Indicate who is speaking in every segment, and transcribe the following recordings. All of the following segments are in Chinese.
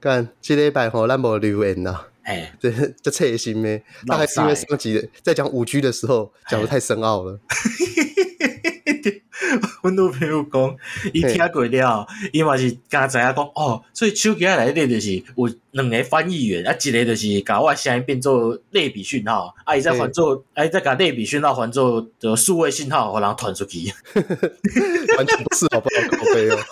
Speaker 1: 干这礼拜吼，咱无留言呐，
Speaker 2: 哎，
Speaker 1: 这这切心咩？大概是因为上集的在讲五 G 的时候讲的太深奥了，
Speaker 2: 阮女朋友讲，伊
Speaker 1: 嘿
Speaker 2: 听过了，伊嘛是敢知影讲哦，所以手机仔内底就是有两个翻译员，啊，一个就是甲我的声音变做类比讯号，啊，伊再换做，啊，伊再甲类比讯号换做就数位信号，互人传出去。
Speaker 1: 完全不是好不好？口碑哦。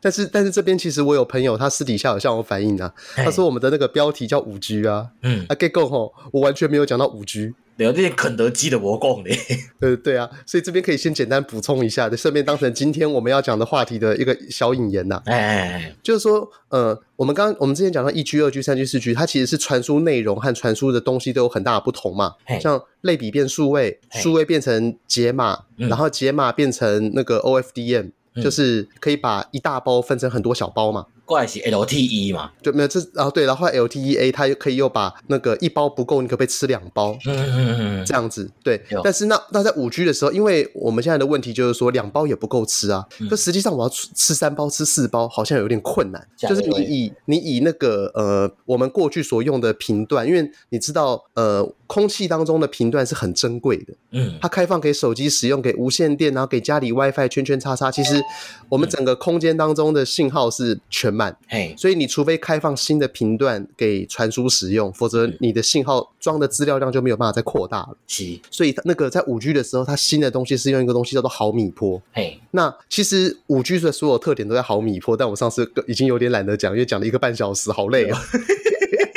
Speaker 1: 但是但是这边其实我有朋友，他私底下有向我反映啊，
Speaker 2: 哎
Speaker 1: 他说我们的那个标题叫五 G 啊，
Speaker 2: 嘿，嗯，
Speaker 1: 啊 get go 吼，我完全没有讲到五 G。
Speaker 2: 对，你连肯德基都无讲咧，
Speaker 1: 对对啊，所以这边可以先简单补充一下，顺便当成今天我们要讲的话题的一个小引言呐、
Speaker 2: 哎，
Speaker 1: 就是说，呃，我们刚我们之前讲到一 G、二 G、三 G、四 G，它其实是传输内容和传输的东西都有很大的不同嘛
Speaker 2: 嘿。
Speaker 1: 像类比变数位，
Speaker 2: 嘿
Speaker 1: 数位变成解码，
Speaker 2: 嗯
Speaker 1: 然后解码变成那个 OFDM，、
Speaker 2: 嗯
Speaker 1: 就是可以把一大包分成很多小包嘛。
Speaker 2: 过来是 LTE 嘛，
Speaker 1: 就没有这，然后对，然后后来 LTEA 它又可以又把那个一包不够，你可不可以吃两包？
Speaker 2: 嗯嗯嗯
Speaker 1: 这样子，对
Speaker 2: 有。
Speaker 1: 但是那那在五 G 的时候，因为我们现在的问题就是说两包也不够吃啊，
Speaker 2: 嗯
Speaker 1: 可实际上我要吃吃三包、吃四包好像有点困难。
Speaker 2: 假
Speaker 1: 就
Speaker 2: 的
Speaker 1: 是你
Speaker 2: 对
Speaker 1: 以你以那个呃我们过去所用的频段，因为你知道呃空气当中的频段是很珍贵的，
Speaker 2: 嗯，
Speaker 1: 它开放给手机使用，给无线电，然后给家里 WiFi 圈圈叉叉。其实我们整个空间当中的信号是全满，
Speaker 2: 嘿，
Speaker 1: 所以你除非开放新的频段给传输使用，否则你的信号装的资料量就没有办法再扩大了。
Speaker 2: 是，
Speaker 1: 所以它那个在五 G 的时候，它新的东西是用一个东西叫做毫米波。
Speaker 2: 嘿，
Speaker 1: 那其实五 G 的所有特点都在毫米波，但我上次已经有点懒得讲，因为讲了一个半小时，好累哦。是
Speaker 2: 讲是个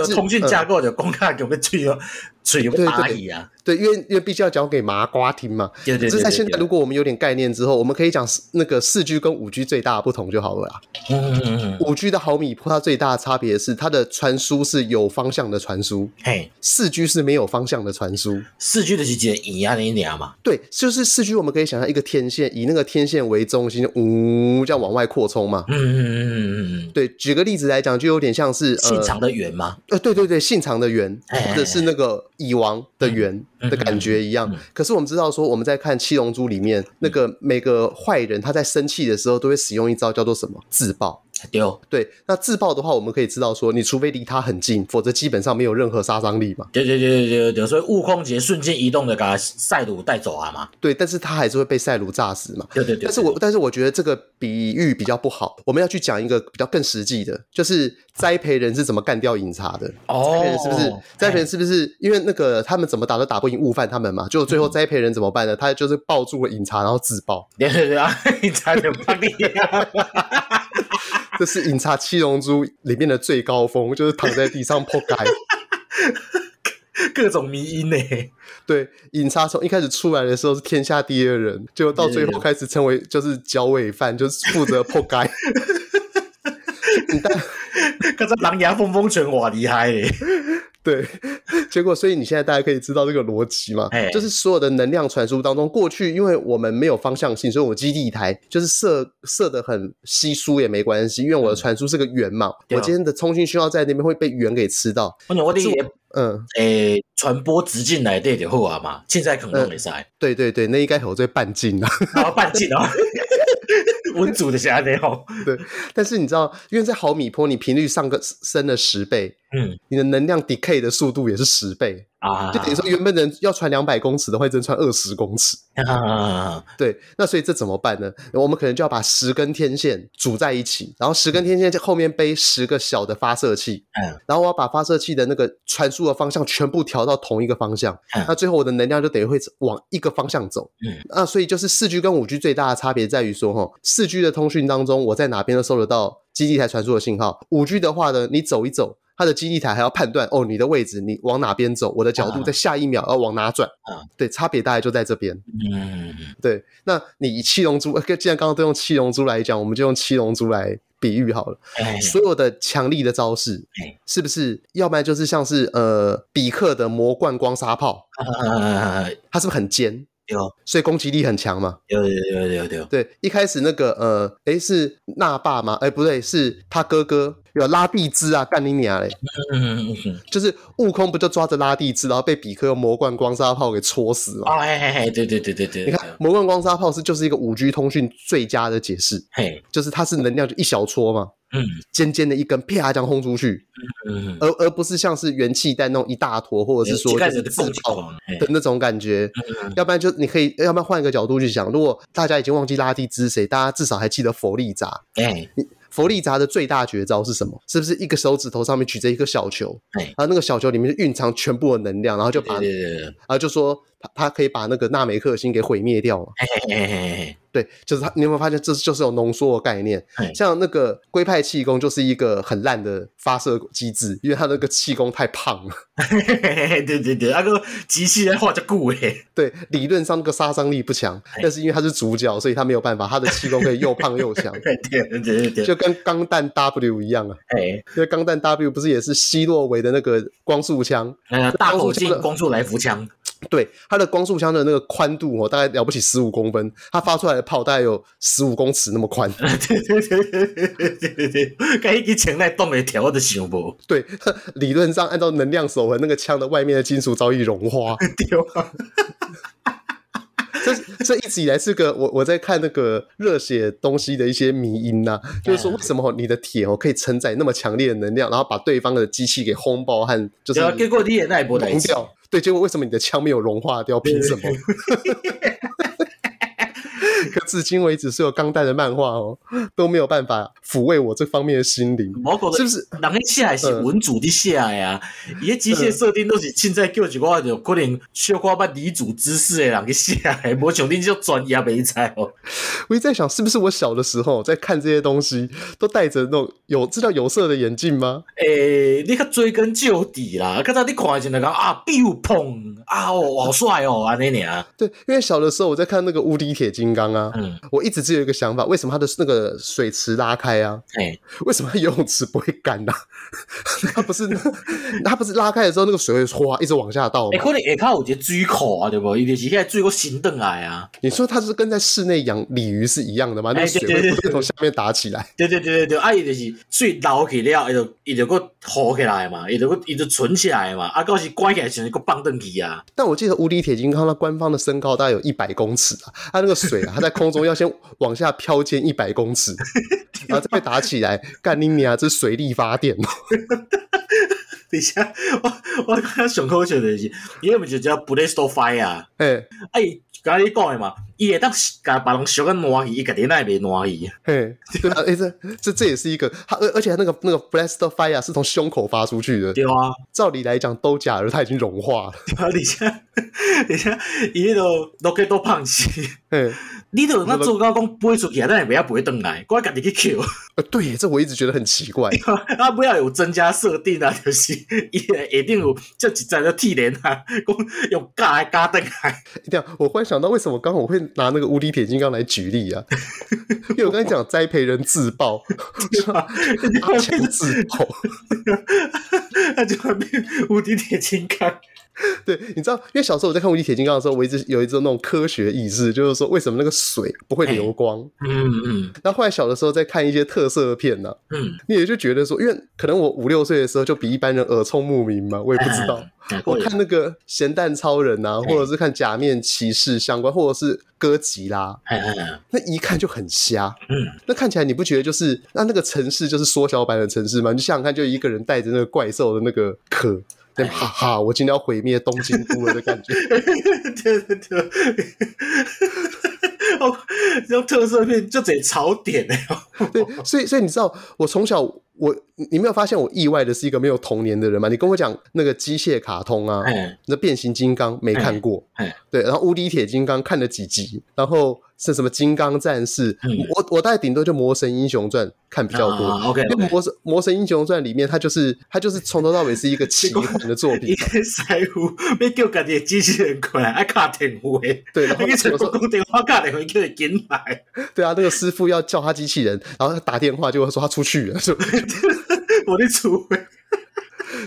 Speaker 1: 呃
Speaker 2: 通讯架构就讲卡叫要吹哦，吹要
Speaker 1: 对对
Speaker 2: 打去啊，
Speaker 1: 对，因为因为毕竟要讲给麻瓜听嘛。
Speaker 2: 对
Speaker 1: 只
Speaker 2: 对对
Speaker 1: 是
Speaker 2: 对，
Speaker 1: 在现在，
Speaker 2: 对
Speaker 1: 如果我们有点概念之后，我们可以讲四那个四 G 跟五 G 最大的不同就好了啦。
Speaker 2: 嗯嗯嗯嗯，
Speaker 1: 五 G 的毫米波它最大的差别是它的传输是有方向的传输，
Speaker 2: 嘿。
Speaker 1: 四 G 是没有方向的传输。
Speaker 2: 四 G 就是一个圆安尼尔嘛，
Speaker 1: 对，就是四 G，我们可以想象一个天线，以那个天线为中心，呜、这样往外扩充嘛。
Speaker 2: 嗯嗯嗯嗯嗯，
Speaker 1: 对，举个例子来讲，就有点像是
Speaker 2: 信
Speaker 1: 呃
Speaker 2: 长的圆嘛，
Speaker 1: 呃，对对对，信长的圆，
Speaker 2: 哎哎
Speaker 1: 或者是那个蚁王的圆
Speaker 2: 嗯
Speaker 1: 的感觉一样
Speaker 2: 嗯嗯。嗯
Speaker 1: 可是我们知道说，我们在看《七龙珠》里面，那个每个坏人他在生气的时候，都会使用一招叫做什么自爆。
Speaker 2: 对，
Speaker 1: 对，那自爆的话，我们可以知道说，你除非离他很近，否则基本上没有任何杀伤力嘛。
Speaker 2: 对对对对对对，所以悟空节瞬间移动的把赛鲁带走啊嘛，
Speaker 1: 对，但是他还是会被赛卢炸死嘛。
Speaker 2: 对对对，
Speaker 1: 但是我但是我觉得这个比喻比较不好，我们要去讲一个比较更实际的，就是栽培人是怎么干掉饮茶的。栽培
Speaker 2: 哦
Speaker 1: 人，是不是？栽培人是不是？因为那个他们怎么打都打不赢悟饭他们嘛，就最后栽培人怎么办呢？他就是抱住了饮茶，然后自爆。
Speaker 2: 对对对啊，你差点把你，
Speaker 1: 这是饮茶七龙珠里面的最高峰，就是躺在地上破盖。
Speaker 2: 各种迷因呢，
Speaker 1: 对，饮茶从一开始出来的时候是天下第二人，结果到最后开始成为就是脚尾饭，就是负责破盖。
Speaker 2: 可是狼牙风风拳哇厉害嘞，
Speaker 1: 对，结果所以你现在大家可以知道这个逻辑嘛
Speaker 2: 哎，
Speaker 1: 就是所有的能量传输当中，过去因为我们没有方向性，所以我基地台就是设设的很稀疏也没关系，因为我的传输是个圆嘛，
Speaker 2: 嗯对啊
Speaker 1: 我今天的通讯讯号在那边会被圆给吃到，
Speaker 2: 我讲我的
Speaker 1: 嗯，
Speaker 2: 诶传播直径内底就好啊嘛，凊彩可能袂使，
Speaker 1: 对对对，那应该有最半径啊。
Speaker 2: 然后 半径哦，文组的是安尼哦，
Speaker 1: 但是你知道，因为在毫米波，你频率上个升了十倍，
Speaker 2: 嗯
Speaker 1: 你的能量 decay 的速度也是十倍，
Speaker 2: 啊，
Speaker 1: 就等于说原本人要传两百公尺的话，只能传二十公尺。
Speaker 2: 啊，
Speaker 1: 对，那所以这怎么办呢？我们可能就要把十根天线组在一起，然后十根天线后面背十个小的发射器，
Speaker 2: 嗯，
Speaker 1: 然后我要把发射器的那个传输的方向全部调到同一个方向，
Speaker 2: 嗯
Speaker 1: 那最后我的能量就等于会往一个方向走，
Speaker 2: 嗯，
Speaker 1: 那所以就是四 G 跟五 G 最大的差别在于说，哈，四 G 的通讯当中，我在哪边都收得到基地台传输的信号，五 G 的话呢，你走一走。它的基地台还要判断哦，你的位置，你往哪边走，我的角度
Speaker 2: 啊
Speaker 1: 在下一秒要往哪转，
Speaker 2: 啊
Speaker 1: 对，差别大概就在这边。
Speaker 2: 嗯。
Speaker 1: 对，那你以七龙珠，呃既然刚刚都用七龙珠来讲，我们就用七龙珠来比喻好了。
Speaker 2: 哎
Speaker 1: 所有的强力的招式
Speaker 2: 哎，
Speaker 1: 是不是？要不然就是像是呃比克的魔冠光沙炮，
Speaker 2: 呃，
Speaker 1: 它是不是很尖？
Speaker 2: 有
Speaker 1: 所以攻击力很强嘛。
Speaker 2: 有有有有有，
Speaker 1: 对，一开始那个呃，诶，是那霸吗？诶，不对，是他哥哥有拉蒂兹啊，干你娘嘞！
Speaker 2: 嗯嗯嗯，
Speaker 1: 就是悟空不就抓着拉蒂兹，然后被比克用魔冠光沙炮给戳死嘛？
Speaker 2: 哦嘿嘿嘿，对对对对对，
Speaker 1: 你看魔冠光沙炮是就是一个五 G 通讯最佳的解释，
Speaker 2: 嘿，
Speaker 1: 就是它是能量就一小撮嘛，
Speaker 2: 嗯
Speaker 1: 尖尖的一根啪这样轰出去，
Speaker 2: 嗯，
Speaker 1: 而而不是像是元气弹那种一大坨，或者是说
Speaker 2: 一开
Speaker 1: 就
Speaker 2: 始
Speaker 1: 是
Speaker 2: 的
Speaker 1: 自
Speaker 2: 蹦起
Speaker 1: 爆
Speaker 2: 狂，嘿
Speaker 1: 的那种感觉。
Speaker 2: 嗯
Speaker 1: 要不然就你可以，要不然换一个角度去想，如果大家已经忘记拉蒂兹谁，大家至少还记得佛利扎。
Speaker 2: 哎
Speaker 1: 佛利扎的最大绝招是什么？是不是一个手指头上面举着一个小球，
Speaker 2: 哎
Speaker 1: 然后那个小球里面就蕴藏全部的能量，然后就
Speaker 2: 对
Speaker 1: 把，
Speaker 2: 对
Speaker 1: 然
Speaker 2: 对对，
Speaker 1: 后就说他他可以把那个纳梅克星给毁灭掉嘛？
Speaker 2: 嘿嘿嘿嘿嘿，
Speaker 1: 对，就是他，你有没有发现这就是有浓缩的概念
Speaker 2: 哎？
Speaker 1: 像那个龟派气功就是一个很烂的发射机制，因为它那个气功太胖了。
Speaker 2: 嘿嘿嘿，对对对，那个机器在画着鼓诶，，
Speaker 1: 对，理论上那个杀伤力不强，但是因为他是主角，所以他没有办法，他的气功可以又胖又强
Speaker 2: 对对对对，
Speaker 1: 就跟钢弹 W 一样啊。
Speaker 2: 哎，
Speaker 1: 因为钢弹 W 不是也是希洛维的那个光速枪？
Speaker 2: 呃，大口径光速来福枪，
Speaker 1: 对，它的光速枪的那个宽度哦，大概了不起十五公分，它发出来的炮大概有十五公尺那么宽。
Speaker 2: 对对对对对对，该一前来动的条我都想无，
Speaker 1: 对， 理论上按照能量守恒，那个枪的外面的金属早已融化。
Speaker 2: 对啊，
Speaker 1: 这这一直以来是个我我在看那个热血东西的一些迷因呐、就是
Speaker 2: 啊
Speaker 1: 说为什么你的铁哦可以承载那么强烈的能量，然后把对方的机器给轰爆和就是
Speaker 2: 对啊，结果你也那一波来
Speaker 1: 融掉？对，结果为什么你的枪没有融化掉？凭什么？ 可至今为止，所有钢弹的漫画哦都没有办法抚慰我这方面的心灵，
Speaker 2: 某个
Speaker 1: 是不是？
Speaker 2: 人迄写是文主伫写诶啊，伊迄机械设定都是凊彩叫一寡就可能小可捌理主知识诶人去写诶，无像恁这种专业袂知哦。
Speaker 1: 我一直在想，是不是我小的时候在看这些东西，都戴着那种有这叫有色的眼镜吗？
Speaker 2: 诶、你较追根究底啦，较早你看的时阵就讲啊，彪碰啊，哦，好帅哦，安尼尔，
Speaker 1: 对，因为小的时候我在看那个《无敌铁金刚》啊，
Speaker 2: 嗯，
Speaker 1: 我一直只有一个想法，为什么它的那个水池拉开啊？
Speaker 2: 诶、
Speaker 1: 为什么它游泳池不会干呢、啊？ 它不是它不是拉开的时候那个水会哗一直往下倒
Speaker 2: 诶、
Speaker 1: 吗？
Speaker 2: 可能下骹有一个水库啊，对无？伊就是遐水个伸转来啊，
Speaker 1: 你说它是跟在室内养鲤鱼是一样的吗？那
Speaker 2: 哎
Speaker 1: 个
Speaker 2: 对
Speaker 1: 水会
Speaker 2: 对对
Speaker 1: 不是从下面打起来？
Speaker 2: 对对对对对，啊，伊就是水流去了，伊就伊就搁浮起来嘛，伊就搁伊就存起来嘛，啊，到时关起来的时阵搁放转去啊。
Speaker 1: 但我记得无敌铁金刚它官方的身高大概有一百公尺啊，它那个水啊，它在空中要先往下飘溅一百公 尺，然后再被打起来，干你娘！这是水力发电哦。
Speaker 2: 等一下，我我刚刚上口笑的是，伊毋是叫 Blaze to Fire 啊？
Speaker 1: 哎
Speaker 2: 啊伊甲你讲的嘛，伊会当甲别人小个烂去，伊家己那会袂烂去。
Speaker 1: 嘿，对啊，哎、这这这也是一个，它而而且它那个那个 blast fire 是从胸口发出去的，
Speaker 2: 对啊，
Speaker 1: 照理来讲都假，而它已经融化了。
Speaker 2: 对啊，而且 而且伊迄落落去都胖死，
Speaker 1: 嘿，
Speaker 2: 你都那做到讲飞出去，啊咱会袂晓飞转来，我家己去捡。
Speaker 1: 呃，对耶，这我一直觉得很奇怪。
Speaker 2: 啊，不要有增加设定啊，就是伊会定有这一站的铁链啊，讲用架来架转来。
Speaker 1: 这样，我忽然想到，为什么刚刚我会拿那个无敌铁金刚来举例啊？因为我刚才讲栽培人自爆， 阿强自爆。
Speaker 2: 那啊就会变无敌铁金刚。
Speaker 1: 对，你知道，因为小时候我在看无敌铁金刚的时候，我一直有一种那种科学意识，就是说为什么那个水不会流光。
Speaker 2: 嗯嗯
Speaker 1: 然后后来小的时候在看一些特色片啊呢、
Speaker 2: 嗯，
Speaker 1: 你也就觉得说，因为可能我五六岁的时候就比一般人耳聪目明嘛，我也不知道。
Speaker 2: 嗯。
Speaker 1: 我看那个咸蛋超人啊，
Speaker 2: 哎
Speaker 1: 或者是看假面骑士相关，或者是哥吉拉，
Speaker 2: 哎哎哎，
Speaker 1: 那一看就很瞎。
Speaker 2: 嗯，
Speaker 1: 那看起来你不觉得就是那那个城市就是缩小版的城市吗？你就想想看，就一个人带着那个怪兽的那个壳，对，哈哈，我今天要毁灭东京都了的感觉。
Speaker 2: 对对对， 哦，这种特色片就得槽点哎、
Speaker 1: 对，所以所以你知道，我从小我你你没有发现我意外的是一个没有童年的人吗？你跟我讲那个机械卡通啊，
Speaker 2: 哎
Speaker 1: 那变形金刚没看过，
Speaker 2: 哎哎
Speaker 1: 对，然后无敌铁金刚看了几集，然后是什么金刚战士，
Speaker 2: 嗯
Speaker 1: 我我大概顶多就魔神英雄传看比较多。
Speaker 2: 啊、OK，
Speaker 1: 因为魔神魔神英雄传里面，它就是它就是从头到尾是一个奇幻的作
Speaker 2: 一
Speaker 1: 品，
Speaker 2: 个师傅要叫家己的机器人过来，爱卡电话，
Speaker 1: 对，然后
Speaker 2: 你
Speaker 1: 有
Speaker 2: 成
Speaker 1: 时
Speaker 2: 功
Speaker 1: 候
Speaker 2: 讲电话卡电话叫伊紧来，
Speaker 1: 对啊，那个师傅要叫他机器人，然后他打电话就会说他出去了，就
Speaker 2: 我咧厝诶，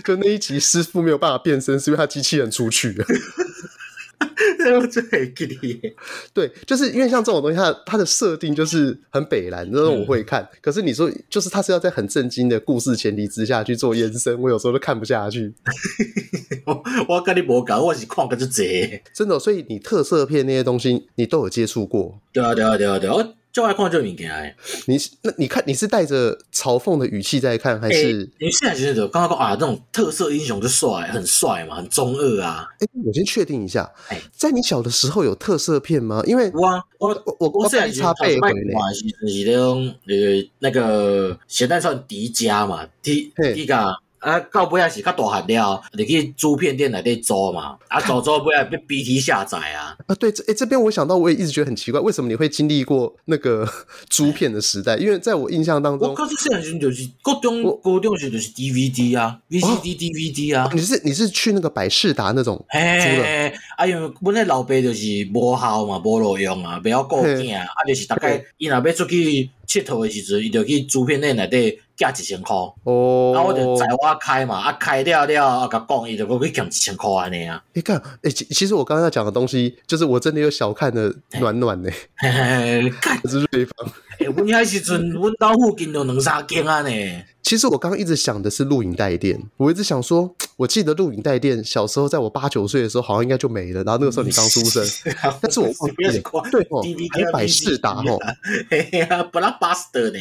Speaker 1: 就那一集师傅没有办法变身，是因为他机器人出去了。
Speaker 2: 这我最会记得。
Speaker 1: 对，就是因为像这种东西，它的它的设定就是很北蓝，这
Speaker 2: 嗯
Speaker 1: 种我会看。可是你说，就是它是要在很震惊的故事前提之下去做延伸，我有时候都看不下去。
Speaker 2: 我 我跟你无讲，我是看个就济。
Speaker 1: 真的哦，所以你特色片那些东西，你都有接触过。
Speaker 2: 对啊，对啊，对啊，对啊，我就爱看这物件诶。
Speaker 1: 你那你看，你是带着嘲讽的语气在看，还是？
Speaker 2: 欸因为现在其实就刚刚讲啊，那种特色英雄就帅，很帅嘛，很中二啊。
Speaker 1: 哎、我先确定一下
Speaker 2: 哎，
Speaker 1: 在你小的时候有特色片吗？因为
Speaker 2: 有啊，我
Speaker 1: 我我
Speaker 2: 我
Speaker 1: 我
Speaker 2: 虽
Speaker 1: 跟你
Speaker 2: 然
Speaker 1: 差倍回嘞，
Speaker 2: 是是那种呃那个咸蛋算迪迦嘛，迪
Speaker 1: 嘿
Speaker 2: 迪迦啊，到尾也是较大汉了，你去租片店内底租嘛，啊租租尾也被 BT 下载 啊，
Speaker 1: 啊，对，这哎、这边我想到，我也一直觉得很奇怪，为什么你会经历过那个 猪片的时代？因为在我印象当
Speaker 2: 我
Speaker 1: 中，
Speaker 2: 靠，这现在就是高
Speaker 1: 我哦
Speaker 2: 中高中时就是 DVD 啊，VCD DVD 啊。
Speaker 1: 你是你是去那个百事达那种，
Speaker 2: 嘿，啊，因为阮迄老爸就是无效嘛，无路用啊，袂晓顾囝啊，啊，就是大概伊若要出去佚佗的时阵，伊就去租片店内底寄一千箍。
Speaker 1: 哦，
Speaker 2: 啊，我就载我开嘛，啊开了了，啊甲讲伊就佫去欠一千箍安尼啊，
Speaker 1: 你看，哎、其其实我刚刚要讲的东西，就是我真的有小看的暖暖呢、
Speaker 2: 嘿嘿嘿，干，
Speaker 1: 我是瑞芳。
Speaker 2: 欸阮遐时 阵，阮兜附近有两三间啊呢，
Speaker 1: 其实我刚刚一直想的是录影带店，我一直想说，我记得录影带店小时候在我八九岁的时候好像应该就没了，然后那个时候你刚出 生，但是我忘记了，对哦，还有百事达哦，
Speaker 2: 嘿嘿 啊，布拉巴斯特呢，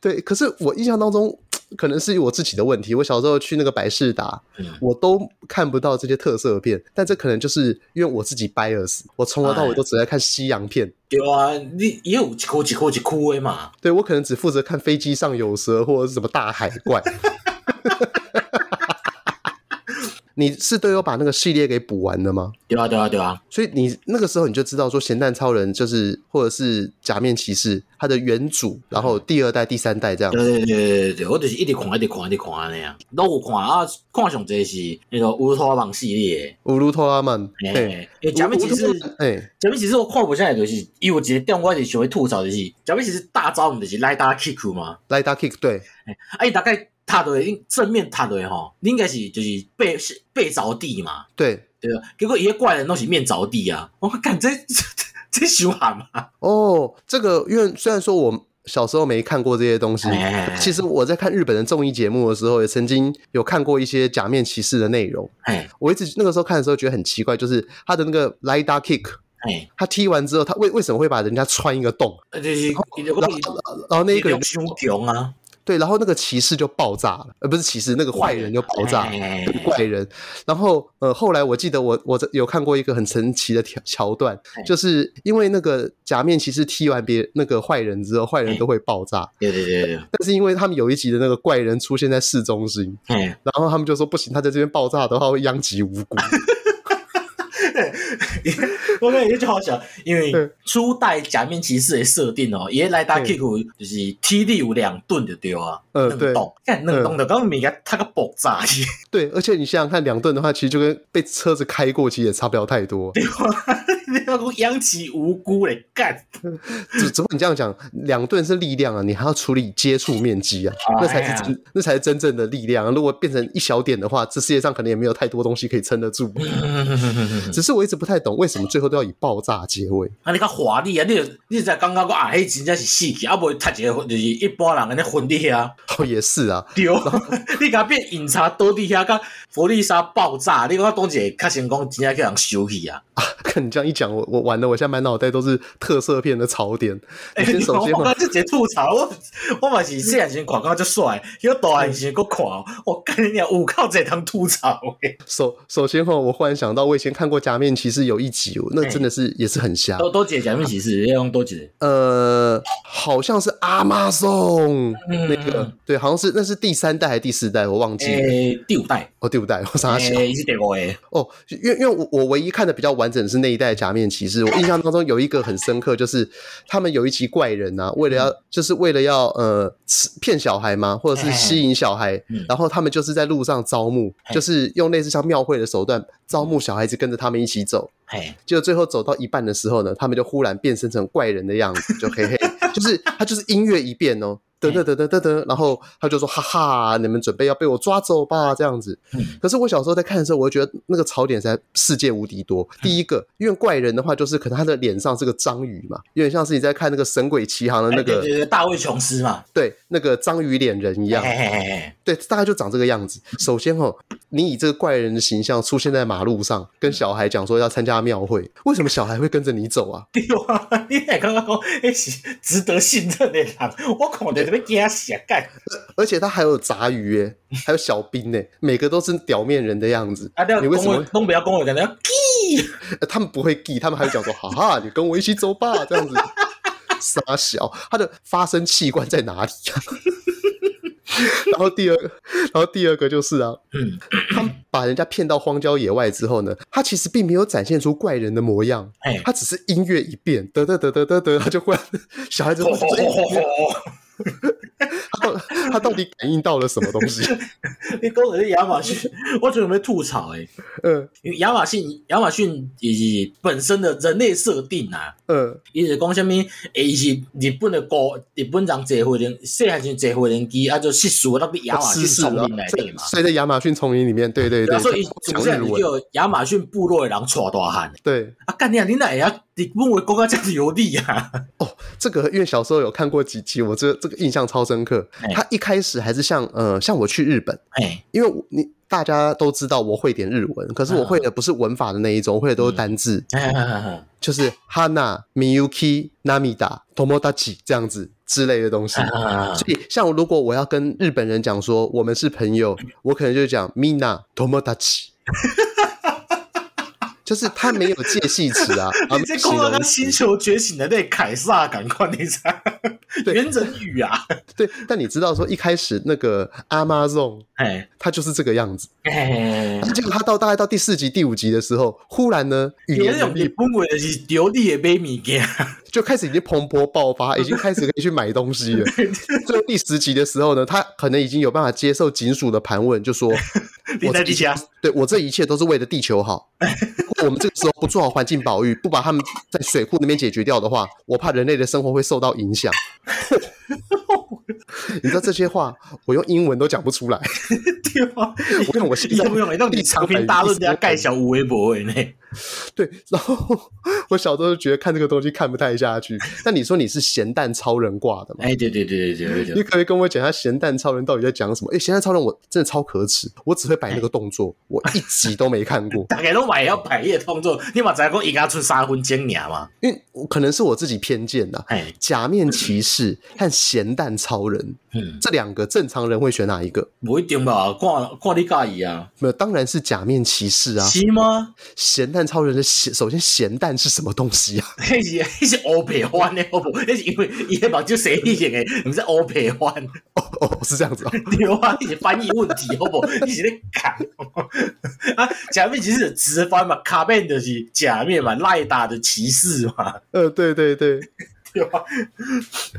Speaker 1: 对，可是我印象当中，可能是我自己的问题。我小时候去那个百事达，
Speaker 2: 嗯
Speaker 1: 我都看不到这些特色片，但这可能就是因为我自己 bias，我从头到
Speaker 2: 哎
Speaker 1: 尾都只在看西洋片。
Speaker 2: 对啊，你伊有一箍一箍一箍的嘛，
Speaker 1: 对我可能只负责看飞机上有蛇或者是什么大海怪。 你是都有把那个系列给补完的吗？
Speaker 2: 对啊对啊对啊，
Speaker 1: 所以你那个时候你就知道说咸蛋超人就是或者是假面骑士它的原主，然后第二代、第三代这样。
Speaker 2: 嗯对对对对对对，我就是一直看一直看一直看安尼啊，拢有看啊，看上济是那个乌托邦系列
Speaker 1: 乌鲁托拉曼，
Speaker 2: 的，
Speaker 1: 对，
Speaker 2: 嘿，欸假面骑
Speaker 1: 乌
Speaker 2: 士
Speaker 1: 鲁。托拉曼哎，
Speaker 2: 假面骑士我看不下来，就是伊有一个点，我是想要吐槽，就是假面骑士大招，毋就是来打 kick 嘛？
Speaker 1: 莱达 kick 对，
Speaker 2: 啊，伊大概踏落去正面踏落去吼，你应该是就是背是背着地嘛，
Speaker 1: 对，
Speaker 2: 对吧？结果伊个怪人拢是面着地啊，我感这 这凶悍嘛！
Speaker 1: 哦，这个因为虽然说我小时候没看过这些东西，
Speaker 2: 哎
Speaker 1: 其实我在看日本的综艺节目的时候，也曾经有看过一些假面骑士的内容。
Speaker 2: 哎
Speaker 1: 我一直那个时候看的时候觉得很奇怪，就是他的那个莱达 kick，
Speaker 2: 哎，
Speaker 1: 他踢完之后，他为为什么会把人家穿一个洞？
Speaker 2: 啊就是伊就
Speaker 1: 然
Speaker 2: 讲
Speaker 1: 后
Speaker 2: 伊
Speaker 1: 然后那一个人
Speaker 2: 力量伤强啊，
Speaker 1: 对，然后那个骑士就爆炸了，呃，不是骑士，那个坏人就爆炸了。
Speaker 2: 哎
Speaker 1: 怪人。然后呃，后来我记得我我有看过一个很神奇的条桥段
Speaker 2: 哎，
Speaker 1: 就是因为那个假面骑士踢完别那个坏人之后，坏人
Speaker 2: 哎
Speaker 1: 都会爆炸，
Speaker 2: 对对对对，
Speaker 1: 但是因为他们有一集的那个怪人出现在市中心，
Speaker 2: 哎，
Speaker 1: 然后他们就说不行，他在这边爆炸的话会殃及无 辜。
Speaker 2: 我感觉就好笑，因为
Speaker 1: 嗯
Speaker 2: 初代假面骑士的设定哦，伊来打
Speaker 1: 嗯
Speaker 2: kick 有就是踢力有两吨就对啊，
Speaker 1: 呃
Speaker 2: 两栋，看两栋的，刚物件它个爆炸 去，
Speaker 1: 对，而且你想想看，两顿的话，其实就跟被车子开过，其实也差不了太多。
Speaker 2: 你要讲殃及无辜嘞， 干
Speaker 1: 只只不过你这样讲，两顿是力量啊，你还要处理接触面积啊，
Speaker 2: 哎呀
Speaker 1: 那才是真，那才是真正的力量啊、如果变成一小点的话，这世界上可能也没有太多东西可以撑得住。
Speaker 2: 嗯
Speaker 1: 只是我一直不太懂，为什么最后都要以爆炸结尾？
Speaker 2: 啊！你较华丽啊！你就你才感觉讲啊，迄真正是死去，啊无踢一个就是一般人安尼昏你啊，
Speaker 1: 哦，也是啊，
Speaker 2: 对，你甲变警察倒地遐，甲佛利沙爆炸，你讲当一个较成功，真正叫人收去啊！
Speaker 1: 看你这样一讲，我我完了，我现在满脑袋都是特色片的槽点。你
Speaker 2: 哎，
Speaker 1: 先首
Speaker 2: 我
Speaker 1: 先
Speaker 2: 我
Speaker 1: 嘛，
Speaker 2: 刚才直吐槽，我我嘛是细汉时看感觉帅，迄大汉时佫看，我干你啊，有够侪通吐槽诶，
Speaker 1: 首首先哈，我忽然想到，我以前看过《假面骑士》有一集，那
Speaker 2: 哎
Speaker 1: 真的是也是很瞎。
Speaker 2: 多多一个假面骑士，要用多一个，
Speaker 1: 呃，好像是阿妈送
Speaker 2: 嗯
Speaker 1: 那个，对，好像是那是第三代还是第四代，我忘记了。
Speaker 2: 诶，第五代，
Speaker 1: 哦，第五代，我傻想
Speaker 2: 诶，伊是第五个。
Speaker 1: 哦，因为因为我我唯一看的比较完整的是那一代假面骑士，我印象当中有一个很深刻，就是他们有一集怪人啊，为了要、就是为了要呃吃骗小孩嘛，或者是吸引小孩，
Speaker 2: 嗯
Speaker 1: 然后他们就是在路上招募，
Speaker 2: 哎
Speaker 1: 就是用类似像庙会的手段招募小孩子跟着他们一起走，
Speaker 2: 嘿，
Speaker 1: 结果最后走到一 半的时候呢，他们就忽然变身成怪人的样子，就嘿嘿，就是他就是音乐一变哦。噔噔噔噔噔噔，然后他就说哈哈，你们准备要被我抓走吧，这样子。
Speaker 2: 嗯
Speaker 1: 可是我小时候在看的时候，我就觉得那个槽点才世界无敌多。
Speaker 2: 嗯
Speaker 1: 第一个，因为怪人的话，就是可能他的脸上是个章鱼嘛，有点像是你在看那个《神鬼奇航》的那
Speaker 2: 哎对
Speaker 1: 个
Speaker 2: 对对，大卫琼斯嘛，
Speaker 1: 对那个章鱼脸人一
Speaker 2: 嘿
Speaker 1: 样，
Speaker 2: 嘿嘿嘿，
Speaker 1: 对，大概就长这个样子。首先哦，你以这个怪人的形象出现在马路上，跟小孩讲说要参加庙会，为什么小孩会跟着你走啊？
Speaker 2: 对啊，你来刚刚讲，那是值得信任的人，我看着要惊死啊！干，
Speaker 1: 而且他还有杂鱼 耶，还有小兵呢，每个都是表面人的样子。
Speaker 2: 啊，
Speaker 1: 你
Speaker 2: 你
Speaker 1: 为什么会
Speaker 2: 东北要跟我感觉？
Speaker 1: 呃他们不会 gay，他们还会讲说：“哈 哈，你跟我一起走吧。”这样子，傻小，他的发声器官在哪里、 啊？然后第二个，然后第二个就是啊，
Speaker 2: 嗯，
Speaker 1: 他们把人家骗到荒郊野外之后呢，他其实并没有展现出怪人的模样，
Speaker 2: 哎，
Speaker 1: 他只是音乐一变，得得得得得得，他就忽然小孩子
Speaker 2: 吼
Speaker 1: 会说
Speaker 2: 吼
Speaker 1: 哎
Speaker 2: 吼吼吼！
Speaker 1: 他到他到底感应到了什么 东西？
Speaker 2: 你讲的是亚马逊，我准备吐槽诶、
Speaker 1: 嗯
Speaker 2: 因为亚马逊亚马逊伊是本身的人类设定啊，
Speaker 1: 嗯
Speaker 2: 伊是讲啥物，伊是日本的高日本人坐火轮，细汉时坐火轮机，啊就失事落去亚马逊
Speaker 1: 失事
Speaker 2: 丛
Speaker 1: 了
Speaker 2: 林内，底
Speaker 1: 在
Speaker 2: 嘛。
Speaker 1: 所以在亚马逊丛林里面，对对
Speaker 2: 对
Speaker 1: 对
Speaker 2: 啊，，所以伊
Speaker 1: 讲
Speaker 2: 主要
Speaker 1: 日
Speaker 2: 是
Speaker 1: 文，
Speaker 2: 叫亚马逊部落的人带大汉的。
Speaker 1: 对。
Speaker 2: 啊，干你啊，你哪会晓日本话讲到这么有理啊？
Speaker 1: 哦，这个因为小时候有看过几集，我这这个印象超深刻
Speaker 2: 哎。
Speaker 1: 他一开始还是像呃，像我去日本，
Speaker 2: 哎，
Speaker 1: 因为我你大家都知道我会点日文，可
Speaker 2: 嗯
Speaker 1: 是我会的不是文法的那一种，我会的都是单字，
Speaker 2: 哎哎哎哎
Speaker 1: 就是 hana、miyuki、namida、tomodachi 这样子之类的东 西。
Speaker 2: 哎啊
Speaker 1: 所以，像如果我要跟日本人讲说我们是朋 友，我可能就讲 mina tomodachi，就是他没有介系词啊，啊，
Speaker 2: 你这
Speaker 1: 形
Speaker 2: 讲到
Speaker 1: 容
Speaker 2: 跟《
Speaker 1: 词
Speaker 2: 星球觉醒》的那个凯撒感官，你知道？
Speaker 1: 对
Speaker 2: 原人语啊，
Speaker 1: 对，但你知道说一开始那个 Amazon
Speaker 2: 哎
Speaker 1: 它就是这个 样子，
Speaker 2: 哎，
Speaker 1: 结果它到大概到第四集、第五集的时候，忽然呢语
Speaker 2: 有
Speaker 1: 言
Speaker 2: 那种
Speaker 1: 能
Speaker 2: 日
Speaker 1: 力
Speaker 2: 本话就是流利的买物件，
Speaker 1: 就开始已经蓬勃爆 发，已经开始可以去买东西了。最后第十集的时候呢，他可能已经有办法接受警署的盘问，就说
Speaker 2: 你
Speaker 1: 我
Speaker 2: 在
Speaker 1: 这
Speaker 2: 底
Speaker 1: 一切
Speaker 2: 下，
Speaker 1: 对我这一切都是为了地球好。如果我们这个时候不做好环境保育，不把他们在水库那边解决掉的话，我怕人类的生活会受到影 响。你知道这些话，我用英文都讲不出来。
Speaker 2: 对 吗？
Speaker 1: 我想我现
Speaker 2: 啊你
Speaker 1: 在
Speaker 2: 用不用？让你长篇大论，人家盖小无微博的呢？
Speaker 1: 对，然后我小时候就觉得看这个东西看不太下去。那你说你是咸蛋超人挂的吗？
Speaker 2: 哎，对对对对对
Speaker 1: 你
Speaker 2: 对对，，
Speaker 1: 可不可以跟我讲一下咸蛋超人到底在讲什么？哎，咸蛋超人我真的超可耻，我只会摆那个动作，我一集都没看过
Speaker 2: 大家都买要摆夜动作，你嘛知道讲伊家出三分钟尔嘛？
Speaker 1: 因为我可能是我自己偏见啊呐、
Speaker 2: 哎，
Speaker 1: 假面骑士和咸蛋超人
Speaker 2: 嗯，
Speaker 1: 这两个正常人会选哪一个？
Speaker 2: 不一定吧？看看你介意啊？
Speaker 1: 没有，当然是假面骑士啊！
Speaker 2: 是吗？
Speaker 1: 咸蛋超人的咸，首先咸蛋是什么东西啊？
Speaker 2: 迄是迄是乌白番的，好不好？迄是因为伊迄目睭蛇一型的，毋是乌白番，
Speaker 1: 哦哦，是这样子哦。
Speaker 2: 对啊，迄是翻译问题，好不 好？你是咧讲啊？假面骑士是直翻嘛， 卡面就是假面嘛，赖打的骑士嘛，
Speaker 1: 呃，对对对，
Speaker 2: 对吧？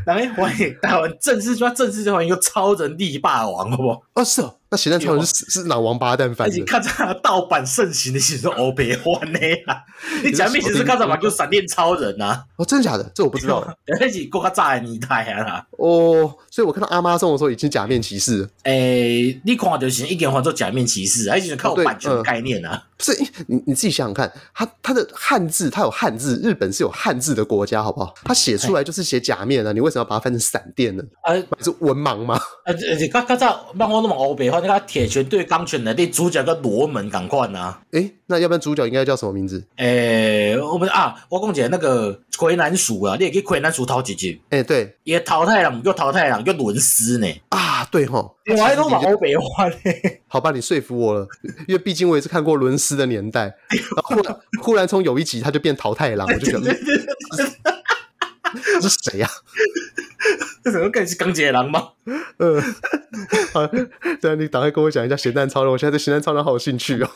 Speaker 2: 人咧翻译台湾正式就正式就翻译个超人力霸王，好不好？
Speaker 1: 哦是哦，哎那咸蛋超人是是哪王八蛋翻
Speaker 2: 而
Speaker 1: 的
Speaker 2: 且？较早盗版盛行的时候，乌哦白番的 啦，你假面骑士较早嘛叫闪电超人啊，
Speaker 1: 哦，真的假的？这我不知道。
Speaker 2: 迄是更较早的年代啊 啦。
Speaker 1: 哦，所以我看到阿妈送的时候已经假面骑士了，
Speaker 2: 诶、哎你看就是一点换做假面骑士，啊还是靠
Speaker 1: 哦对
Speaker 2: 版权
Speaker 1: 嗯
Speaker 2: 概念啊？
Speaker 1: 不是你你自己想想看，他他的汉字，他有汉字，日本是有汉字的国家，好不好？他写出来就是写假面啊，你为什么要把它翻成闪电呢？
Speaker 2: 啊
Speaker 1: 不是文盲吗？
Speaker 2: 啊！而且较较早漫画那么欧白话，你看铁拳对钢拳内底主角跟罗门同款啊。
Speaker 1: 诶，那要不然主角应该叫什么名字？
Speaker 2: 诶、我们啊，我讲一个那个魁南鼠啊，你会去魁南鼠头一集，
Speaker 1: 诶，对
Speaker 2: 伊淘汰人叫淘汰人叫伦斯呢。
Speaker 1: 啊，对吼，
Speaker 2: 哎我还都嘛欧白话咧，
Speaker 1: 好吧，你说服我了，因为毕竟我也是看过伦斯的年代，然后忽然忽然从有一集他就变淘汰狼，我就觉得嗯这是谁呀、
Speaker 2: 这怎么更是钢铁人吗？
Speaker 1: 嗯，好，对啊，你赶快跟我讲一下咸蛋超人，我现在对咸蛋超人好有兴趣哦。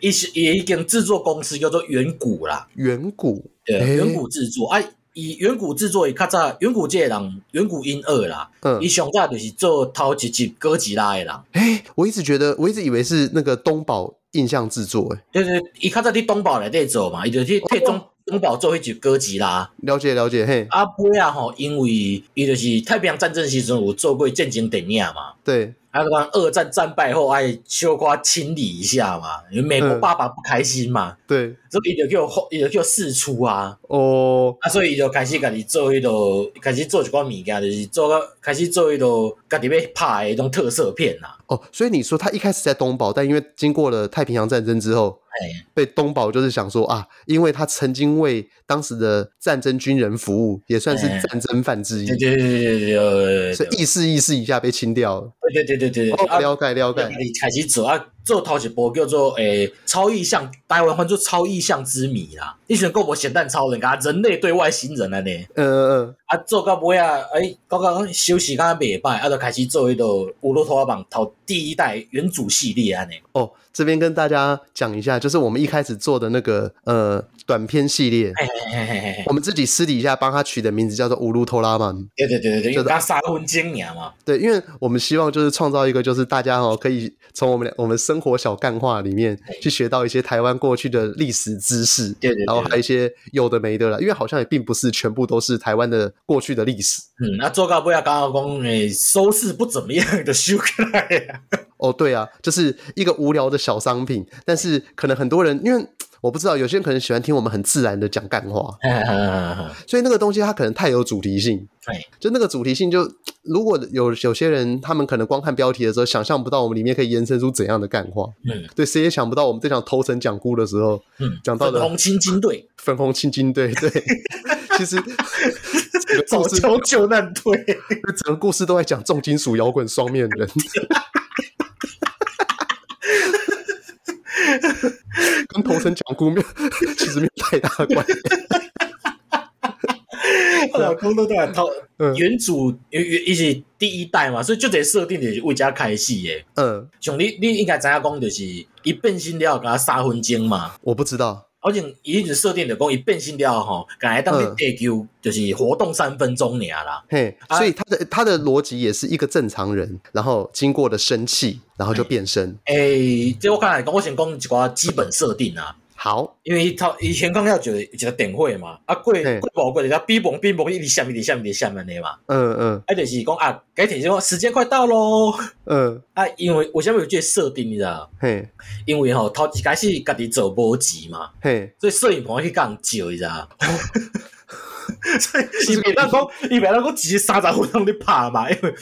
Speaker 2: 伊是伊已经制作公司叫做远古啦，
Speaker 1: 远古，
Speaker 2: 对，
Speaker 1: 诶
Speaker 2: 远古制作啊，伊远古制作伊较早远古界人远古音二啦，
Speaker 1: 嗯
Speaker 2: 伊，上早就是做头一集哥吉拉的人，
Speaker 1: 哎、我一直觉得，我一直以为是那个东宝印象制作、哎，
Speaker 2: 就是伊较早伫东宝内底做嘛，伊就去替中东宝做迄集哥吉拉。
Speaker 1: 了解了解，嘿，
Speaker 2: 啊，尾啊吼，因为伊就是太平洋战争时阵有做过战争电影嘛，
Speaker 1: 对，
Speaker 2: 啊，讲二战战败后爱小可清理一下嘛，因为美国
Speaker 1: 嗯
Speaker 2: 爸爸不开心嘛，
Speaker 1: 对，
Speaker 2: 所以伊就叫后伊就叫四出啊，
Speaker 1: 哦，
Speaker 2: 啊，所以伊就开始家己做迄落，开始做一寡物件，就是做个开始做迄落家己要拍的迄种特色片啦、
Speaker 1: 哦，所以你说他一开始在东宝，但因为经过了太平洋战争之后，
Speaker 2: 哎
Speaker 1: 被东宝就是想说啊，因为他曾经为当时的战争军人服务，也算是
Speaker 2: 哎
Speaker 1: 战争犯之一，
Speaker 2: 对对对对对对
Speaker 1: 所以意识意识一下被清掉了。
Speaker 2: 对对对对对，
Speaker 1: 哦，
Speaker 2: 啊，
Speaker 1: 了解了
Speaker 2: 家
Speaker 1: 解，
Speaker 2: 己开始做啊，做头一波叫做诶、超意象，台湾翻做超意象之谜啦，以前够无咸蛋超人啊，人类对外星人安尼。
Speaker 1: 嗯嗯
Speaker 2: 啊，做到尾啊，哎、感觉休息敢袂歹，啊，就开始做迄落乌鲁托邦头第一代原主系列啊安尼。
Speaker 1: 嗯，哦，这边跟大家讲一下，就是我们一开始做的那个呃短片系列，
Speaker 2: 嘿嘿嘿嘿嘿，
Speaker 1: 我们自己私底下帮他取的名字叫做《乌鲁托拉曼》。
Speaker 2: 对对对对对，因
Speaker 1: 就
Speaker 2: 为
Speaker 1: 是
Speaker 2: 刚三分钟尔嘛，
Speaker 1: 对，因为我们希望就是创造一个，就是大家哦可以从我们俩我们生活小干话里面去学到一些台湾过去的历史知识，
Speaker 2: 对对
Speaker 1: 然后
Speaker 2: 对
Speaker 1: 还有一些有的没的啦，因为好像也并不是全部都是台湾的过去的历史。
Speaker 2: 嗯，啊，做到尾啊，感觉讲诶、收视不怎么样，就收起来啊。
Speaker 1: 哦，对啊，就是一个无聊的小商品，但是可能很多人因为。我不知道，有些人可能喜欢听我们很自然的讲干话，所以那个东西它可能太有主题性
Speaker 2: 对。
Speaker 1: 就那个主题性就，如果有有些人他们可能光看标题的时候，想象不到我们里面可以延伸出怎样的干话。
Speaker 2: 嗯
Speaker 1: 对，谁也想不到我们这场头层讲故的时候，
Speaker 2: 嗯，
Speaker 1: 讲到
Speaker 2: 粉
Speaker 1: 的
Speaker 2: 红青金队，
Speaker 1: 粉红青金队， 对，其实整个
Speaker 2: 早
Speaker 1: 故事
Speaker 2: 教救难队，
Speaker 1: 整个故事都在讲重金属摇滚双面 人。跟头层讲故没有， 其实没有太大的关系。
Speaker 2: 我老公都在头
Speaker 1: 啊嗯
Speaker 2: 原主原原伊是第一代嘛，所以就得设定就是为家开始诶。
Speaker 1: 嗯，
Speaker 2: 像你你应该知影讲就是伊变身了，甲三分钟嘛。
Speaker 1: 我不知道。
Speaker 2: 而且伊直设定着讲伊变性了吼，敢来当
Speaker 1: 嗯
Speaker 2: 去地球就是活动三分钟尔啦。
Speaker 1: 嘿，
Speaker 2: 啊
Speaker 1: 所以他的他的逻辑也是一个正常人，然后经过了生气，然后就变身。
Speaker 2: 诶、即我刚才讲，我先讲一寡基本设定啊，
Speaker 1: 好，
Speaker 2: 因为伊头伊先讲了就是一个电话嘛，啊过
Speaker 1: 嘿
Speaker 2: 过无过就是比蹦比蹦一直闪一直闪一直闪安尼嘛，
Speaker 1: 嗯嗯
Speaker 2: 啊就是讲啊，改提醒我时间快到咯。
Speaker 1: 嗯，
Speaker 2: 啊，因为为什么有这个设定你知道？
Speaker 1: 嘿
Speaker 2: 因为吼头一开始家己做无钱嘛，
Speaker 1: 嘿，
Speaker 2: 所以摄影棚去甲人借你知道？ 所以伊袂当讲，伊袂当讲只三十分钟咧拍嘛，因为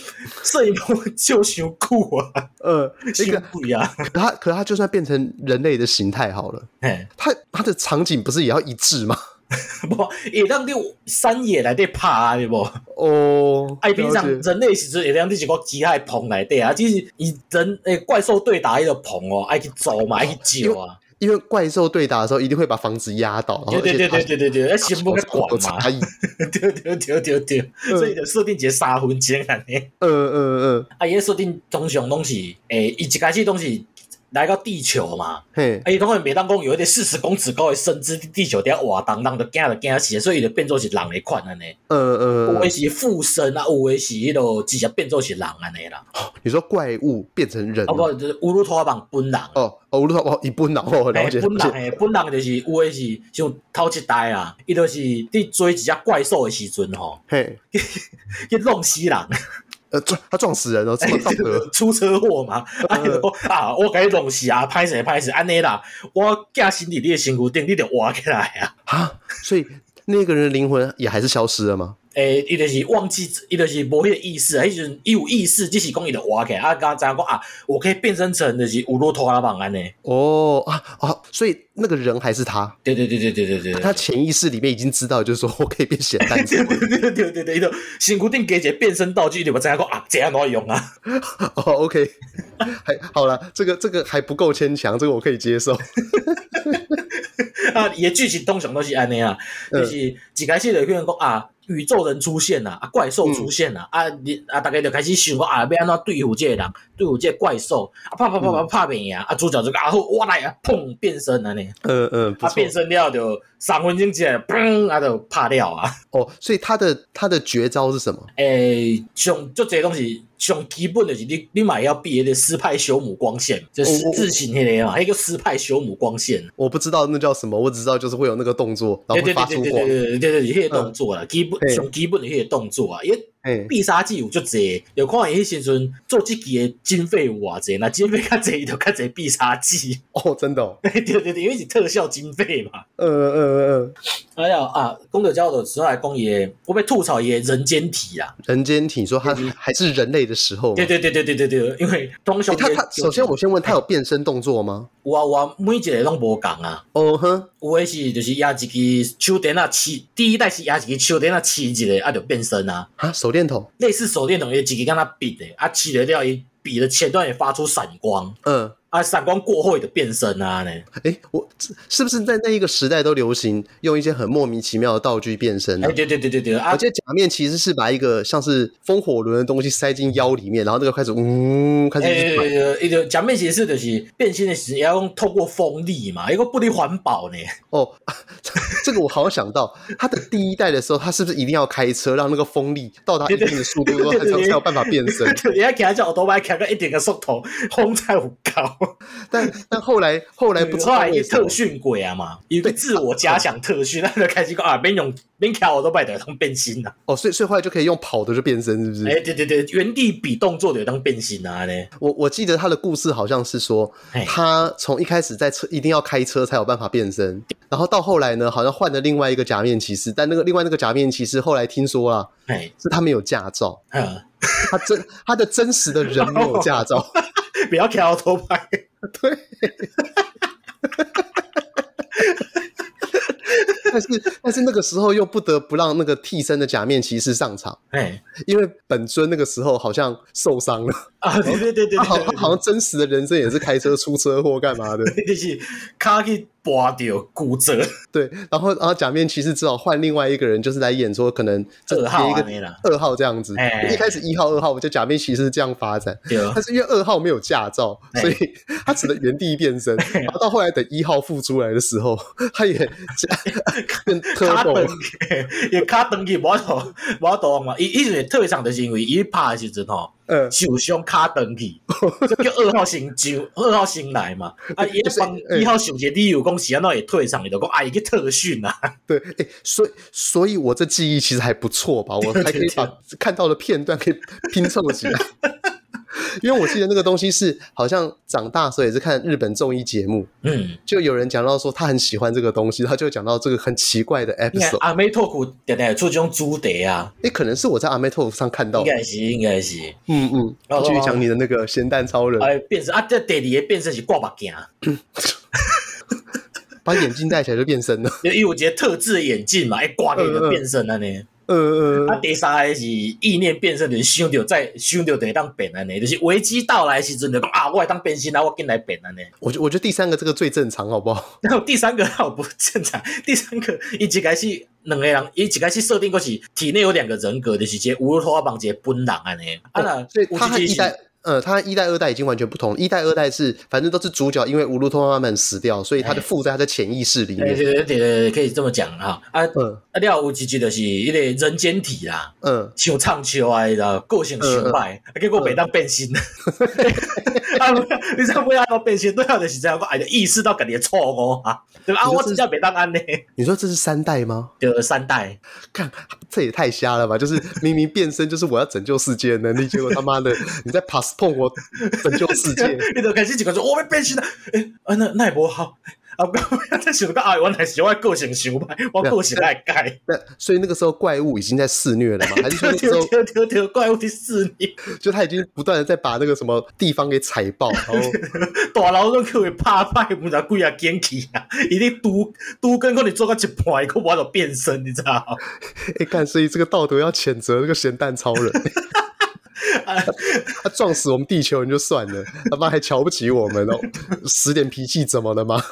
Speaker 2: 摄影棚借伤久啊，
Speaker 1: 呃，
Speaker 2: 伤
Speaker 1: 那个
Speaker 2: 贵啊，
Speaker 1: 可他可他就算变成人类的形态好了，
Speaker 2: 嘿，
Speaker 1: 他他的场景不是也要一致吗？
Speaker 2: 无会当伫山野内底拍啊，对无？啊，
Speaker 1: 哦，
Speaker 2: 伊平常
Speaker 1: 了解
Speaker 2: 人类时阵会当伫一个机械棚内底啊，只是伊人诶怪兽对打迄个棚哦，爱去租嘛，爱去借啊，
Speaker 1: 因为怪兽对打的时候一定会把房子压倒，然后
Speaker 2: 对对对对对对对，哦啊，先不
Speaker 1: 有
Speaker 2: 去管嘛。
Speaker 1: 差异，
Speaker 2: 对对对对对，所以就设定一个三分钟安尼。
Speaker 1: 嗯嗯嗯，
Speaker 2: 啊，伊的设定通常拢是，诶、伊一开始拢是来到地球嘛，
Speaker 1: 嘿
Speaker 2: 啊，，伊当然袂当讲有一个四十公尺高的身姿，地球顶活动，人就惊就惊死，所以伊就变做是人的款安尼。
Speaker 1: 嗯
Speaker 2: 有
Speaker 1: 嗯
Speaker 2: 诶
Speaker 1: 嗯，
Speaker 2: 是附身啊，有诶是迄落直接变做是人安尼啦，
Speaker 1: 你说怪物变成人
Speaker 2: 啊不就是乌鲁托邦本人。
Speaker 1: 哦哦，我哦，一不脑哦，了
Speaker 2: 诶，
Speaker 1: 解
Speaker 2: 本
Speaker 1: 了
Speaker 2: 人
Speaker 1: 解，
Speaker 2: 诶，本人就是有诶是像头一代啊，伊就是伫追一只怪兽诶时阵吼，
Speaker 1: 嘿，
Speaker 2: 去弄死人，
Speaker 1: 呃撞他撞死人哦，这么道德，
Speaker 2: 出车祸嘛，啊，伊就讲啊，我该弄死啊，歹势歹势，安尼啦，我寄身伫你诶身躯顶，你着活起来啊。
Speaker 1: 啊，所以那个人的灵魂也还是消失了吗？
Speaker 2: 诶，伊就是忘记，伊就是无迄个意识，啊，迄时阵伊有意识，只是讲伊着活起来。啊，刚刚知影讲啊，我可以变身成就是乌鲁托拉邦安尼。
Speaker 1: 哦啊啊，所以那个人还是他，
Speaker 2: 对对对对对对对。
Speaker 1: 他潜意识里面已经知道，就是说我可以变咸蛋
Speaker 2: 对对对对对对，伊就身躯顶加一个变身道具，伊就要知影讲啊，这样哪用啊？
Speaker 1: 哦，OK，还好了，这个这个还不够牵强，这个我可以接受。
Speaker 2: 啊，伊诶剧情通常都是安尼啊，就是一开始就可能讲啊，宇宙人出现啦，啊，怪兽出现啦，
Speaker 1: 嗯
Speaker 2: 啊，你啊，大家就开始想讲啊，要安怎对付这个人，对付这个怪兽，啊，啪啪
Speaker 1: 嗯
Speaker 2: 啪啪啪扁啊，啊，主角就啊好，我来啊，砰变身安尼，
Speaker 1: 嗯嗯，不
Speaker 2: 啊，
Speaker 1: 错
Speaker 2: 变身了就三分钟之内，砰啊就拍了啊，
Speaker 1: 哦。所以他的他的绝招是什么？
Speaker 2: 诶，上就这东西。上基本就是你，你嘛要避迄个斯派修姆光线，就
Speaker 1: 哦
Speaker 2: 是
Speaker 1: 我
Speaker 2: 字形迄个嘛，迄个斯派修姆光线。啊
Speaker 1: 我不知道那叫什么，我只知道就是会有那个动作，然
Speaker 2: 对
Speaker 1: 后会
Speaker 2: 对
Speaker 1: 发
Speaker 2: 对
Speaker 1: 出
Speaker 2: 对对
Speaker 1: 光。
Speaker 2: 对对对，迄个动作啦，基本
Speaker 1: 对
Speaker 2: 上基本的迄个动作啊，因为
Speaker 1: 哎，
Speaker 2: 必杀技有足济，有看伊迄时阵做即期的经费有偌济，若经费较济，伊就较济必杀技。
Speaker 1: 哦，真的哦，
Speaker 2: 对对对，因为是特效经费嘛。
Speaker 1: 嗯嗯嗯嗯，
Speaker 2: 哎呀啊，讲到这我就只好来讲伊的，我要吐槽伊的人间体啊。
Speaker 1: 人间体说他
Speaker 2: 对对
Speaker 1: 还是人类的时候吗，
Speaker 2: 对对对对对对对，因为通
Speaker 1: 诶
Speaker 2: 常
Speaker 1: 哎他他首先我先问他有变身动作吗？
Speaker 2: 有啊有啊，每一个拢无共啊。
Speaker 1: 哦哼，
Speaker 2: 有诶是就是压一支手电啊，饲第一代是压一支手电啊，饲一个啊就变身啊。
Speaker 1: 啊，手电筒，
Speaker 2: 类似手电筒，伊一个敢若比的，啊，起了了，伊比的前段也发出闪光，
Speaker 1: 嗯，
Speaker 2: 啊，闪光过后伊就变身啊呢。
Speaker 1: 哎，我是是不是在那一个时代都流行用一些很莫名其妙的道具变身
Speaker 2: 哎、
Speaker 1: 啊？
Speaker 2: 对对对对对，啊
Speaker 1: 而，且假面其实是把一个像是风火轮的东西塞进腰里面，然后那个开始呜开始一
Speaker 2: 哎
Speaker 1: 直
Speaker 2: 对
Speaker 1: 转
Speaker 2: 对对，伊就假面骑士就是变身的时候，也要用透过风力嘛，伊个不离环保呢。
Speaker 1: 哦，这这个我好像想到，他的第一代的时候，他是不是一定要开车，让那个风力到达一定的速度之后，
Speaker 2: 对
Speaker 1: 他
Speaker 2: 对对
Speaker 1: 才
Speaker 2: 对？
Speaker 1: 才有办法变身
Speaker 2: 人家骑只奥多麦骑到一定的速度，风才有够。
Speaker 1: 但但后来后哎来不知
Speaker 2: 后
Speaker 1: 道
Speaker 2: 来伊
Speaker 1: 为什么
Speaker 2: 特，训鬼啊嘛，伊个自我假想特训，那就开始讲啊，免用免骑奥多麦就当变身啊。
Speaker 1: 哦，所以所以后来就可以用跑的就变身，是不是？
Speaker 2: 哎、对对对，原地比动作就当变身啊呢。
Speaker 1: 我我记得他的故事好像是说
Speaker 2: 嘿，
Speaker 1: 他从一开始在车一定要开车才有办法变身，然后到后来呢，好像换了另外一个假面骑士，但那个另外那个假面骑士后来听说啊，
Speaker 2: 哎、
Speaker 1: 是他没有驾照，
Speaker 2: 嗯。
Speaker 1: 他真他的真实的人没有驾照，
Speaker 2: 哦不要开头牌。
Speaker 1: 对。但是， 但是那个时候又不得不让那个替身的假面骑士上场，
Speaker 2: 哎
Speaker 1: 因为本尊那个时候好像受伤了，
Speaker 2: 啊，对对对对
Speaker 1: 他好
Speaker 2: 对
Speaker 1: 他哦好像真实的人生也是开车出车祸干嘛的，
Speaker 2: 对，就是卡去拔掉骨折，
Speaker 1: 对。然后，然后假面骑士只好换另外一个人，就是来演说可能 就
Speaker 2: 二号啊
Speaker 1: 接
Speaker 2: 安
Speaker 1: 一
Speaker 2: 尼
Speaker 1: 个
Speaker 2: 啦，
Speaker 1: 二号这样子
Speaker 2: 哎哎。哎
Speaker 1: 一开始一号、二号，我觉得假面骑士这样发 展，
Speaker 2: 对
Speaker 1: 但是因为二号没有驾照，
Speaker 2: 哎
Speaker 1: 所以他只能原地变身。然后到后来等一号复出来的时候， 他也 变
Speaker 2: 卡登
Speaker 1: turbo，
Speaker 2: 也卡登去无度无度嘛，伊伊是特别上就是因为伊拍的时阵吼
Speaker 1: 嗯，
Speaker 2: 受伤卡登去，就叫二号先上， 二号先来嘛， 啊伊
Speaker 1: 就是
Speaker 2: 帮
Speaker 1: 哎
Speaker 2: 一号想一个理由讲是安怎会退上，伊就讲啊伊去特训啊，
Speaker 1: 对，哎，所以所以我这记忆其实还不错 吧，我
Speaker 2: 对
Speaker 1: 还可以
Speaker 2: 对
Speaker 1: 把看到的片段可以拼凑起 来。因为我记得那个东西是好像长大的时候也是看日本综艺节目，
Speaker 2: 嗯，
Speaker 1: 就有人讲到说他很喜欢这个东西，他就讲到这个很奇怪的
Speaker 2: 应该
Speaker 1: episode。
Speaker 2: 阿美托库定定出这种主题啊，
Speaker 1: 哎，可能是我在 a m e t o 上看到
Speaker 2: 应
Speaker 1: 的。
Speaker 2: 该是应该是，
Speaker 1: 嗯嗯，
Speaker 2: 哦
Speaker 1: 继续讲你的那个咸蛋超人。
Speaker 2: 哎变成啊这第二个变成是挂目镜。
Speaker 1: 把眼镜戴起来就变身 了。
Speaker 2: 因为有一个特制的眼镜嘛，哎，挂起就变身安尼。
Speaker 1: 呃呃
Speaker 2: 啊，第三个是意念变身，就是想着再想着就会当变安尼，就是危机到来的时阵就讲啊，我会当变身啊，我进来变安尼。
Speaker 1: 我觉我觉得第三个这个最正常，好不好？
Speaker 2: 然后第三个好不正常，第三个伊一开始两个人，伊一开始设定个是体内有两个人格，就是一个乌托邦，一个本人安尼。啊，那
Speaker 1: 哦所以他和
Speaker 2: 有一
Speaker 1: 一
Speaker 2: 集是
Speaker 1: 代。呃，他和一代、二代已经完全不同了。一代、二代是反正都是主角，因为无路通慢慢死掉，所以他的附在他的潜意识里
Speaker 2: 对
Speaker 1: 面。哎
Speaker 2: 对对对对，可以这么讲啊。啊
Speaker 1: 嗯
Speaker 2: 啊，了有一集就是迄个人间体啦。
Speaker 1: 嗯，
Speaker 2: 像唱秋啊，你知道，个性上歹，啊结果袂当变心。啊，你知道为啥要变心？对啊，就是这样，我哎，就意识到家己的错误啊，对吧？啊，
Speaker 1: 你
Speaker 2: 我
Speaker 1: 说这
Speaker 2: 真正袂当安尼，
Speaker 1: 你说这是三代吗？
Speaker 2: 就三代，
Speaker 1: 看 这也太瞎了吧！就是明明变身就是我要拯救世界的能力，结果他妈的 你在 pass 碰我拯救世 界。
Speaker 2: 你就开始一个说我要变心了，诶，啊那那也无好。啊！我再想到啊，原来是我的个性想歹，我个性来改，
Speaker 1: 那所以那个时候怪物已经在肆虐了嘛？还是说
Speaker 2: 丢
Speaker 1: 那个时候
Speaker 2: 丢丢丢丢，啊怪物第四年，
Speaker 1: 就他已经不断的在把那个什么地方给踩 爆，然后
Speaker 2: 大佬都去拍歹，毋知道几啊惊去啊！伊咧拄拄跟可能做到一半，伊个我就变身，你知道吗？
Speaker 1: 哎，看，所以这个道德要谴责这个咸蛋超人。他撞死我们地球人就算了，他妈还瞧不起我们哦，使点脾气怎么了吗？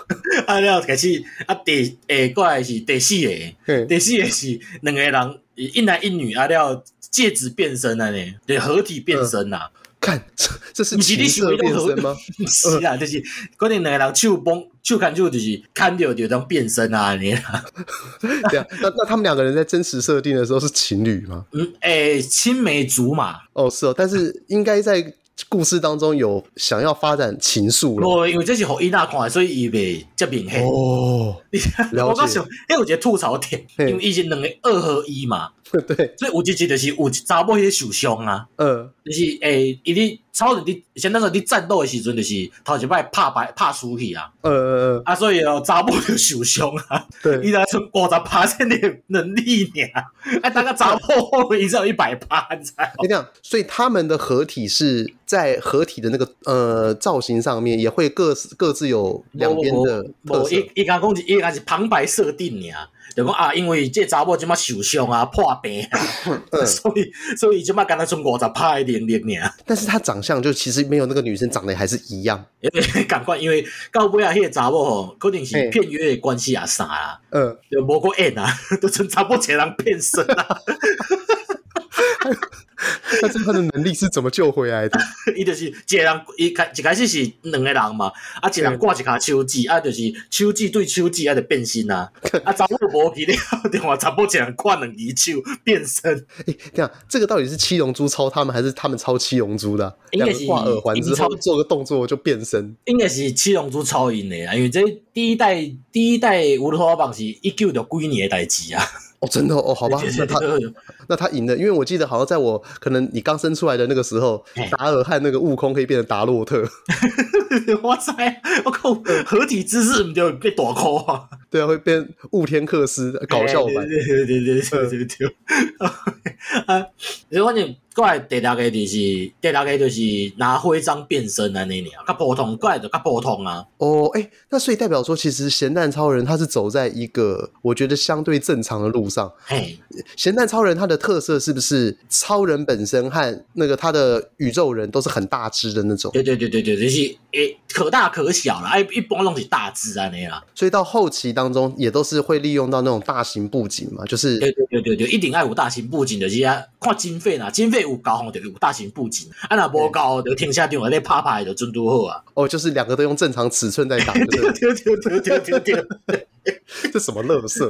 Speaker 2: 啊了，开始啊第下过来是第四个，
Speaker 1: 嘿
Speaker 2: 第四个是两个人一男一女啊了，戒指变身啊呢，对，合体变身呐、
Speaker 1: 看这这是
Speaker 2: 不是你
Speaker 1: 情色变身吗？
Speaker 2: 是
Speaker 1: 呃
Speaker 2: 啊，就是可能两个人手崩手牵手就是牵着就当变身啊你。
Speaker 1: 对啊，那那他们两个人在真实设定的时候是情侣吗？
Speaker 2: 嗯，诶、青梅竹马，
Speaker 1: 哦，是哦，但是应该在故事当中有想要发展情愫了。
Speaker 2: 无哦因为这是互伊娜看的，所以伊袂遮明显。
Speaker 1: 哦，了
Speaker 2: 哎 我
Speaker 1: 解
Speaker 2: 刚想，迄有一个吐槽点，因
Speaker 1: 嘿
Speaker 2: 为伊是两个二合一嘛，
Speaker 1: 对，
Speaker 2: 所以有一集就是有一查某迄个受伤啊，
Speaker 1: 嗯，
Speaker 2: 就是诶，伊咧超人伫相当于伫战斗的时阵，就是头一摆拍败拍输去啊，
Speaker 1: 呃呃，呃
Speaker 2: 啊，所以哦查某就受伤啊，伊
Speaker 1: 对，
Speaker 2: 才剩五十趴才的能力尔，啊，大概查某后面伊只有一百趴，你知道吗？
Speaker 1: 就这样，所以他们的合体是在合体的那个呃造型上面也会各自各自有两边的特
Speaker 2: 无
Speaker 1: 色。
Speaker 2: 伊伊敢讲是伊敢是旁白设定尔，就讲啊，因为这查某即马受伤啊，破病啊，
Speaker 1: 嗯
Speaker 2: 所以所以即马敢若剩五十趴的能力尔。
Speaker 1: 但是他长相就其实没有那个女生长得还是一样。
Speaker 2: 因为 赶快，因为到尾啊，迄个查某吼，可能是
Speaker 1: 嘿
Speaker 2: 骗约的关系啊啥啦，
Speaker 1: 嗯，
Speaker 2: 就无过缘啊， 都剩查某一个人变身啊，
Speaker 1: 那这他的能力是怎么救回来 的？
Speaker 2: 伊就是一个人，伊开一开始是两个人嘛，啊，一人挂一骹手指，啊，就是手指对手指啊，就变身 啊，啊，查某无去了，另外查某一个人挂两只手变身，
Speaker 1: 哎，这样这个到底是七龙珠抄他们，还是他们抄七龙珠的啊？
Speaker 2: 应
Speaker 1: 两
Speaker 2: 该
Speaker 1: 个
Speaker 2: 是
Speaker 1: 挂耳环之
Speaker 2: 已经抄
Speaker 1: 后做个动作就变身。
Speaker 2: 应该是七龙珠超因的啊，因为这第一代第一代乌托邦是一九六几年的代志啊，
Speaker 1: 哦，真的哦，哦好 吧，那他那他赢了，因为我记得好像在我可能你刚生出来的那个时候
Speaker 2: 哎，
Speaker 1: 达尔和那个悟空可以变成达洛特，
Speaker 2: 我知，我靠，合体姿势唔就被大哭啊！
Speaker 1: 对啊，会变悟天克斯搞笑版。
Speaker 2: 哎对对对对对对对。 啊，所以反正过来第六个就是第六个就是拿徽章变身安尼啊尔，较普通，过来就较普通啊。
Speaker 1: 哦，哎、那所以代表说，其实咸蛋超人他是走在一个我觉得相对正常的路上。
Speaker 2: 嘿，
Speaker 1: 咸蛋超人他的特色是不是超人本身和那个他的宇宙人都是很大只的那种？
Speaker 2: 对对对对对，就是诶可大可小啦，啊一般拢是大只安尼啦。
Speaker 1: 所以到后期当中也都是会利用到那种大型布景嘛，就是
Speaker 2: 对对对对对，一定爱有大型布景，就是啊，看经费啦，经费有够吼，就有大型布景，啊若无够就停下电话咧拍拍就准拄好啊。
Speaker 1: 哦，就是两个都用正常尺寸在打，对不
Speaker 2: 对
Speaker 1: 对
Speaker 2: 对对对对对。
Speaker 1: 这什么啊乐色？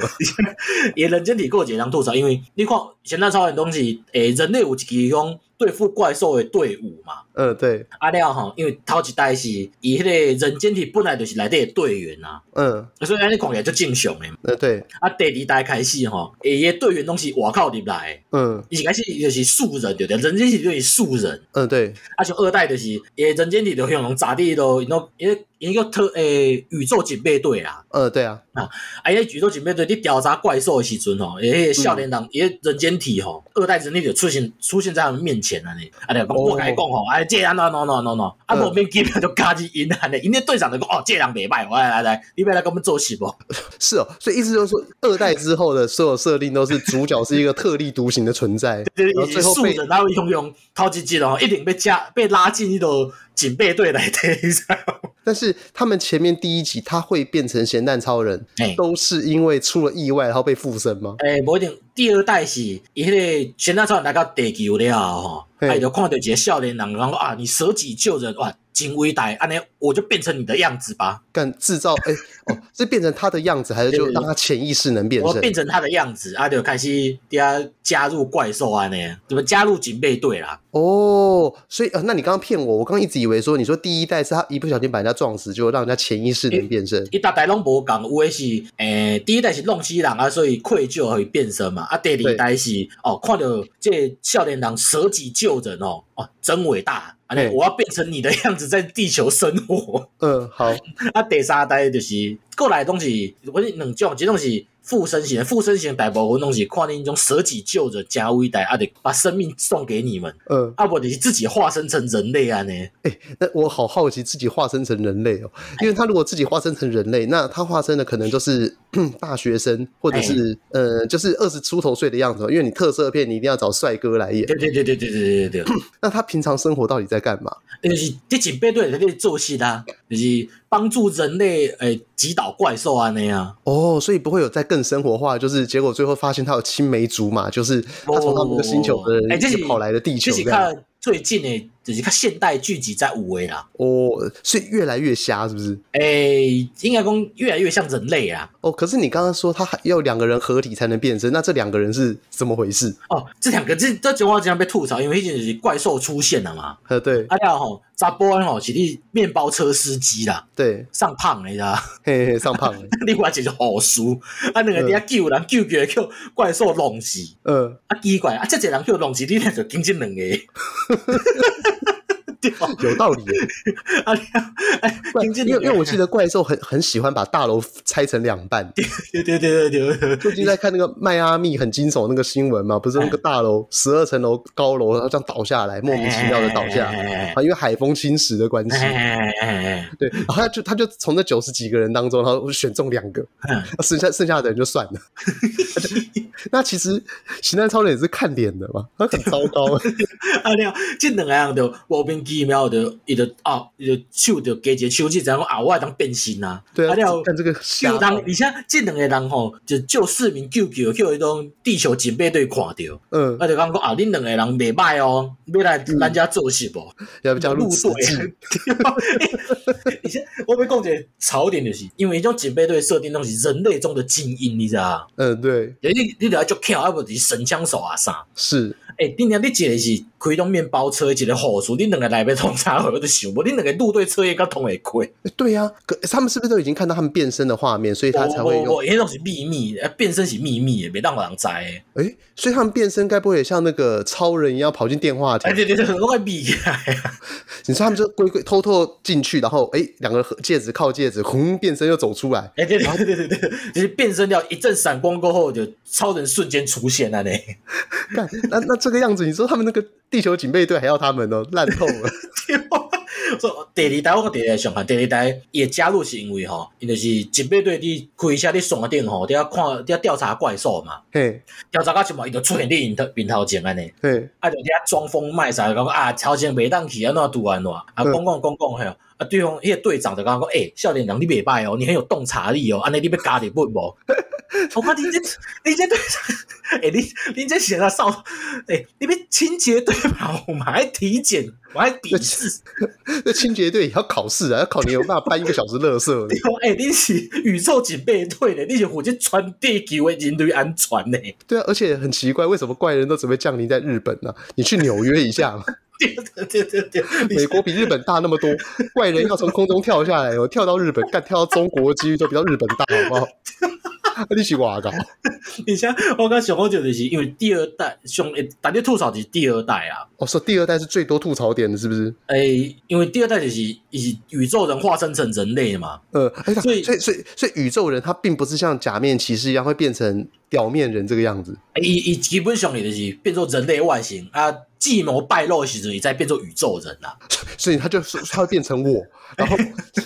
Speaker 2: 也人间体过节人吐槽，因为你看咸蛋超人东西，诶，人类有一支讲对付怪兽的队伍嘛。
Speaker 1: 嗯，对，
Speaker 2: 啊了吼，因为头一代是伊迄个人间体本来就是内底的队员啊，
Speaker 1: 嗯，
Speaker 2: 所以安尼看起来就正常诶。
Speaker 1: 呃，对，
Speaker 2: 啊，第二代开始吼，诶，伊的队员拢是外口入来的，
Speaker 1: 嗯，
Speaker 2: 伊一开始就是素人对不对？人间体就是素人，
Speaker 1: 嗯，对，
Speaker 2: 啊像二代就是伊的人间体就向拢砸地都，拢伊伊叫特诶宇宙警备队啦。
Speaker 1: 呃，对啊，
Speaker 2: 啊，迄宇宙警备队伫调查怪兽的时阵吼，迄个少年
Speaker 1: 嗯
Speaker 2: 人，迄个人间体吼，二代人类就出现出现在他们面前安尼，啊，就讲我甲你讲吼，啊，这安怎怎怎怎怎，啊，
Speaker 1: 哦嗯
Speaker 2: 无免急就加入因安尼，因咧队长就讲哦，这人袂歹，我来来来，你要来跟我们做事 无？
Speaker 1: 是哦，所以意思就是说，二代之后的所有设定都是主角是一个特立独行的存在，
Speaker 2: 就是
Speaker 1: 然后
Speaker 2: 伊
Speaker 1: 最后
Speaker 2: 素
Speaker 1: 被
Speaker 2: 人，然后用用头一集吼，一定被加被拉进迄个警备队内底， 你知道吗？
Speaker 1: 但是他们前面第一集他会变成咸蛋超人，
Speaker 2: 哎
Speaker 1: 都是因为出了意外然后被附身吗？
Speaker 2: 诶，无一定。第二代是伊迄个咸蛋超人来到地球了吼，
Speaker 1: 嘿
Speaker 2: 啊，伊就看到一个少年人，然后啊，你舍己救人，哇，真伟大！安尼我就变成你的样子吧，
Speaker 1: 干制造哎、哦，是变成他的样子，还是就
Speaker 2: 对
Speaker 1: 让他潜意识能变
Speaker 2: 我
Speaker 1: 身？
Speaker 2: 变成他的样子，啊，就开始加加入怪兽安尼，怎么加入警备队啦？
Speaker 1: 哦，所以呃，那你刚刚骗我，我刚刚一直以为说你说第一代是他一不小心把人家撞死，就让人家潜意识能变 身。
Speaker 2: 伊大代拢无共，有诶是诶、第一代是弄死人啊，所以愧疚而变身嘛。啊，第二
Speaker 1: 对
Speaker 2: 代是哦，看到这少年人舍己救人哦，哦，真伟大！安尼
Speaker 1: 嘿
Speaker 2: 我要变成你的样子，在地球生活。
Speaker 1: 嗯，好，
Speaker 2: 啊，第三代就是过来的东西，我是两种，一种是附身型的，附身型的大部分拢是看恁种舍己救人加微代，啊，得把生命送给你们，
Speaker 1: 嗯，
Speaker 2: 啊，不，你自己化身成人类啊呢？
Speaker 1: 那我好好奇自己化身成人类哦，因为他如果自己化身成人类，那他化身的可能就是 大学生，或者是
Speaker 2: 哎
Speaker 1: 呃，就是二十出头岁的样子嘛。因为你特色片，你一定要找帅哥来演。
Speaker 2: 对对对对对对对对，
Speaker 1: 那他平常生活到底在干嘛？
Speaker 2: 就是这警备队在那做戏啦，就是帮助人类诶击倒怪兽啊那样。
Speaker 1: 哦，所以不会有再更生活化，就是结果最后发现他有青梅竹马，就是他从他们的星球的
Speaker 2: 哦哎
Speaker 1: 人
Speaker 2: 这
Speaker 1: 一
Speaker 2: 是
Speaker 1: 起跑来的地球
Speaker 2: 这是
Speaker 1: 这样。
Speaker 2: 看最近诶，就是看现代剧集在五 A 啦，
Speaker 1: 哦，所以越来越瞎，是不是？
Speaker 2: 诶、应该讲越来越像人类啊。
Speaker 1: 哦，可是你刚刚说他还要两个人合体才能变身，那这两个人是怎么回事？
Speaker 2: 哦，这两个这这情况经常被吐槽，因为迄阵就是怪兽出现了嘛。
Speaker 1: 呃，对
Speaker 2: 啊了吼，查甫安吼是你面包车司机啦，
Speaker 1: 对，
Speaker 2: 上胖了你知道吗？
Speaker 1: 嘿嘿，上胖了，
Speaker 2: 另外一个护士，啊两个伫遐救人救救叫怪兽弄死，
Speaker 1: 嗯。
Speaker 2: 啊奇怪，啊这一个人叫弄死，你两个经济两 个。对哦吧？
Speaker 1: 有道理耶，
Speaker 2: 啊， 哎，
Speaker 1: 怪
Speaker 2: 经济
Speaker 1: 因为因为我记
Speaker 2: 得，
Speaker 1: 得怪兽很很喜欢把大楼拆成两半。
Speaker 2: 对对对对对对，
Speaker 1: 最近在看那个迈阿密很惊悚那个新闻嘛，不是那个大楼十二层楼高楼然后这样倒下来，莫名其妙的倒下
Speaker 2: 哎
Speaker 1: 啊，
Speaker 2: 哎
Speaker 1: 因为海风侵蚀的关系。
Speaker 2: 哎哎
Speaker 1: 对，然后他就他就从那九十几个人当中，然后选中两个，
Speaker 2: 哎，
Speaker 1: 剩下剩下的人就 算了。那其实《形态超人》也是看脸的嘛，他很糟 糕。
Speaker 2: 啊了，即两个人就莫名其妙就伊就啊，伊就手就加一个手指，然后啊，我会当变身啊，
Speaker 1: 对啊，
Speaker 2: 了。
Speaker 1: 看这个
Speaker 2: 救
Speaker 1: 吓
Speaker 2: 人，
Speaker 1: 到，
Speaker 2: 而且即两个人吼，就救市民救救，叫迄种地球警备队看着，
Speaker 1: 嗯，
Speaker 2: 啊，就讲讲啊，恁两个人袂歹哦，要来咱家做事无？
Speaker 1: 要不嗯加入
Speaker 2: 入
Speaker 1: 刺
Speaker 2: 队
Speaker 1: 激，
Speaker 2: 而且我要讲一个槽点就是，因为迄种警备队设定拢是人类中的精英，你知道吗？
Speaker 1: 嗯，对，
Speaker 2: 就是你你就要足巧，啊，无就是神枪手啊啥。
Speaker 1: 是，
Speaker 2: 诶、欸，恁娘，你一个是开种面包车，一个护士，恁两个内面通啥货，我都想无，恁两个入队测验敢通会开？
Speaker 1: 欸对呀、可他们是不是都已经看到他们变身的画面，所以他才会用？
Speaker 2: 我哦迄种是秘密，啊变身是秘密的，袂当互人知诶。
Speaker 1: 哎、所以他们变身该不会也像那个超人一样跑进电话亭
Speaker 2: 哎、？对对对，我个秘起来。
Speaker 1: 你说他们就规规偷偷进去，然后哎，欸两、个合戒指靠戒指，轰变身又走出来。
Speaker 2: 哎、对对对对对对，就是变身了一阵闪光过后，就超人瞬间出现了呢。
Speaker 1: 干，那那这个样子，你说他们那个地球警备队还要他们哦，烂透 了。
Speaker 2: 说第二代我第二代上看，第二代也加入是因为吼，因就是警备队伫开车伫山顶吼，伫遐看伫遐调查怪兽嘛，
Speaker 1: 嘿，
Speaker 2: 调查到一半伊就出现伫因头面头前安尼。
Speaker 1: 嘿，
Speaker 2: 啊，就遐装疯卖傻，就讲啊，超前袂当去安怎拄安怎，啊，
Speaker 1: 嗯
Speaker 2: 讲讲讲讲嘿，啊，对方迄个队长就讲讲，诶，少年人你袂歹哦，你很有洞察力哦，安尼你要加日本无？我看你这，你这队长， 诶、你你这写到少，诶、你要清洁队吧？我们还体检，我还笔试，
Speaker 1: 那清洁队也要考试啊，要考你有办法搬一个小时垃圾呢。
Speaker 2: 诶、欸你是宇宙警备队的，你是负责传地球的人类安全的。
Speaker 1: 对啊，而且很奇怪，为什么怪人都只会降临在日本呢、你去纽约一下嘛，
Speaker 2: 对对对对对， 你
Speaker 1: 美国比日本大那么多，怪人要从空中跳下来哦，跳到日本，干跳到中国几率都比较日本大，好不 好？啊你是哇搞，
Speaker 2: 而且我刚想好久就是因为第二代欸上，大家吐槽是第二代啊。
Speaker 1: 我、哦、说第二代是最多吐槽点的，是不是？
Speaker 2: 诶、因为第二代就是以宇宙人化身成人类嘛，
Speaker 1: 呃，哎、所
Speaker 2: 所
Speaker 1: 以
Speaker 2: 以
Speaker 1: 所以所以所以宇宙人他并不是像假面骑士一样会变成表面人这个样子，
Speaker 2: 诶伊伊基本上也就是变做人类外形啊，计谋败露的时阵，伊再变做宇宙人啊啦。
Speaker 1: 所以他就是他会变成我，然后 哎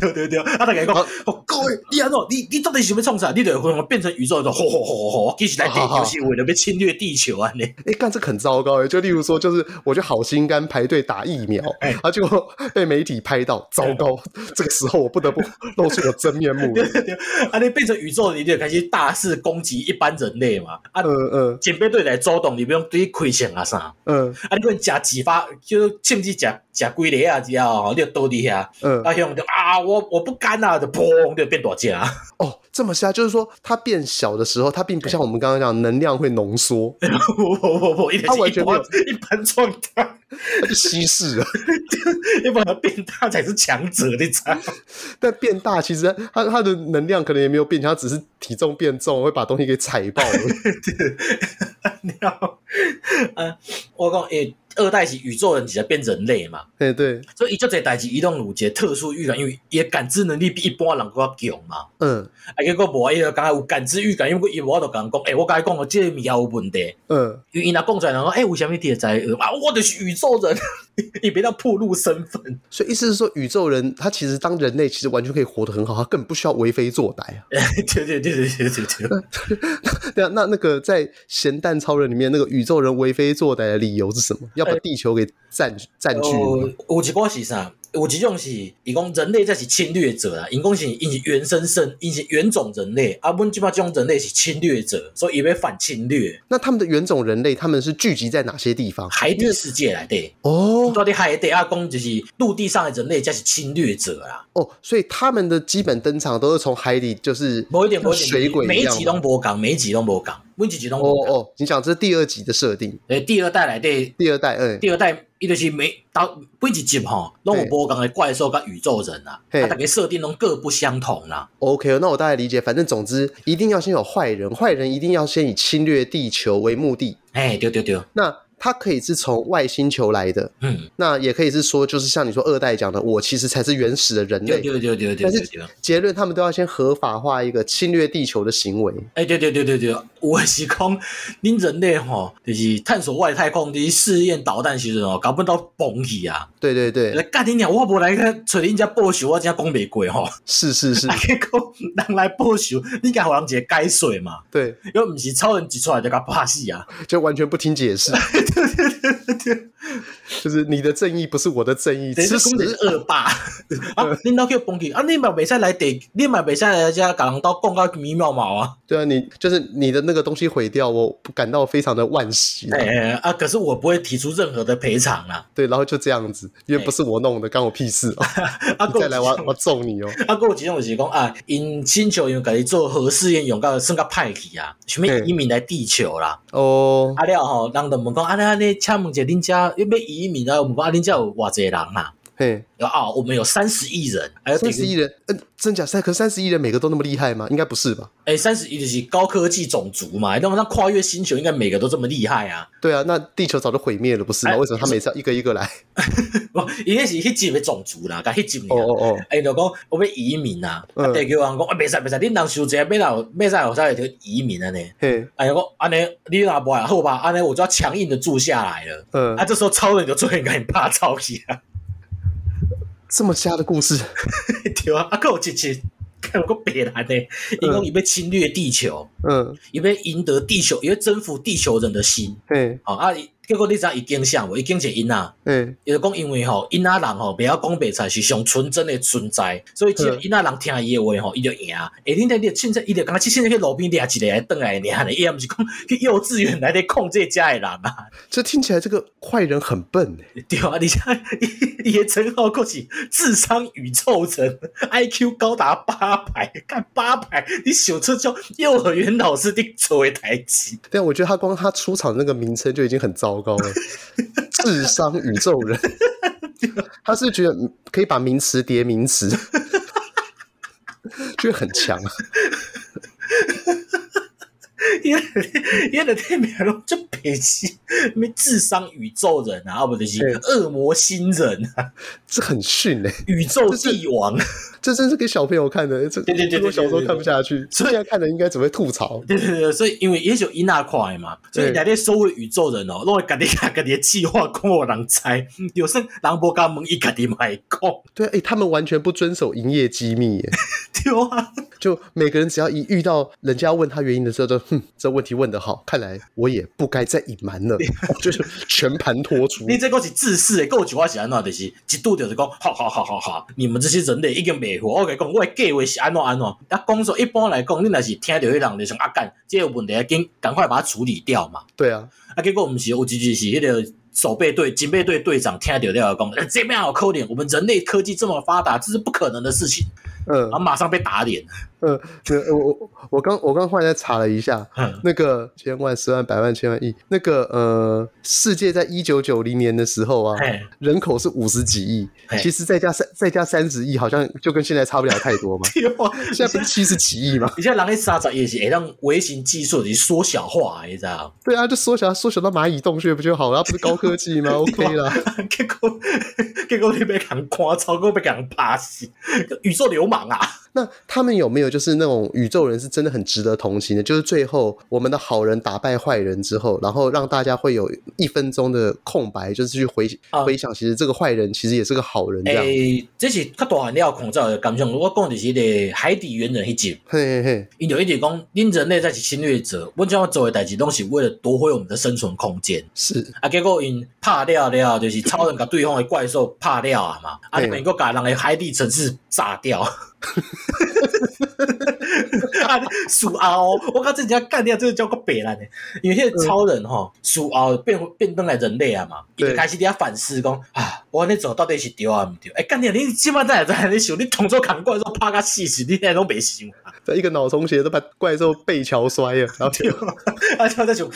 Speaker 2: 对对对，啊，大家讲
Speaker 1: 好，
Speaker 2: 哦，各位，你安怎，你你到底想要创啥？你就会变成宇宙人，吼吼吼吼吼，其实来地球是为了要侵略地球啊安尼。
Speaker 1: 哎，干这个很糟糕哎！就例如说，就是我就好心肝排队打疫苗，
Speaker 2: 哎
Speaker 1: 啊，结果被媒体拍到，糟糕！这个时候我不得不露出我真面目了。
Speaker 2: 啊，你变成宇宙人，你就开始大肆攻击一般人类嘛。啊，
Speaker 1: 嗯嗯
Speaker 2: 警备队来周董，你不用对亏钱啊啥。
Speaker 1: 嗯
Speaker 2: 啊，你可能食几发，就是甚至食食几粒啊之后，你就倒伫遐，
Speaker 1: 嗯，
Speaker 2: 啊，向就啊，我我不干啊，就砰就变大只啊，
Speaker 1: 哦，这么瞎，就是说它变小的时候，它并不像我们刚刚讲能量会浓缩，
Speaker 2: 不不不不，一点
Speaker 1: 他完
Speaker 2: 是一
Speaker 1: 全没有
Speaker 2: 般一般状态，
Speaker 1: 它就稀释了。
Speaker 2: 一般人变大才是强者，你知道吗？
Speaker 1: 但变大其实它它的能量可能也没有变强，它只是体重变重，会把东 西给踩爆了。
Speaker 2: 呃然后，啊，我讲诶，二代是宇宙人，直接变人类嘛，
Speaker 1: 哎对，
Speaker 2: 所以伊就这代志伊拢有一个特殊预感，因为伊的感知能力比一般人搁较强嘛。
Speaker 1: 嗯
Speaker 2: 啊，结果无伊就讲有感知预感，因为伊无法度甲人讲，诶、我甲你讲哦，即、个物件有问题。
Speaker 1: 嗯，
Speaker 2: 因为伊若讲出来，人讲，诶、为虾米你会知？啊，我就是宇宙人， 伊别到暴露身份。
Speaker 1: 所以意思是说，宇宙人他其实当人类，其实完全可以活得很好，他根本不需要为非作歹啊。
Speaker 2: 对对对对对对对，
Speaker 1: 对啊，那那个在《咸蛋超人》里面，那个宇宙人为非作歹的理由是什么？要把地球给占占据
Speaker 2: 有
Speaker 1: 吗？
Speaker 2: 哦有一个是啥？有一种是，伊讲人类才是侵略者啦，因讲是因是原生生，因是原种人类，啊，阮即摆种人类是侵略者，所以伊要反侵略
Speaker 1: 那他们的原种人类，他们是聚集在哪些地方？
Speaker 2: 海底世界内底。
Speaker 1: 哦
Speaker 2: 到底海底啊，讲就是陆地上的人类才是侵略者啦，
Speaker 1: 哦，所以他们的基本登场都是从海底，就是
Speaker 2: 无一点无一点，
Speaker 1: 水鬼
Speaker 2: 每
Speaker 1: 一
Speaker 2: 一
Speaker 1: 样
Speaker 2: 集
Speaker 1: 吗。
Speaker 2: 拢无讲，每一集拢无讲，每一集拢
Speaker 1: 哦
Speaker 2: 无讲。
Speaker 1: 哦，你讲这是第二集的设定，
Speaker 2: 诶，第二代内底，
Speaker 1: 第二代，嗯，
Speaker 2: 第二代伊就是每到每一集吼，拢有无讲的怪兽甲宇宙人啦，
Speaker 1: 嘿
Speaker 2: 啊，大家设定拢各不相同啦。
Speaker 1: OK，那我哦大概理解。反正总之，一定要先有坏人，坏人一定要先以侵略地球为目的。
Speaker 2: 哎，对对对，
Speaker 1: 那他可以是从外星球来的，
Speaker 2: 嗯，
Speaker 1: 那也可以是说，就是像你说二代讲的，我其实才是原始的人
Speaker 2: 对
Speaker 1: 类。
Speaker 2: 对对对对
Speaker 1: 但
Speaker 2: 对
Speaker 1: 是
Speaker 2: 对。
Speaker 1: 结论，他们都要先合法化一个侵略地球的行为。
Speaker 2: 哎，对对对对对，有的是讲恁人类吼，就是探索外太空，就是试验导弹时阵哦，搞不到崩去啊！
Speaker 1: 对对对
Speaker 2: 来，干你娘，我无来去找恁家报仇，我真讲袂过吼。
Speaker 1: 是是是
Speaker 2: 啊，，结果人来报仇，你该互人一个解释嘛？
Speaker 1: 对，
Speaker 2: 又毋是超人一出来就甲拍死啊！
Speaker 1: 就完全不听解释。 就是你的正义不是我的正义，
Speaker 2: 等于
Speaker 1: 吃
Speaker 2: 讲就是
Speaker 1: 屎！
Speaker 2: 恶霸 啊！恁兜叫崩去啊！你嘛袂使来地，你嘛袂使来遮甲人兜讲到米妙毛啊！
Speaker 1: 对啊，你就是你的那个东西毁掉，我感到非常的惋惜。
Speaker 2: 哎、啊！可是我不会提出任何的赔偿啊啦！
Speaker 1: 对，然后就这样子，因为不是我弄的，干我屁事哦！
Speaker 2: 啊，
Speaker 1: 你再来，我要
Speaker 2: 还有
Speaker 1: 我要揍 你哦！
Speaker 2: 一种啊，还有一种就是讲啊，因星球因为家己做核试验用到算较歹去啊，想要移民来地球啦。
Speaker 1: 哦，
Speaker 2: 啊了吼，人就问讲啊，那那请问一下恁遮要要移民啊？我们讲啊，恁遮有偌济人啊？
Speaker 1: 嘿，
Speaker 2: 有啊，我们有三十亿人，还有
Speaker 1: 三十亿人，嗯，真假赛？可三十亿人每个都那么厉害吗？应该不是吧？
Speaker 2: 哎，三十亿就是高科技种族嘛，那么那跨越星球，应该每个都这么厉害啊！
Speaker 1: 对啊，那地球早就毁灭了，不是吗？
Speaker 2: 哎
Speaker 1: 为什么他每次要一个一个来？
Speaker 2: 不，伊那是迄集的种族啦，甲迄集
Speaker 1: 哦
Speaker 2: 尔。
Speaker 1: 哦哦，
Speaker 2: 哎，就讲我要移民啊，
Speaker 1: 嗯
Speaker 2: 啊，地球人讲啊，袂使袂使，恁人收者，要哪有要哪有啥会着移民啊呢？
Speaker 1: 嘿，
Speaker 2: 哎，讲安尼，你若无啊好吧，安尼我就要强硬的住下来了。
Speaker 1: 嗯
Speaker 2: 啊，，这时候超人就最赶紧拍超去啊，
Speaker 1: 这么瞎的故事，
Speaker 2: 对啊，啊，还有一集， 看有个白人呢，伊讲伊要侵略地球，
Speaker 1: 嗯，
Speaker 2: 伊要赢得地球，伊要征服地球人的心。
Speaker 1: 嘿，
Speaker 2: 哦啊，伊结果你知影伊惊啥无？伊惊是因仔。
Speaker 1: 嘿，
Speaker 2: 伊就讲，因为吼，因仔人吼，袂晓讲白菜是上纯真的存在，所以只要
Speaker 1: 嗯
Speaker 2: 因仔人听伊的话吼，伊就赢。下恁在你凊彩，伊就讲，凊彩去路边掠一个来转来尔咧，伊也毋是讲去幼稚园来咧控制遮的人啊，
Speaker 1: 这听起来这个坏人很笨欸
Speaker 2: 对啊，而且伊伊的称号佫是智商宇宙 人，IQ 高达八百，干八百，你想出种幼儿园老师伫做的代志？
Speaker 1: 但我觉得他光他出场那个名称就已经很糟糕了，智商宇宙人，他是觉得嗯可以把名词叠名词，就很强啊。
Speaker 2: 因为因为天名龙就北西，什么智商宇宙人啊，啊不就是
Speaker 1: 对
Speaker 2: 恶魔星人啊，
Speaker 1: 这很逊哎、
Speaker 2: 宇宙帝王，
Speaker 1: 这真是给小朋友看的，这
Speaker 2: 对对对对
Speaker 1: 我小时候看不下去，
Speaker 2: 所以
Speaker 1: 现在看的应该只会吐槽。
Speaker 2: 对对对，所以因为也许伊那块嘛，所以
Speaker 1: 对
Speaker 2: 内底所有宇宙人哦，拢会家己家家己的计划讲互人知，有甚人无敢问伊家己嘛会讲，
Speaker 1: 对，哎、他们完全不遵守营业机密耶，
Speaker 2: 对啊，
Speaker 1: 就每个人只要一遇到人家问他原因的时候，就哼，这问题问得好，看来我也不该再隐瞒了，就是全盘托出。
Speaker 2: 你这个是自私的，还有一我是安怎样就是一度就是讲，好好好好好，你们这些人类已经袂活，我甲你讲，我的计划是安怎安怎样，啊，讲说一般来讲，你若是听到迄人就想啊干，这个问题紧赶快把它处理掉嘛。
Speaker 1: 对啊，
Speaker 2: 啊，结果毋是有一句是迄个守备队、警备队队长听到了讲，呃这边有可能，我们人类科技这么发达，这是不可能的事情，啊
Speaker 1: 嗯
Speaker 2: 然后马上被打脸。
Speaker 1: 呃，对我我我刚我刚忽然在查了一下，
Speaker 2: 嗯
Speaker 1: 那个千万、十万、百万、千万亿，那个呃，世界在一九九零年的时候啊，
Speaker 2: 嘿，
Speaker 1: 人口是五十几亿
Speaker 2: 嘿，。
Speaker 1: 其实再加三再加三十亿，好像就跟现在差不了太多嘛
Speaker 2: 对啊，
Speaker 1: 现在不是七十几亿吗？
Speaker 2: 而且人咧三十亿是会当微型技术就是缩小化的，你知道吗？
Speaker 1: 对啊，就缩小缩小到蚂蚁洞穴不就好了？啊不是高科技吗？OK 啦，
Speaker 2: 结果结果你被人看超过被人拍死，宇宙流氓啊！
Speaker 1: 那他们有没有就是那种宇宙人是真的很值得同情的？就是最后我们的好人打败坏人之后，然后让大家会有一分钟的空白，就是去回、
Speaker 2: 啊哎
Speaker 1: 回想，其实这个坏人其实也是个啊好人这样。
Speaker 2: 诶、这是较大汉了控制的感想。我讲就是迄个海底猿人迄集，
Speaker 1: 嘿嘿嘿，
Speaker 2: 因就一直讲，恁人类才是侵略者，阮这样做的代志拢是为了夺回我们的生存空间。
Speaker 1: 是
Speaker 2: 啊，结果因拍了了，就是超人甲对方的怪兽拍了啊嘛，啊，
Speaker 1: 嘿
Speaker 2: 你们又甲人的海底城市炸掉。 啊，属后我靠，这人干掉，这个叫个白烂的。因为迄个超人吼，属后变变登来人类啊嘛，伊
Speaker 1: 对
Speaker 2: 就开始伫遐反思讲啊，我安尼做到底是对啊，毋对？哎，干掉你即摆在在你想，你同桌扛怪兽拍甲死死，你现在拢袂想啊。
Speaker 1: 一个脑充血都把怪兽背桥摔了，然后就
Speaker 2: 啊，就在想，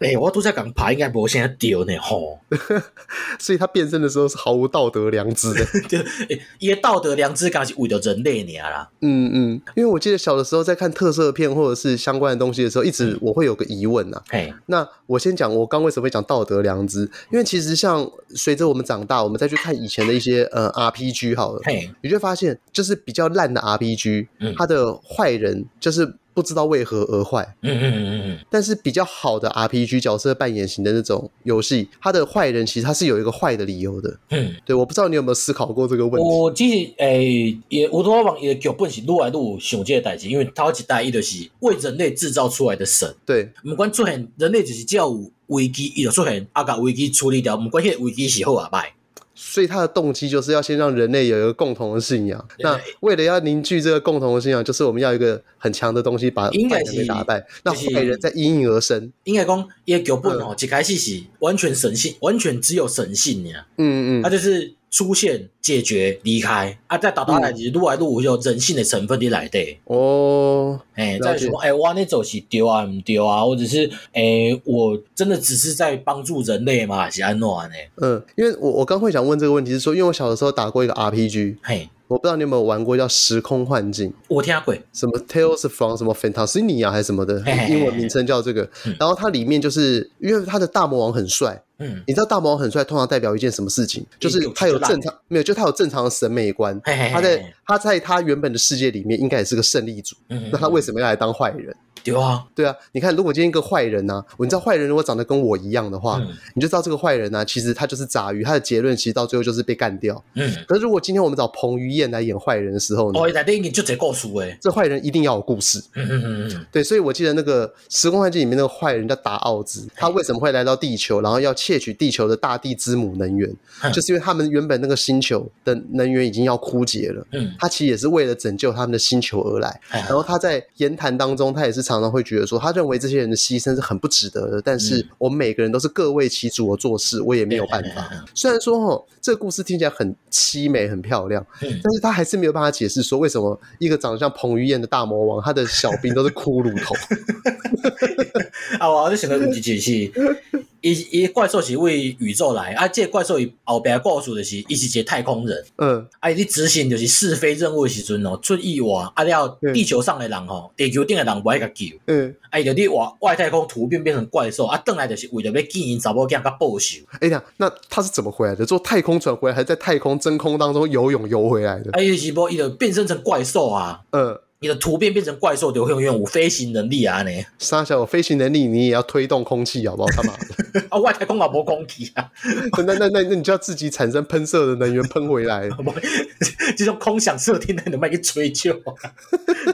Speaker 2: 诶、我拄则共拍应该无啥对呢吼。
Speaker 1: 所以他变身的时候是毫无道德良知的。
Speaker 2: 诶伊诶欸道德良知敢是为着人类尔啦。
Speaker 1: 嗯嗯，因为我记得小的时候在看特色片或者是相关的东西的时候，一直我会有个疑问呐、啊
Speaker 2: 嘿，
Speaker 1: 那我先讲，我刚为什么会讲道德良知？因为其实像随着我们长大，我们再去看以前的一些呃 RPG 好了，
Speaker 2: 嘿，
Speaker 1: 你就会发现，就是比较烂的 RPG，
Speaker 2: 嗯
Speaker 1: 它的坏人就是不知道为何而坏；
Speaker 2: 嗯嗯嗯嗯
Speaker 1: 但是比较好的 RPG 角色扮演型的那种游戏，它的坏人其实他是有一个坏的理由的。
Speaker 2: 嗯，
Speaker 1: 对，我不知道你有没有思考过这个问题？
Speaker 2: 我欸只是诶，也我多往伊的剧本是愈来愈想即个代志，因为头一代伊就是为人类制造出来的神，
Speaker 1: 对，
Speaker 2: 毋管出现人类就是只要有危机，伊就出现，啊，甲危机处理掉，毋管迄个危机是好啊歹。
Speaker 1: 所以他的动机就是要先让人类有一个共同的信仰。那为了要凝聚这个共同的信仰，就是我们要有一个很强的东西把
Speaker 2: 应该
Speaker 1: 坏
Speaker 2: 是
Speaker 1: 人给打败，那
Speaker 2: 就是
Speaker 1: 坏人再因应而生。
Speaker 2: 应该讲，伊的剧本吼，一开始是完全神性，完全只有神性尔。
Speaker 1: 嗯
Speaker 2: 它
Speaker 1: 嗯，
Speaker 2: 就是出现、解决、离开啊，再打打来就是愈来愈有人性的成分伫内底。
Speaker 1: 哦，
Speaker 2: 哎、
Speaker 1: 了
Speaker 2: 再
Speaker 1: 解
Speaker 2: 说，哎、我那走是丢啊，唔丢啊，或者是哎、我真的只是在帮助人类嘛，还是安诺安呢？
Speaker 1: 嗯，因为我我刚会想问这个问题是说，因为我小的时候打过一个 RPG，
Speaker 2: 嘿，
Speaker 1: 我不知道你有没有玩过叫《时空幻境》，
Speaker 2: 我听过，
Speaker 1: 什么 Tales from 什么 Fantasia 还是什么的
Speaker 2: 嘿嘿，嘿
Speaker 1: 英文名称叫这个
Speaker 2: 嗯。
Speaker 1: 然后它里面就是因为它的大魔王很帅，
Speaker 2: 嗯，
Speaker 1: 你知道大魔王很帅，通常代表一件什么事情？就是他有正常没有，就他有正常的审美观。
Speaker 2: 嘿嘿嘿
Speaker 1: 他在他在他原本的世界里面，应该也是个胜利组。
Speaker 2: 嗯，
Speaker 1: 那他为什么要来当坏人？
Speaker 2: 丢啊？
Speaker 1: 对啊，你看，如果今天一个坏人呢、啊，你知道坏人如果长得跟我一样的话，
Speaker 2: 嗯
Speaker 1: 你就知道这个坏人呢、啊，其实他就是杂鱼，他的结论其实到最后就是被干掉。
Speaker 2: 嗯，
Speaker 1: 可是如果今天我们找彭于晏来演坏人的时候呢，
Speaker 2: 哦，内底已经就这故事诶，
Speaker 1: 这坏人一定要有故事。
Speaker 2: 嗯嗯嗯嗯，
Speaker 1: 对，所以我记得那个《时空幻境》里面那个坏人叫达奥
Speaker 2: 哎
Speaker 1: 兹，他为什么会来到地球，然后要窃取地球的大地之母能源
Speaker 2: 哼，
Speaker 1: 就是因为他们原本那个星球的能源已经要枯竭了。
Speaker 2: 嗯，
Speaker 1: 他其实也是为了拯救他们的星球而来，
Speaker 2: 哦
Speaker 1: 然后他在言谈当中，他也是常常会觉得说，他认为这些人的牺牲是很不值得的。但是
Speaker 2: 嗯
Speaker 1: 我们每个人都是各为其主而做事，我也没有办法。
Speaker 2: 法，
Speaker 1: 虽然说哦，这个故事听起来很凄美、很漂亮，
Speaker 2: 嗯
Speaker 1: 但是他还是没有办法解释说为什么一个长得像彭于晏的大魔王，他的小兵都是骷髅头。
Speaker 2: 啊，我就想到有一集是，伊伊怪兽是为宇宙来，啊，这个怪兽伊后壁故事就是，伊是一个太空人。
Speaker 1: 嗯，
Speaker 2: 啊，伊咧执行就是是非任务的时阵哦，出意外，啊了
Speaker 1: 嗯
Speaker 2: 地球上的人吼，地球顶的人无爱甲救，
Speaker 1: 嗯，
Speaker 2: 啊伊就伫外外太空突变变成怪兽，啊，转来就是为着要见因查某囝甲报仇，啊
Speaker 1: 哎呀，那他是怎么回来的？坐太空船回来，还是在太空真空当中游泳游回来的？
Speaker 2: 啊伊就是无伊就变身成怪兽啊，
Speaker 1: 嗯，
Speaker 2: 伊就突变变成怪兽，就永远有飞行能力啊尼，
Speaker 1: 沙小飞行能力，你也要推动空气，好不好？他妈的，
Speaker 2: 啊外太空也无空气啊，
Speaker 1: 那那那那你就要自己产生喷射的能源喷回 来。
Speaker 2: 无这种空想设定，咱就莫去追究啊，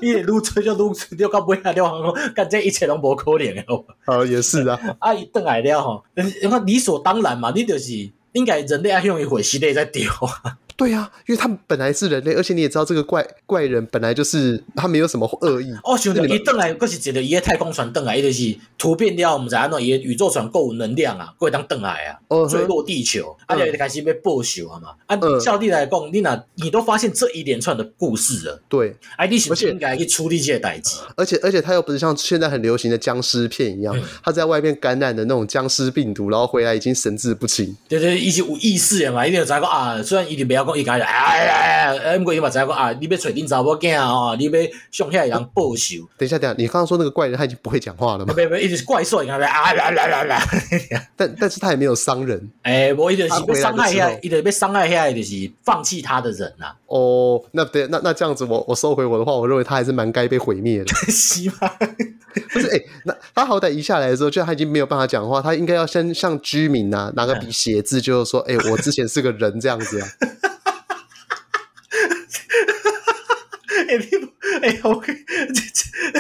Speaker 2: 你会愈追究愈追究到尾啊，了讲，干这一切拢无可能的哦。
Speaker 1: 啊，也是啊，
Speaker 2: 啊，伊倒来了吼，你看理所当然嘛，你就是应该人类爱向伊回系列才对啊。
Speaker 1: 对呀、因为他们本来是人类，而且你也知道这个怪怪人本来就是他没有什么恶意，
Speaker 2: 我想着伊倒来，佫是一个伊个太空船倒来，伊就是突变了，毋知安怎，伊个宇宙船够有能量啊，佫会当倒来啊，
Speaker 1: 哦
Speaker 2: 坠落地球，啊，
Speaker 1: 嗯
Speaker 2: 就开始要报仇啊嘛。啊
Speaker 1: 嗯，
Speaker 2: 照理来讲，你若你都发现这一连串的故事了，
Speaker 1: 对，
Speaker 2: 哎，你是不
Speaker 1: 而且
Speaker 2: 是应该去处理这个代志？
Speaker 1: 而且而且他又不是像现在很流行的僵尸片一样
Speaker 2: 嗯，
Speaker 1: 他在外面感染的那种僵尸病毒，然后回来已经神志不清。
Speaker 2: 对对，伊是有意识的嘛，伊就知讲啊，虽然伊就袂晓讲，伊讲哎哎哎哎，毋过伊嘛知影讲啊，你要找恁查某囝哦，你要向遐人报仇，
Speaker 1: 等一下，等一下，你刚刚说那个怪人他已经不会讲话了吗？
Speaker 2: 别别，伊就是怪兽，伊讲啊啊啊啊啊！
Speaker 1: 但但是他也没有伤人
Speaker 2: 哎，无伊就是要伤
Speaker 1: 他
Speaker 2: 害
Speaker 1: 回来的时候
Speaker 2: 遐，伊就是要伤害遐，就是放弃他的人啊，
Speaker 1: 哦。那对，那那这样子我，我收回我的话，我认为他还是蛮该被毁灭的。
Speaker 2: 是吗？
Speaker 1: 不是，哎、那他好歹一下来的时候，就他已经没有办法讲话，他应该要先向居民啊拿个笔写字，就是说，哎、我之前是个人这样子啊。
Speaker 2: 哎，你哎，OK，这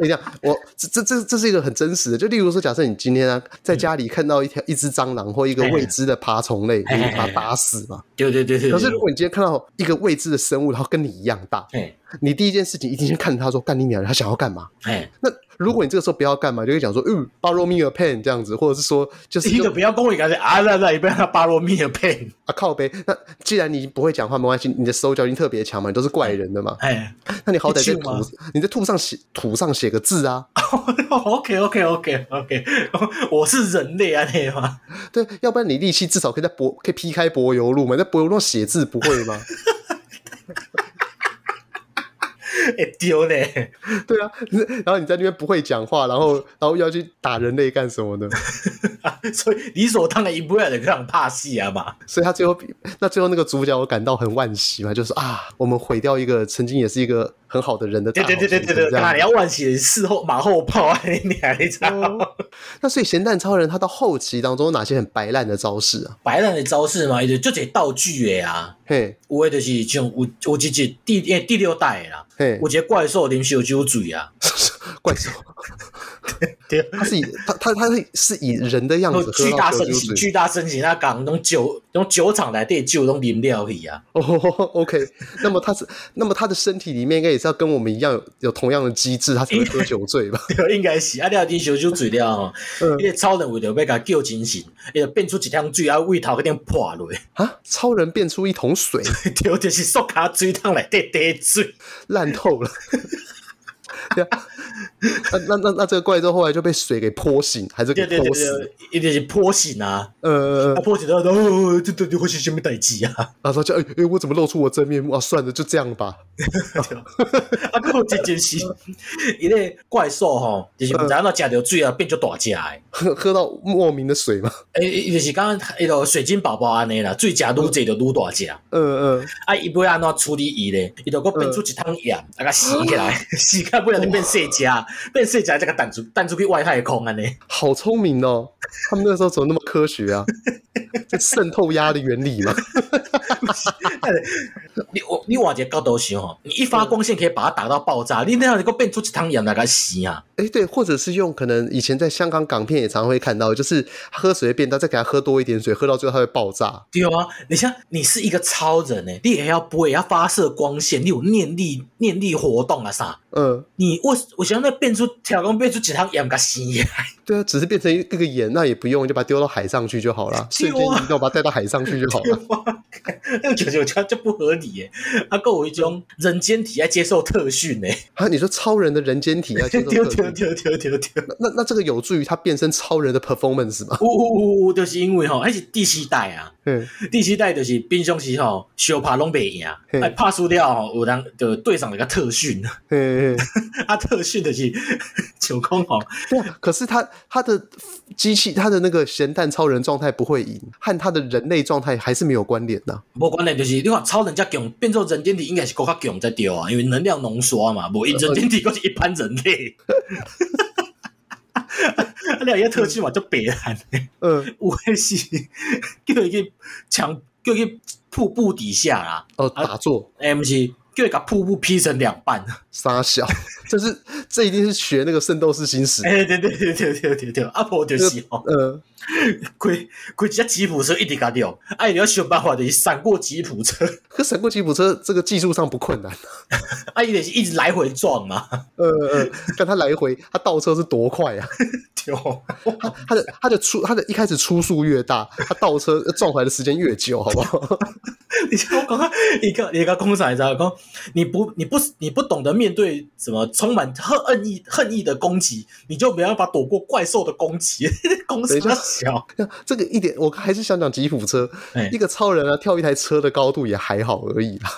Speaker 1: 跟你讲，我哎这这这这是一个很真实的，就例如说，假设你今天啊在家里看到一条一只蟑螂或一个未知的爬虫类，
Speaker 2: 哎
Speaker 1: 你会把它打死嘛？
Speaker 2: 对对对对。
Speaker 1: 可是如果你今天看到一个未知的生物，然后跟你一样大，
Speaker 2: 哎
Speaker 1: 你第一件事情一定先看着它说干你鸟，它想要干嘛？
Speaker 2: 哎，
Speaker 1: 那如果你这个时候不要干嘛，就会讲说，嗯，borrow me a pen 这样子，或者是说就是
Speaker 2: 你
Speaker 1: 用
Speaker 2: 就不要跟我讲是啊啦啦，你不要巴罗蜜的骗，
Speaker 1: 啊靠背。那既然你不会讲话，没关系，你的手脚已经特别强嘛，你都是怪人的嘛，
Speaker 2: 哎
Speaker 1: 那你好歹在
Speaker 2: 你去吗
Speaker 1: 土你在土上写土上写个字啊，
Speaker 2: ，OK OK OK OK，我是人类啊，你吗？
Speaker 1: 对，要不然你力气至少可以在柏可以劈开柏油路嘛，在柏油路上写字不会吗？
Speaker 2: 会丢嘞，
Speaker 1: 对啊，然后你在那边不会讲话，然后然后要去打人类干什么呢？
Speaker 2: 所以理所当然一不要的让怕戏啊嘛。
Speaker 1: 所以他最后那最后那个主角，我感到很惋惜嘛，就是啊，我们毁掉一个曾经也是一个很好的人的大
Speaker 2: 对
Speaker 1: 好
Speaker 2: 对
Speaker 1: 先生，
Speaker 2: 对对对对，
Speaker 1: 这样
Speaker 2: 那你要万喜事后马后炮啊，你你还知道
Speaker 1: 哦？ 那所以咸蛋超人他到后期当中有哪些很白烂的招式啊？
Speaker 2: 白烂的招式嘛，伊就就一道具的啊。
Speaker 1: 嘿
Speaker 2: 有诶，就是像有有一集第诶第六代的啦，
Speaker 1: 嘿
Speaker 2: 有，一个怪兽啉烧酒醉啊，
Speaker 1: 怪兽，
Speaker 2: 对，
Speaker 1: 他是以他他他是是以人的样子喝
Speaker 2: 巨
Speaker 1: 到
Speaker 2: 大
Speaker 1: 酒
Speaker 2: 身
Speaker 1: 精
Speaker 2: 形，
Speaker 1: 水
Speaker 2: 巨大身形，那讲种酒，种酒厂内底的酒拢啉了去啊，
Speaker 1: 哦、o k 那么他是，那么他的身体里面应该也是要跟我们一样有有同样的机制，他才会喝酒醉 吧？
Speaker 2: 对，应该是啊，了啉烧酒醉了吼，
Speaker 1: 嗯
Speaker 2: 迄个超人为着要甲救精神，伊就变出一桶水啊，胃头个顶破落，
Speaker 1: 啊，超人变出一桶水，
Speaker 2: 对，就是塑胶水桶内底滴水，
Speaker 1: 烂透了。 对啊， 那那那那这个怪兽后来就被水给泼醒，还是给
Speaker 2: 对对
Speaker 1: 泼
Speaker 2: 对
Speaker 1: 死？
Speaker 2: 对，伊就是破醒啊，
Speaker 1: 呃，
Speaker 2: 啊破醒了，哦，这到底发生什么代志啊？
Speaker 1: 然后说就哎哎，我怎么露出我真面目啊？算了，就这样吧。
Speaker 2: 啊，还有一件是，伊个怪兽吼，就是毋知安怎食着水啊，变做大只诶。
Speaker 1: 喝喝到莫名的水嘛。
Speaker 2: 诶，伊就是刚刚迄个水晶宝宝安尼啦，水食愈济就愈大只。啊，
Speaker 1: 嗯嗯，
Speaker 2: 伊要安怎处理伊咧？伊就佫变出一桶盐，啊，甲洗起来， 洗起来不然就变细只，变细只才甲弹出弹出去外太空安尼。
Speaker 1: 好聪明哦！他们那时候怎么那么科学 啊？这渗透压力原理嘛。
Speaker 2: 你我你换一个角度想吼，你一发光线可以把它打到爆炸，你那样佫变出一桶盐来甲洗啊？
Speaker 1: 哎，对，或者是用可能以前在香港港片也常会看到，就是喝水的便当，再给他喝多一点水，喝到最后它会爆炸。
Speaker 2: 对啊，你像你是一个超人诶、你也要播，也要发射光线，你有念力、念力活动啊啥？
Speaker 1: 嗯，
Speaker 2: 你我我想那变出跳工变出几趟盐甲生呀，
Speaker 1: 对啊，只是变成一个盐，那也不用，就把它丢到海 上去就好了，
Speaker 2: 对
Speaker 1: 瞬
Speaker 2: 啊
Speaker 1: 间移动，把它带到海 上去就好了。
Speaker 2: 那九九就就不合理耶、啊，够有一种
Speaker 1: 嗯
Speaker 2: 人间体在接受特训呢、
Speaker 1: 啊，你说超人的人间体要啊接
Speaker 2: 丢
Speaker 1: 受
Speaker 2: 丢
Speaker 1: 特
Speaker 2: 丢
Speaker 1: 训，
Speaker 2: 丢丢丢丢，
Speaker 1: 那那这个有助于他变身超人的 performance 吗？
Speaker 2: 呜呜呜呜，就是因为吼，还是第七代啊，
Speaker 1: 嗯，
Speaker 2: 第七代就是平常时吼，小拍拢袂赢，
Speaker 1: 嘿
Speaker 2: 哎，拍输了吼，有人就对上了个特训，
Speaker 1: 嘿嘿嘿
Speaker 2: 啊，特训就是 九空吼，
Speaker 1: 对啊， 可是他他的机器，他的那个咸蛋超人状态不会赢，和他的人类状态还是没有关联呐、
Speaker 2: 无关系，就是你看超人加强，变做人间体应该是够较强才对啊，因为能量浓缩嘛，无一人间体够是一般人类。啊，你个特区嘛，就白兰的，
Speaker 1: 嗯，
Speaker 2: 有诶是叫伊去墙，叫伊去瀑布底下啦，
Speaker 1: 哦，打坐
Speaker 2: 诶、毋是叫伊甲瀑布劈成两半，
Speaker 1: 傻小，这是这一定是学那个圣斗士星矢，
Speaker 2: 哎、对对对对对对对，啊无就是吼，
Speaker 1: 呃，
Speaker 2: 开开一只吉普车一直甲掉，啊伊要想办法就是闪过吉普车，
Speaker 1: 可闪过吉普车这个技术上不困难，
Speaker 2: 啊伊就是一直来回撞嘛，
Speaker 1: 呃 呃，但他来回他倒车是多快啊！
Speaker 2: 对，
Speaker 1: 他他的他的出他的一开始出速越大，他倒车呃撞回来的时间越久，好不好？
Speaker 2: 你像我刚刚一个 一个公仔在讲，你不你不你不懂得面对什么充满恨恨意恨意的攻击，你就没办法躲过怪兽的攻击， 攻
Speaker 1: 等
Speaker 2: 势
Speaker 1: 一下
Speaker 2: 小，
Speaker 1: 这个一点我还是想讲吉普车，
Speaker 2: 哎
Speaker 1: 一个超人啊跳一台车的高度也还好而已啦。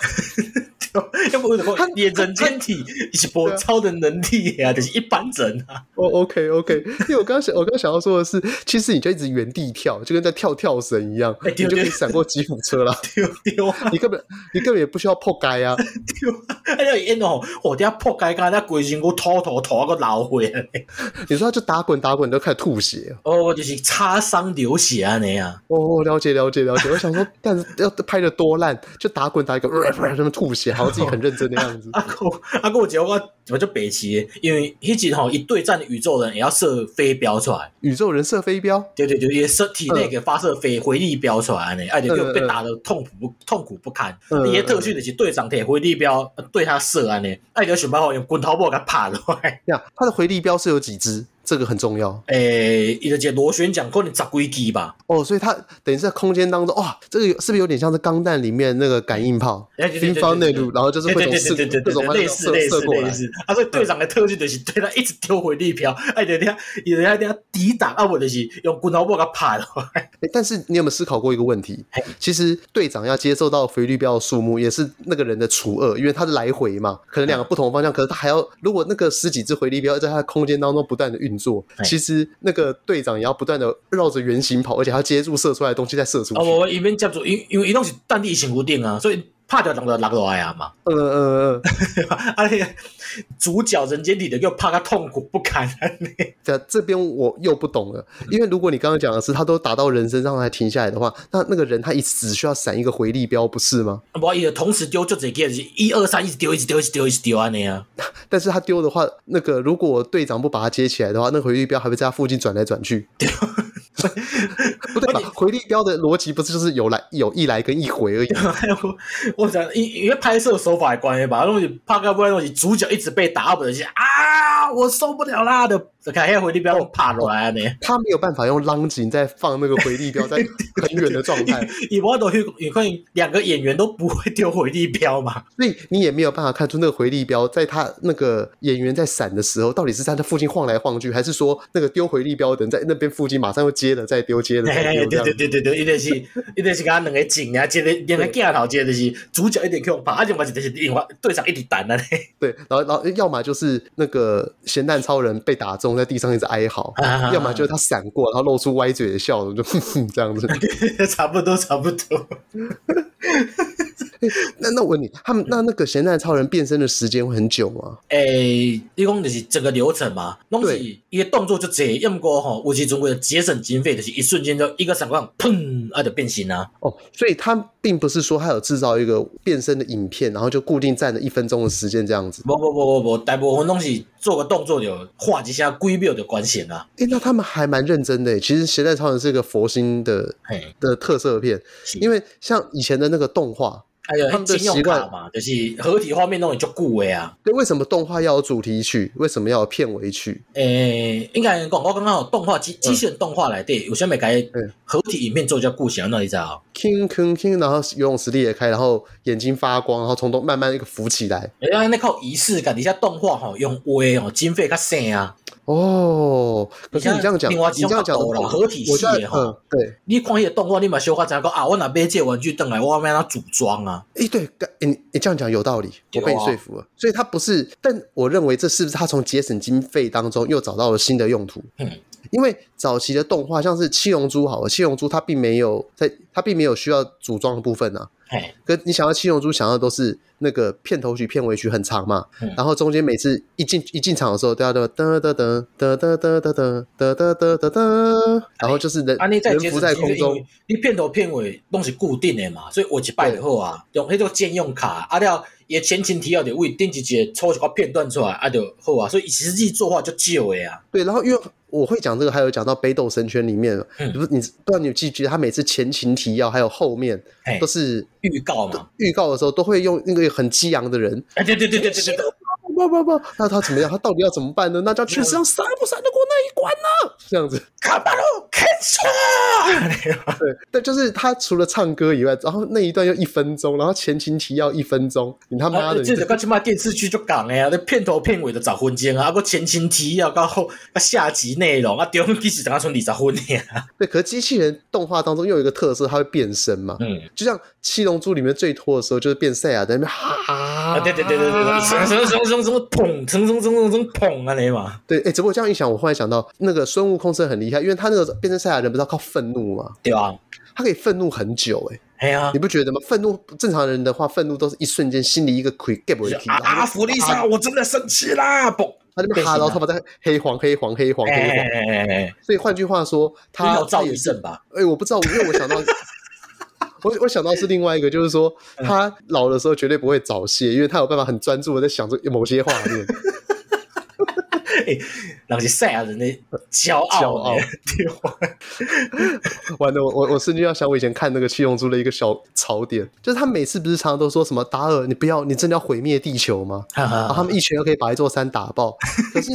Speaker 2: 要不为什么你的人间体是不
Speaker 1: 对啊
Speaker 2: 超人能力啊，就是一般人啊，
Speaker 1: 哦、o k OK，因为我刚想，我刚想要说的是，其实你就一直原地跳，就跟在跳跳绳一样，
Speaker 2: 哎
Speaker 1: 你
Speaker 2: 对
Speaker 1: 就可以
Speaker 2: 对
Speaker 1: 闪过吉普车 啦。
Speaker 2: 丢丢啊
Speaker 1: 你根本你根本也不需要破街啊，
Speaker 2: 丢啊，哎呀因哦，我等下破街干，那规身骨秃头头啊个老血了呢，
Speaker 1: 你说他就打滚打滚都开始吐血。
Speaker 2: 哦，我就是擦伤流血啊那样，
Speaker 1: 哦，哦了解了解了解。我想说，但是要拍的多烂，就打滚打一个，他们吐血，好像自己很认真的样 子。
Speaker 2: 啊个啊个，我觉得我我就北齐，因为迄集吼一对战宇宙人也要射飞镖出来。
Speaker 1: 宇宙人射飞镖，
Speaker 2: 对对对，也身体
Speaker 1: 嗯
Speaker 2: 内给发射飞回力镖出来呢，而且就被打得痛苦不痛苦不堪。
Speaker 1: 嗯
Speaker 2: 那些特训的是队长摕回力镖呃对他射安尼，而且想办法用滚头棒给他拍落来。
Speaker 1: 这样他的回力镖是有几只？这个很重要
Speaker 2: 诶，伊就是螺旋桨可能十几支吧，
Speaker 1: 哦，所以他等于是在空间当中，哇，这个有是不是有点像是钢弹里面那个感应炮，
Speaker 2: 哎对对对
Speaker 1: 冰方内
Speaker 2: 对对
Speaker 1: 陆，然后就是
Speaker 2: 对
Speaker 1: 各
Speaker 2: 对
Speaker 1: 种
Speaker 2: 对
Speaker 1: 射
Speaker 2: 对对
Speaker 1: 各
Speaker 2: 对
Speaker 1: 种
Speaker 2: 对，
Speaker 1: 弯
Speaker 2: 类
Speaker 1: 道
Speaker 2: 似
Speaker 1: 射
Speaker 2: 类
Speaker 1: 射
Speaker 2: 似
Speaker 1: 过
Speaker 2: 类
Speaker 1: 来，嗯
Speaker 2: 似。啊，所以队长的特训就是对他一直丢回力镖，哎，对他伊在遐抵挡，啊，我就是用滚头棒给他拍落 来。
Speaker 1: 诶但是你有没有思考过一个问题
Speaker 2: 嘿？
Speaker 1: 其实队长要接受到菲律宾的数目，也是那个人的除二，因为他是来回嘛，可能两
Speaker 2: 嗯
Speaker 1: 个不同的方向，可是他还要如果那个十几只回力镖在他的空间当中不断的运作，
Speaker 2: 嘿
Speaker 1: 其实那个队长也要不断的绕着圆形跑，而且他接住射出来的东西再射出去。
Speaker 2: 啊，我伊免接触，因因为伊拢是弹地身躯顶啊，所以拍掉人就落落来啊嘛。
Speaker 1: 嗯嗯嗯，
Speaker 2: 啊，那个主角人间体的又怕他痛苦不堪，
Speaker 1: 这这边我又不懂了，
Speaker 2: 嗯
Speaker 1: 因为如果你刚刚讲的是他都打到人身上才停下来的话，那那个人他一只需要闪一个回力镖，不是吗？
Speaker 2: 我伊同时丢就这个，一二三一直丢，一直丢，一直丢，一直丢安尼啊。
Speaker 1: 但是他丢的话，那个如果队长不把他接起来的话，那回力镖还会在他附近转来转去。不对吧？ 回力镖的逻辑不是就是有来有一来跟一回而已？
Speaker 2: 还有我讲，因因为拍摄手法的关系吧，东西怕该不然东西主角一直被打，不就是啊，我受不了啦的，看下回力镖拍落来安尼。
Speaker 1: 他没有办法用浪井再放那个回力镖在很远的状 态，
Speaker 2: 以我都去，你看两个演员都不会丢回力镖嘛，
Speaker 1: 所以你也没有办法看出那个回力镖在他那个演员在闪的时候，到底是在他附近晃来晃去，还是说那个丢回力镖的人在那边附近马上又接了再丢，接了再
Speaker 2: 对
Speaker 1: 丢这样
Speaker 2: 对？对对对，一定是一定是甲两个景啊，一个两个镜头，一个就是主角一直去拍，啊，另外一个是另外队长一直弹安尼。
Speaker 1: 对，然后然后要么就是那个咸蛋超人被打中，在地上一直哀嚎，
Speaker 2: 啊
Speaker 1: 要么就是他闪过，然后露出歪嘴的笑容，就这样 子。
Speaker 2: 差不多，差不多。
Speaker 1: 那那我问你，他们那那个咸蛋超人变身的时间会很久吗？
Speaker 2: 诶、你讲就是整个流程嘛，拢是
Speaker 1: 对
Speaker 2: 伊个动作就这，要么过吼，有时阵为了节省经费，就是一瞬间就一个闪光，砰，啊就变形啊。
Speaker 1: 哦，所以他并不是说他有制造一个变身的影片，然后就固定占了一分钟的时间这样子。
Speaker 2: 无无无无无，大部分拢是做个动作就画一下几秒就完成啊。
Speaker 1: 诶，那他们还蛮认真的耶。其实咸蛋超人是一个佛心的
Speaker 2: 嘿，
Speaker 1: 的特色片，
Speaker 2: 是
Speaker 1: 因为像以前的那个动画，
Speaker 2: 还有
Speaker 1: 他们的
Speaker 2: 信用
Speaker 1: 习惯
Speaker 2: 卡嘛，就是合体画面拢会足久的啊。
Speaker 1: 对，为什么动画要有主题曲？为什么要有片尾曲？
Speaker 2: 诶、应该讲我刚刚有动画机机器人动画内底，有啥物改
Speaker 1: 嗯
Speaker 2: 合体影片做叫故事，那你知道？
Speaker 1: king king king，然后游泳池裂开，然后眼睛发光，然后从东慢慢一个浮起来。
Speaker 2: 人啊家那靠仪式感，底下动画吼用画吼经费较省啊。
Speaker 1: 哦，可是你这样讲，
Speaker 2: 另外
Speaker 1: 你
Speaker 2: 一
Speaker 1: 这
Speaker 2: 种
Speaker 1: 样讲的
Speaker 2: 角度
Speaker 1: 话，
Speaker 2: 啦啊合体系
Speaker 1: 我觉得
Speaker 2: 的哈
Speaker 1: 嗯，对，
Speaker 2: 你看迄个动画，你嘛小可知影讲啊，我若买这个玩具回来，我要安怎组装啊？
Speaker 1: 诶，对，干诶你你这样讲有道理，我
Speaker 2: 对啊
Speaker 1: 被你说服了。所以它不是，但我认为这是不是他从节省经费当中又找到了新的用途？
Speaker 2: 嗯，
Speaker 1: 因为早期的动画像是《七龙珠》好了，《七龙珠》它并没有在，它并没有需要组装的部分啊。
Speaker 2: 嘿，
Speaker 1: 可你想要《七龙珠》想要的都是那个片头曲、片尾曲很长嘛，
Speaker 2: 嗯
Speaker 1: 然后中间每次一进一进场的时候，大家都噔噔噔噔噔噔噔噔噔噔噔噔噔，然后就是人
Speaker 2: 安尼在
Speaker 1: 人
Speaker 2: 节
Speaker 1: 浮
Speaker 2: 省
Speaker 1: 在
Speaker 2: 机
Speaker 1: 空
Speaker 2: 是因
Speaker 1: 中
Speaker 2: 为。你片头片尾拢是固定的嘛，所以我一摆就好啊，用迄种借用卡，啊了也前情提要就为顶一节抽一个片段出来，啊就好啊，所以实际作画就少的啊，
Speaker 1: 对，然后因为我会讲这个，还有讲到北斗神拳里面，
Speaker 2: 嗯
Speaker 1: 不是你不知道你有记不记得，他每次前情提要还有后面
Speaker 2: 嘿
Speaker 1: 都，是
Speaker 2: 预告嘛，
Speaker 1: 预告的时候都会用那个很激昂的人，
Speaker 2: 哎对对对对对对对，
Speaker 1: 不不不，那他怎么样？他到底要怎么办呢？那就要确实要杀不杀得过那一关呢、这样子，
Speaker 2: 卡巴鲁开车，
Speaker 1: 对，但就是他除了唱歌以外，然后那一段又一分钟，然后前情提要一分钟，你他妈
Speaker 2: 啊
Speaker 1: 的，
Speaker 2: 这
Speaker 1: 你
Speaker 2: 就
Speaker 1: 这
Speaker 2: 到即摆电视剧就讲的啊，你片头片尾就十分钟啊，啊个前情提要到后到下集内容啊，中间其实只剩二十分啊尔，
Speaker 1: 对，可是机器人动画当中又有一个特色，它会变身嘛，
Speaker 2: 嗯，
Speaker 1: 就像《七龙珠》里面最拖的时候，就是变赛亚在那边哈，
Speaker 2: 啊对对对对对，什么什么什么什么什么砰，什么什么什么什么砰啊，你嘛。
Speaker 1: 对，哎，只不过这样一想，我忽然想到，那个孙悟空真的很厉害，因为他那个变成赛亚人不是要靠愤怒吗？
Speaker 2: 对吧？
Speaker 1: 他可以愤怒很久，哎，
Speaker 2: 哎呀
Speaker 1: 你，不觉得吗？愤怒正常人的话，愤怒都是一瞬间，心里一个 quick get 回
Speaker 2: 就是
Speaker 1: 去，
Speaker 2: 啊
Speaker 1: 然后
Speaker 2: 啊，弗利萨，我真的生气啦！不，
Speaker 1: 他那边哈，然后头发在黑黄黑黄黑黄
Speaker 2: 哎
Speaker 1: 黑黄。
Speaker 2: 哎哎哎哎，
Speaker 1: 所以换句话说，
Speaker 2: 他
Speaker 1: 他
Speaker 2: 有躁
Speaker 1: 他也
Speaker 2: 郁
Speaker 1: 是
Speaker 2: 症吧？
Speaker 1: 哎、我不知道，因为我想到，我我想到是另外一个，就是说他老的时候绝对不会早泄，因为他有办法很专注的在想着某些画面。
Speaker 2: 人是赛亚人的骄
Speaker 1: 骄傲
Speaker 2: 傲呢，对吧？
Speaker 1: 完了，我我我瞬间要想我以前看那个《七龙珠》的一个小槽点，就是他每次不是常常都说什么达尔，你不要，你真的要毁灭地球吗？
Speaker 2: 哈
Speaker 1: 然后
Speaker 2: 哈
Speaker 1: 他们一拳就可以把一座山打爆，可是。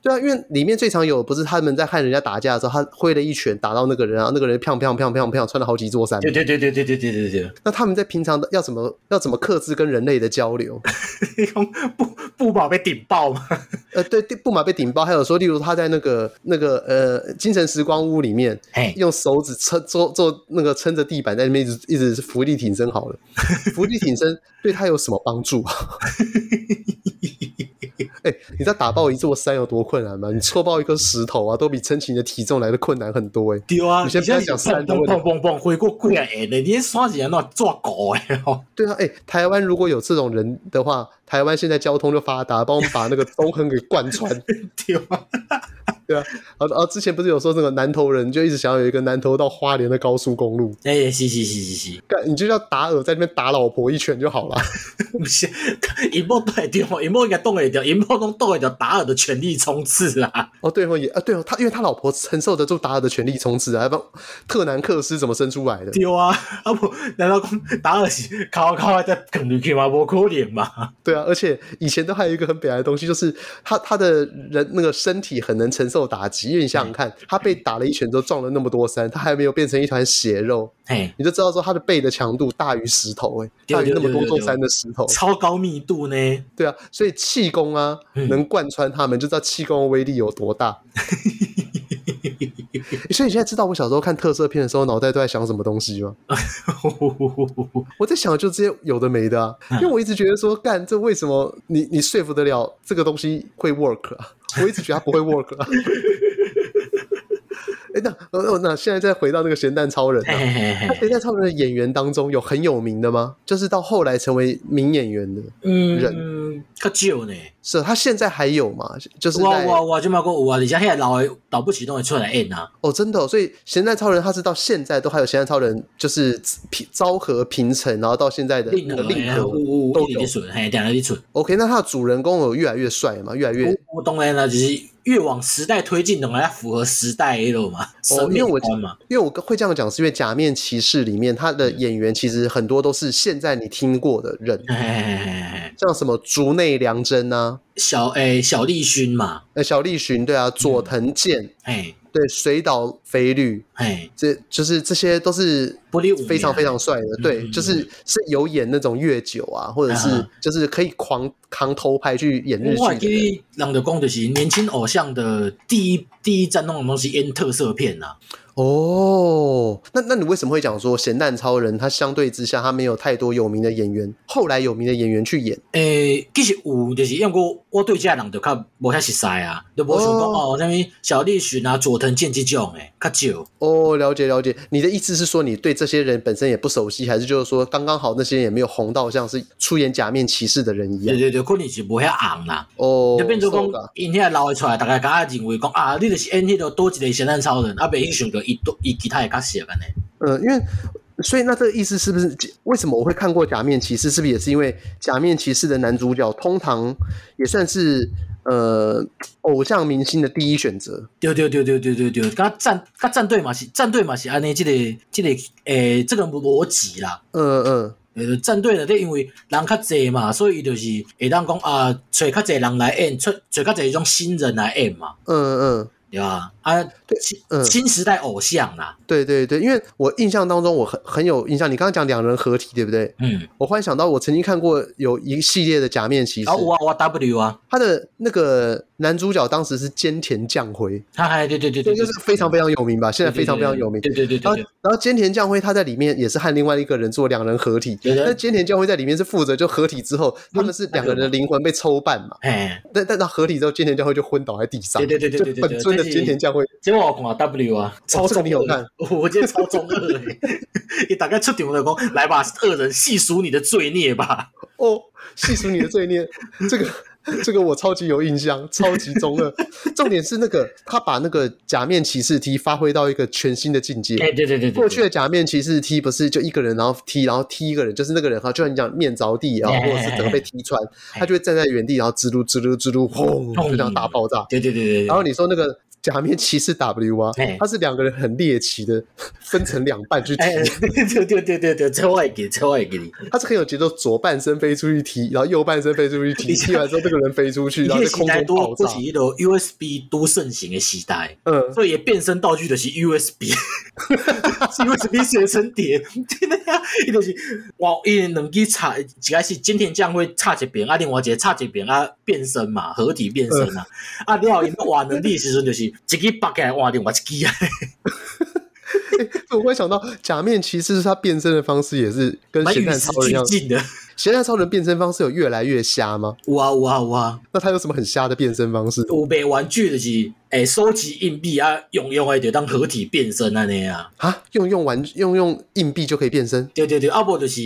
Speaker 1: 对啊，因为里面最常有不是他们在和人家打架的时候，他挥了一拳打到那个人，然后那个人砰砰砰砰砰穿了好几座山。
Speaker 2: 对对对对对对对对对，
Speaker 1: 那他们在平常的要怎么要怎么克制跟人类的交流？
Speaker 2: 你讲不不宝被顶爆吗？
Speaker 1: 呃，对，对布马被顶爆，还有说，例如他在那个那个呃精神时光屋里面，
Speaker 2: 嘿，
Speaker 1: 用手指撑做做那个撑着地板在那边一直一直伏地挺身好了，伏地挺身对他有什么帮助啊？ 哎、你知道打爆一座山有多困难吗？你戳爆一颗石头啊，都比撑起你的体重来的困难很多哎、
Speaker 2: 对啊，
Speaker 1: 你先不要讲
Speaker 2: 砰
Speaker 1: 赛的
Speaker 2: 砰
Speaker 1: 问题
Speaker 2: 砰砰砰，回过几啊下呢？你那山是安怎抓狗的哦？
Speaker 1: 对啊，哎、台湾如果有这种人的话，台湾现在交通就发达，帮我们把那个中横给贯穿。
Speaker 2: 对啊，
Speaker 1: 对啊，然后然后之前不是有说那个南投人就一直想要有一个南投到花莲的高速公路，
Speaker 2: 哎，是是是是是，
Speaker 1: 干你就叫达尔在那边打老婆一拳就好了。
Speaker 2: 不是，荧幕对掉，荧幕应该动会掉，荧幕拢动会掉，达尔的全力冲刺啦！
Speaker 1: 哦，对哦，也啊，对哦，他因为他老婆承受得住达尔的权力冲刺啊，要不然特南克斯怎么生出来的？
Speaker 2: 对啊，啊不，难道讲达尔是靠靠在啃进去吗？无可能嘛！
Speaker 1: 对啊，而且以前都还有一个很北来的东西，就是他他的人那个身体很能承受打击，因为你想想看，他被打了一拳之后撞了那么多山，他还没有变成一团血肉，
Speaker 2: 嘿，
Speaker 1: 你就知道说他的背的强度大于石头、欸，
Speaker 2: 对
Speaker 1: 大于
Speaker 2: 对
Speaker 1: 那么
Speaker 2: 对
Speaker 1: 多
Speaker 2: 对
Speaker 1: 座
Speaker 2: 对
Speaker 1: 山的石头，
Speaker 2: 超高密度呢？
Speaker 1: 对啊，所以气功啊，
Speaker 2: 嗯
Speaker 1: 能贯穿他们，就知道气功的威力有多 大。所以你现在知道我小时候看特色片的时候，脑袋都在想什么东西吗？我在想的就这些有的没的啊，
Speaker 2: 嗯
Speaker 1: 因为我一直觉得说，干这为什么你你说服得了这个东西会 work 啊？我一直觉得它不会 work 啊。 哎、那呃呃那现在再回到那个咸蛋超人、
Speaker 2: 嘿
Speaker 1: 啊，
Speaker 2: 嘿嘿
Speaker 1: 那
Speaker 2: 嘿，
Speaker 1: 咸蛋超人的演员当中有很有名的吗？就是到后来成为名演员的，
Speaker 2: 嗯，较少呢。
Speaker 1: 是啊他现在还有嘛？就是
Speaker 2: 我
Speaker 1: 在
Speaker 2: 我我即嘛讲有啊，而且遐老的倒不起拢会出来演啊。
Speaker 1: 哦，真的、哦，所以咸蛋超人他是到现在都还有咸蛋超人，就是平昭和平成，然后到现在的
Speaker 2: 令
Speaker 1: 那
Speaker 2: 和
Speaker 1: 个令
Speaker 2: 哎
Speaker 1: 和
Speaker 2: 有有
Speaker 1: 都
Speaker 2: 一直
Speaker 1: 有
Speaker 2: 咧。存，嘿，定咧咧存。
Speaker 1: OK，那他的主人公有越来越帅嘛？越来越
Speaker 2: 我当然啦，就是越往时代推进，当然要符合时代迄落嘛，审美
Speaker 1: 因为我
Speaker 2: 观嘛。
Speaker 1: 因为我会这样讲，是因为《假面骑士》里面他的演员其实很多都是现在你听过的人，
Speaker 2: 嘿嘿嘿嘿嘿
Speaker 1: 像什么竹内良真啊、
Speaker 2: 小诶小栗旬嘛，
Speaker 1: 呃小栗旬对啊、佐藤健
Speaker 2: 嘿，
Speaker 1: 对、水岛肥律，
Speaker 2: 嘿，
Speaker 1: 这就是这些都是
Speaker 2: 玻璃舞
Speaker 1: 非常非常帅的，
Speaker 2: 嗯
Speaker 1: 对，
Speaker 2: 嗯
Speaker 1: 就是是有演那种越久啊，或者是
Speaker 2: 啊
Speaker 1: 就是可以狂扛偷拍去演日
Speaker 2: 我还
Speaker 1: 剧
Speaker 2: 记
Speaker 1: 的人。
Speaker 2: 得人就讲，就是年轻偶像的第一第一站那种东西演特色片呐、啊。
Speaker 1: 哦，那那你为什么会讲说咸蛋超人？他相对之下，他没有太多有名的演员，后来有名的演员去演。
Speaker 2: 诶、其实有，就是因为我我对这个人就较无遐熟悉啊，就无想讲
Speaker 1: 哦
Speaker 2: 哦，啥物小栗旬啊、佐藤健这种诶，较少。
Speaker 1: 哦，了解了解。你的意思是说你对这些人本身也不熟悉，还是就是说刚刚好那些人也没有红到像是出演假面骑士的人一
Speaker 2: 对
Speaker 1: 样？
Speaker 2: 对对，可能是无遐红啦。
Speaker 1: 哦，
Speaker 2: 就变做
Speaker 1: 是吧
Speaker 2: 讲，因遐老的出来，大家敢认为讲啊，你就是演迄个多一个咸蛋超人，啊，袂去想到伊多伊其他的角色安尼。
Speaker 1: 呃，因为所以那这个意思是不是为什么我会看过《假面骑士》？是不是也是因为《假面骑士》的男主角通常也算是呃偶像明星的第一选择？
Speaker 2: 对对对对对对对，甲战甲战队嘛是战队嘛是安尼，即个即个诶，这个逻辑啦。
Speaker 1: 嗯嗯
Speaker 2: 呃，战队内底因为人较济嘛，所以伊就是会当讲啊，找较济人来演，出找较济迄种新人来演嘛，
Speaker 1: 嗯嗯，
Speaker 2: 对吧？啊，新
Speaker 1: 嗯
Speaker 2: 新时代偶像啦，
Speaker 1: 对对对，因为我印象当中我很很有印象，你刚刚讲两人合体对不对？
Speaker 2: 嗯，
Speaker 1: 我忽然想到我曾经看过有一系列的《假面骑士
Speaker 2: 然后》，我我 W 啊，
Speaker 1: 他的那个男主角当时是菅田将晖，
Speaker 2: 他还对对对
Speaker 1: 这
Speaker 2: 对，
Speaker 1: 就是非常非常有名吧？现在非常非常有名。
Speaker 2: 对对对
Speaker 1: 然
Speaker 2: 对
Speaker 1: 后
Speaker 2: 对，，
Speaker 1: 然后菅田将晖他在里面也是和另外一个人做两人合体，
Speaker 2: 对对
Speaker 1: 但菅田将晖在里面是负责就合体之后，他们是两个人的灵魂被抽半嘛，
Speaker 2: 哎，
Speaker 1: 但但到合体之后，菅田将晖就昏倒在地上
Speaker 2: 对，对对对对
Speaker 1: 就
Speaker 2: 对
Speaker 1: 本
Speaker 2: 对，
Speaker 1: 尊的菅田将晖，
Speaker 2: 结果我看了 W 啊，超中
Speaker 1: 这个你有
Speaker 2: 二
Speaker 1: 看
Speaker 2: 的， 我今天超中二 的，你大概出场就讲，来吧，恶人细数你的罪孽吧，
Speaker 1: 哦，细数你的罪孽，这个。这个我超级有印象，超级中二。重点是那个他把那个假面骑士 T 发挥到一个全新的境界。
Speaker 2: 哎，对对对对，对
Speaker 1: 过去的假面骑士踢不是就一个人，然后踢，然后踢一个人，就是那个人哈，就像你讲面着地啊，
Speaker 2: 哎
Speaker 1: 或者是整个被踢穿，
Speaker 2: 哎
Speaker 1: 他就会站在原地，然后吱噜吱噜吱噜，轰，就这样大爆炸。
Speaker 2: 对对对对，
Speaker 1: 然后你说那个假面骑士 W 啊
Speaker 2: 哎，
Speaker 1: 他是两个人很猎奇的分成两半去踢，
Speaker 2: 哎， 对对对对对，这我会记，这我会记你。
Speaker 1: 他是很有节奏，左半身飞出去踢，然后右半身飞出去踢，
Speaker 2: 你
Speaker 1: 踢完之后这个人飞出去，然后
Speaker 2: 个
Speaker 1: 在
Speaker 2: 时
Speaker 1: 空
Speaker 2: 代
Speaker 1: 中
Speaker 2: 多
Speaker 1: 爆
Speaker 2: 不
Speaker 1: 炸
Speaker 2: 是。迄个 USB 多盛行的时代，
Speaker 1: 嗯，
Speaker 2: 所以变身道具就是 USB，是 USB 随身 碟，真的啊，伊就是哇，伊两支插，一开始今天这样会插一边，啊，另外一个插一边啊，变身嘛，合体变身啊，啊，了后因换能力的时阵 就是一支拔起来换另外一支啊，
Speaker 1: 我会想到假面骑士他变身的方式也是跟
Speaker 2: 蛮
Speaker 1: 咸
Speaker 2: 与
Speaker 1: 蛋
Speaker 2: 时
Speaker 1: 超人一
Speaker 2: 俱
Speaker 1: 样，
Speaker 2: 进的，
Speaker 1: 咸蛋超人变身方式有越来越瞎吗？
Speaker 2: 有啊有啊有啊，
Speaker 1: 那他有什么很瞎的变身方式？
Speaker 2: 有卖玩具就是诶收集硬币啊，用用诶就当合体变身安尼啊。
Speaker 1: 啊，用用玩用用硬币就可以变身？
Speaker 2: 对对对，啊无就是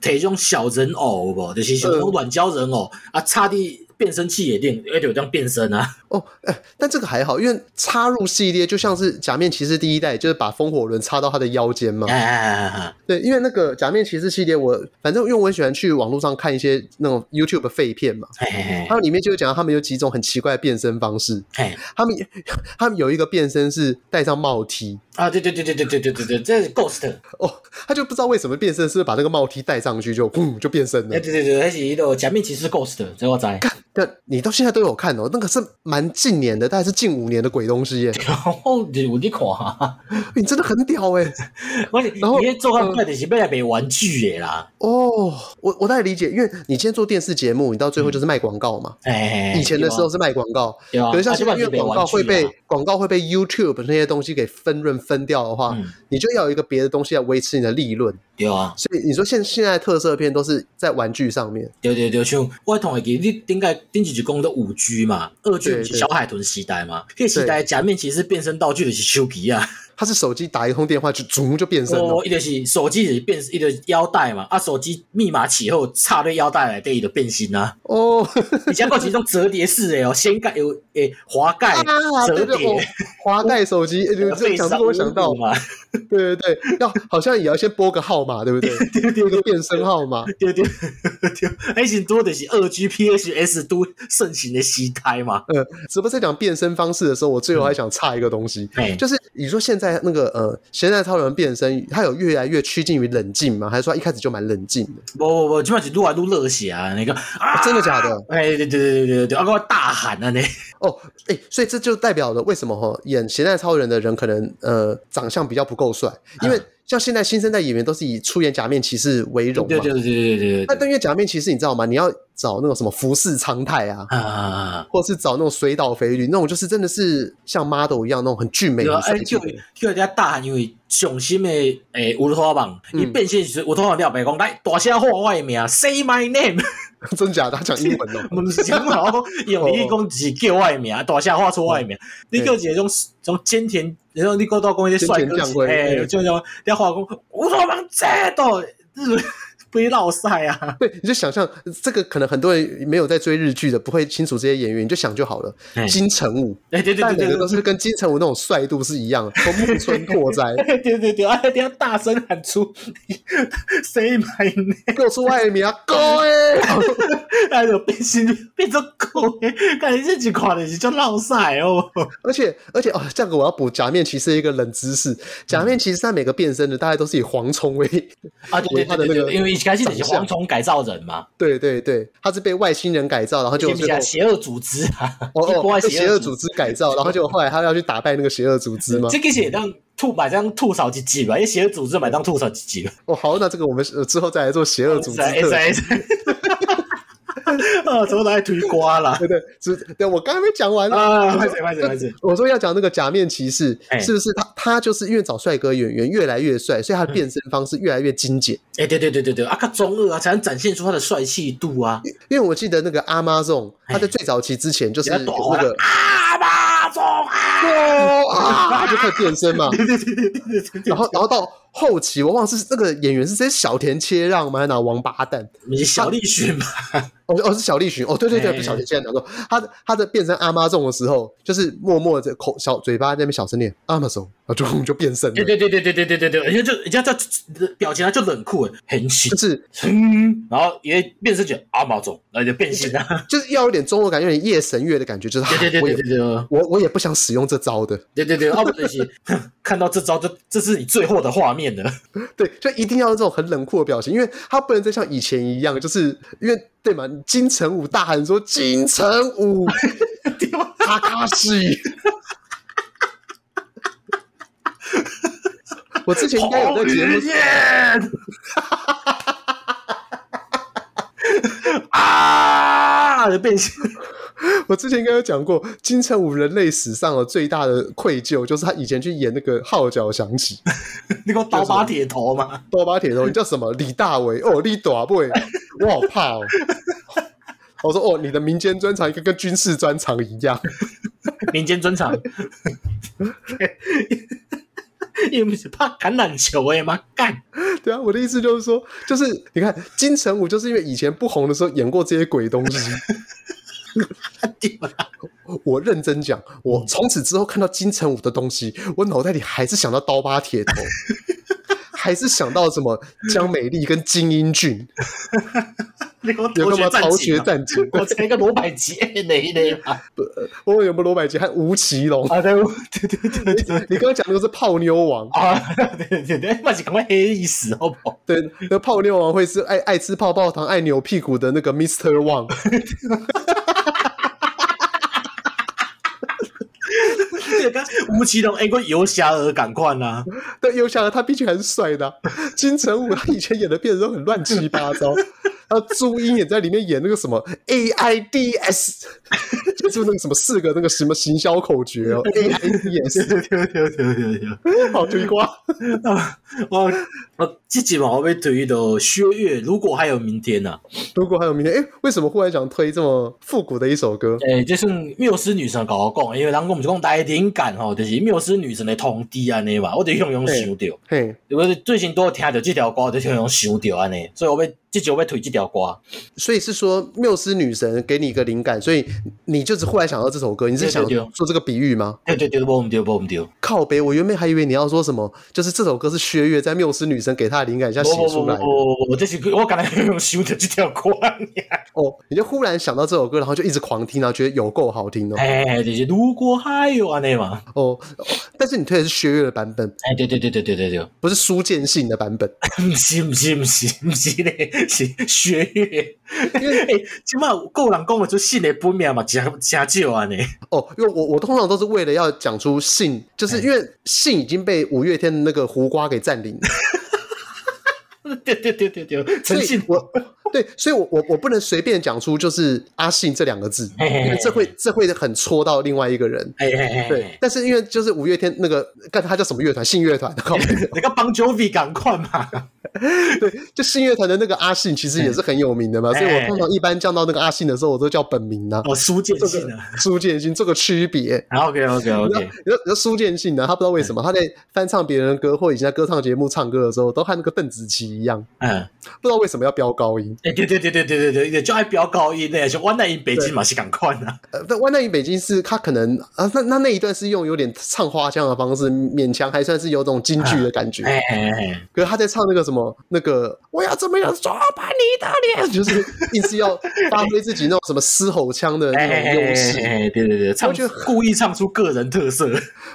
Speaker 2: 摕种小人偶有无，就是像种软胶人
Speaker 1: 嗯
Speaker 2: 偶、啊，插伫变声器也定，而且有这样变身啊。
Speaker 1: 哦，哎、但这个还好，因为插入系列就像是假面骑士第一代，就是把风火轮插到他的腰间嘛。
Speaker 2: 哎哎哎哎，
Speaker 1: 对，因为那个假面骑士系列我，反正因为我很喜欢去网络上看一些那种 YouTube 废片嘛，
Speaker 2: 哎哎
Speaker 1: 它里面就有讲到他们有几种很奇怪的变身方式。
Speaker 2: 哎，
Speaker 1: 他们 他们有一个变身是戴上帽 T，
Speaker 2: 啊对对对对对对对对
Speaker 1: 嗯
Speaker 2: 对，这是 Ghost，
Speaker 1: 哦，他就不知道为什么变身是不是把那个帽 T 戴上去就嗯就变身了
Speaker 2: 哎对。对对，那是迄个假面骑士 Ghost，这我知。
Speaker 1: 嗯但你到现在都有看哦，那个是蛮近年的，大概是近五年的鬼东西 耶。
Speaker 2: 然后就有你看啊，
Speaker 1: 你真的很屌哎、
Speaker 2: 我是你
Speaker 1: 然后嗯
Speaker 2: 那做较快就是要来卖玩具的啦。
Speaker 1: 哦，我我大概理解，因为你今天做电视节目，你到最后就是卖广告嘛。
Speaker 2: 嗯哎，
Speaker 1: 以前的时候是卖广告，
Speaker 2: 对啊，
Speaker 1: 可是像
Speaker 2: 啊
Speaker 1: 现在因为广告会被、，广告会被 YouTube 那些东西给分润分掉的话，
Speaker 2: 嗯
Speaker 1: 你就要有一个别的东西来维持你的利润。
Speaker 2: 对啊，
Speaker 1: 所以你说现现在的特色片都是在玩具上面，
Speaker 2: 对对对，像我同会记你顶个顶一集讲的五 G 嘛，二 G
Speaker 1: 对
Speaker 2: 不是
Speaker 1: 对
Speaker 2: 小海豚时代嘛，迄个时代假面骑士变身道具就是手机啊，
Speaker 1: 它是手机打一通电话就逐就变身了
Speaker 2: 哦，。伊就是手机就是变伊就是腰带嘛，啊手机密码起后插对腰带来对伊就变身啊，
Speaker 1: 哦，
Speaker 2: 以前还有一种折叠式的哦，掀盖有诶滑盖
Speaker 1: 啊，
Speaker 2: 哎折
Speaker 1: 对对，哦
Speaker 2: 叠，
Speaker 1: 滑盖手机，哎就这
Speaker 2: 背上
Speaker 1: 讲这个我想到
Speaker 2: 五，嘛，
Speaker 1: 对对对，要好像也要先拨个号码，对不对？拨个变身号码。
Speaker 2: 对对对，还是多的是二 G PHS 都盛行的时代嘛，
Speaker 1: 呃，直播在讲变身方式的时候，我最后还想插一个东西，
Speaker 2: 哎，
Speaker 1: 就是你说现在那个呃，现在超人变身，他有越来越趋近于冷静吗？还是说他一开始就蛮冷静的？
Speaker 2: 不不不，基本是撸啊撸热血啊，那个啊，
Speaker 1: 真的假的？
Speaker 2: 哎，对对对对对对，啊，给我大喊啊，那
Speaker 1: 哦，哎、所以这就代表了为什么哈演现代超人的人可能呃长相比较不够帅，因为像现在新生代演员都是以出演假面骑士为荣嘛。
Speaker 2: 对对对对对对
Speaker 1: 那
Speaker 2: 对，
Speaker 1: 但因为假面骑士你知道吗？你要找那种什么服饰常态啊，
Speaker 2: 啊，
Speaker 1: 或是找那种水岛肥驴那种，就是真的是像 model 一样那种很俊美
Speaker 2: 对
Speaker 1: 的
Speaker 2: 啊，哎，
Speaker 1: 帅气
Speaker 2: 叫
Speaker 1: 的人。
Speaker 2: 叫人家大喊，因为上心的诶乌托邦，伊变现时乌托邦了白讲，来大声喊我的名，Say my name，
Speaker 1: 真假的？他讲英 文哦、
Speaker 2: 毋是讲好，用伊讲只是叫我的名，大声喊出我的名，你叫一个种种坚田，然后你讲到讲迄帅哥，诶，就种你话讲乌托邦这到日被闹晒啊。
Speaker 1: 对，你就想象这个，可能很多人没有在追日剧的，不会清楚这些演员，你就想就好了。
Speaker 2: 哎
Speaker 1: 金城武，
Speaker 2: 对对对
Speaker 1: 但每
Speaker 2: 对
Speaker 1: 个都
Speaker 2: 对
Speaker 1: 是跟金城武那种帅度是一 样的，从木村拓哉
Speaker 2: 对对对对，啊，一定要大声喊出 “Say my name”，
Speaker 1: 露出外面啊，哥 哎、
Speaker 2: 哎呦，变心变成狗诶，感觉这几款的是叫闹晒哦。
Speaker 1: 而且而且哦，这样我要补假面骑士一个冷知识，假面骑士他每个变身的大概都是以蝗虫为，
Speaker 2: 啊，对对对对
Speaker 1: 我
Speaker 2: 对，因为一开始你是
Speaker 1: 长相
Speaker 2: 蝗虫改造人嘛，
Speaker 1: 对对对，他是被外星人改造，然后就
Speaker 2: 就是
Speaker 1: 最后
Speaker 2: 讲邪恶组织啊，
Speaker 1: 哦
Speaker 2: 一
Speaker 1: 哦
Speaker 2: 波
Speaker 1: 被
Speaker 2: 邪
Speaker 1: 邪
Speaker 2: 恶
Speaker 1: 恶
Speaker 2: 组
Speaker 1: 组
Speaker 2: 织。
Speaker 1: 织改造，然后就后来他要去打败那个邪恶组织吗？
Speaker 2: 这个是当吐把这样吐槽几集吧，因为邪恶组织买当吐槽几集吧。哎
Speaker 1: 哦好，那这个我们呃之后再来做邪恶组织
Speaker 2: S
Speaker 1: 特
Speaker 2: S，啊，怎么都爱推 瓜啦？
Speaker 1: 对对，只对我刚还没讲完呢。
Speaker 2: 啊，拍谁拍谁拍谁？
Speaker 1: 我说要讲那个假面骑士
Speaker 2: 哎，
Speaker 1: 是不是他他就是因为找帅哥演员越来越帅，所以他的变身方式越来越精简。
Speaker 2: 哎，对对对对对，啊，看中二啊，才能展现出他的帅气度啊。
Speaker 1: 因为我记得那个阿妈这种，他在最早期之前就是有
Speaker 2: 人家哎躲啊
Speaker 1: 那 个
Speaker 2: 阿巴中啊！
Speaker 1: 哦啊，他就快变身 嘛。
Speaker 2: 对对对对对对 对
Speaker 1: 然后然后到后期，我忘了是那个演员是谁，小田切让吗？还是哪王八蛋？
Speaker 2: 你是小栗旬嘛？
Speaker 1: 哦哦，是小栗旬哦，对对对，
Speaker 2: 哎
Speaker 1: 不小田切让讲错。他的他的变身阿妈这种的时候，就是默默的口小嘴巴在那边小声念阿妈总，然后就就变身
Speaker 2: 对
Speaker 1: 了。
Speaker 2: 对对对对对对对对，人家就人家这表情啊就冷酷，很气
Speaker 1: 就，是
Speaker 2: 嗯，然后也变身就阿毛总，然后就变形啊了。
Speaker 1: 就是要有点中国感，有点夜神月的感觉，就是
Speaker 2: 对对对
Speaker 1: 啊我
Speaker 2: 对
Speaker 1: 也
Speaker 2: 对对
Speaker 1: 我我也不想使用这招的，
Speaker 2: 对对对，阿毛这些看到这招就这是你最后的画面了。
Speaker 1: 对，就一定要这种很冷酷的表情，因为他不能再像以前一样，就是因为对嘛，金城武大喊说金城 武，哈卡西。我之前应该有在节目，
Speaker 2: 燕，啊，就变形。
Speaker 1: 我之前应该有讲过，金城武人类史上的最大的愧疚就是他以前去演那个号角响起，
Speaker 2: 你给我刀疤铁头嘛？
Speaker 1: 多巴铁头，你叫什么？李大为哦，李大卫，我好怕哦。 我说哦，你的民间专长应该跟军事专长一样。
Speaker 2: 民间专场， 你们是怕橄榄球的吗？干，
Speaker 1: 对啊，我的意思就是说，就是你看金城武，就是因为以前不红的时候演过这些鬼东 西。我认真讲，
Speaker 2: 嗯
Speaker 1: 我从此之后看到金城武的东西，我脑袋里还是想到刀疤铁头，还是想到什么江美丽跟金英俊，
Speaker 2: 你给我
Speaker 1: 有
Speaker 2: 头
Speaker 1: 个什
Speaker 2: 学
Speaker 1: 么
Speaker 2: 战
Speaker 1: 逃
Speaker 2: 警
Speaker 1: 学
Speaker 2: 啊，
Speaker 1: 战警，
Speaker 2: 我才一个罗百 吉那一类嘛。
Speaker 1: 我有没有罗百吉和吴奇隆？
Speaker 2: 啊啊，对对对 对对。
Speaker 1: 你刚刚讲的都是泡妞王，
Speaker 2: 啊， 对对对，那是赶快黑历史好不好？
Speaker 1: 对，那泡妞王会是爱爱吃泡泡糖、爱扭屁股的那个 Mister Wang。
Speaker 2: 吴奇隆，哎，我游侠儿赶快啊啦！
Speaker 1: 但又想到他毕竟还是帅的啊、金城武他以前演的片子都很乱七八糟，然后朱茵也在里面演那个什么 AIDS，就是那个什么四个那个什么行销口诀哦 AIDS，
Speaker 2: 对对对对对对。
Speaker 1: 哦好推瓜。
Speaker 2: 啊，我我这集嘛，我要推到薛岳，如果还有明天呐、啊，
Speaker 1: 如果还有明天，哎，为什么忽然想推这么复古的一首歌？
Speaker 2: 诶、这算缪斯女神甲我讲，因为人讲毋是讲大家灵感吼，就是缪斯女神的通知安尼嘛，我就用用想到，
Speaker 1: 嘿，
Speaker 2: 我最近都有听到这条歌，我就用用想到安尼，所以我要这集我要推这条歌，
Speaker 1: 所以是说缪斯女神给你一个灵感，所以你就只忽然想到这首歌，你是想
Speaker 2: 对对对
Speaker 1: 做这个比喻吗？
Speaker 2: 对对对，无毋对，无毋对，无
Speaker 1: 靠北，我原本还以为你要说什么，就是这首歌是薛岳在缪斯女神给他的灵感下写
Speaker 2: 无无
Speaker 1: 出来的
Speaker 2: 无无，这是我刚才想着即条歌，
Speaker 1: 哦，你就忽然想到这首歌，然后就一直狂听，然后觉得有够好听哦。
Speaker 2: 哎，就是如果还有安尼嘛，
Speaker 1: 哦，哦但是你推的是薛岳的版本，
Speaker 2: 哎，对对对对对对对，
Speaker 1: 不是苏建信的 版本。
Speaker 2: 毋是毋是毋是毋是咧，是学乐，
Speaker 1: 因为
Speaker 2: 哎，即码个人讲的出姓的本名嘛，诚诚少安尼，
Speaker 1: 哦，因为我我通常都是为了要讲出信，
Speaker 2: 哎
Speaker 1: 就是因为信已经被五月天的那个胡瓜给占领 了，
Speaker 2: 对对对对对，
Speaker 1: 所
Speaker 2: 诚
Speaker 1: 以
Speaker 2: 信，
Speaker 1: 我对，所以我我我不能随便讲出就是阿信这两个字，
Speaker 2: 嘿嘿嘿
Speaker 1: 因为这会这会很戳到另外一个人。
Speaker 2: 哎哎哎，
Speaker 1: 对，，但是因为就是五月天那个，干他叫什么乐团？信乐团，靠
Speaker 2: 你个帮 Jovi 赶快嘛，
Speaker 1: 对，就信乐团的那个阿信，其实也是很有名的嘛，
Speaker 2: 哎
Speaker 1: 所以我通常一般叫到那个阿信的时候，我都叫本名呐、
Speaker 2: 哦，苏建
Speaker 1: 这
Speaker 2: 信
Speaker 1: 个
Speaker 2: 啊
Speaker 1: 苏建信这个区别。
Speaker 2: ，OK OK
Speaker 1: 你知道
Speaker 2: OK
Speaker 1: 你。知道你知道苏建信呢？他不知道为什么他在翻唱别人的歌，或以前在歌唱节目唱歌的时候，都和那个邓紫棋一样，
Speaker 2: 嗯，
Speaker 1: 不知道为什么要飙高音。
Speaker 2: 哎，对对对对对对对，就爱飙高音的，像我那因北京嘛是赶快啊，
Speaker 1: 呃，但《万难与北京》是他可能啊，那那那一段是用有点唱花腔的方式，勉强还算是有种京剧的感觉。
Speaker 2: 哎哎哎。
Speaker 1: 可是他在唱那个什么，那个我要怎么样抓把你的脸，就是硬是要发挥自己那种什么嘶吼腔的那种优势，
Speaker 2: 哎，对对对，唱
Speaker 1: 就
Speaker 2: 故意唱出个人特色。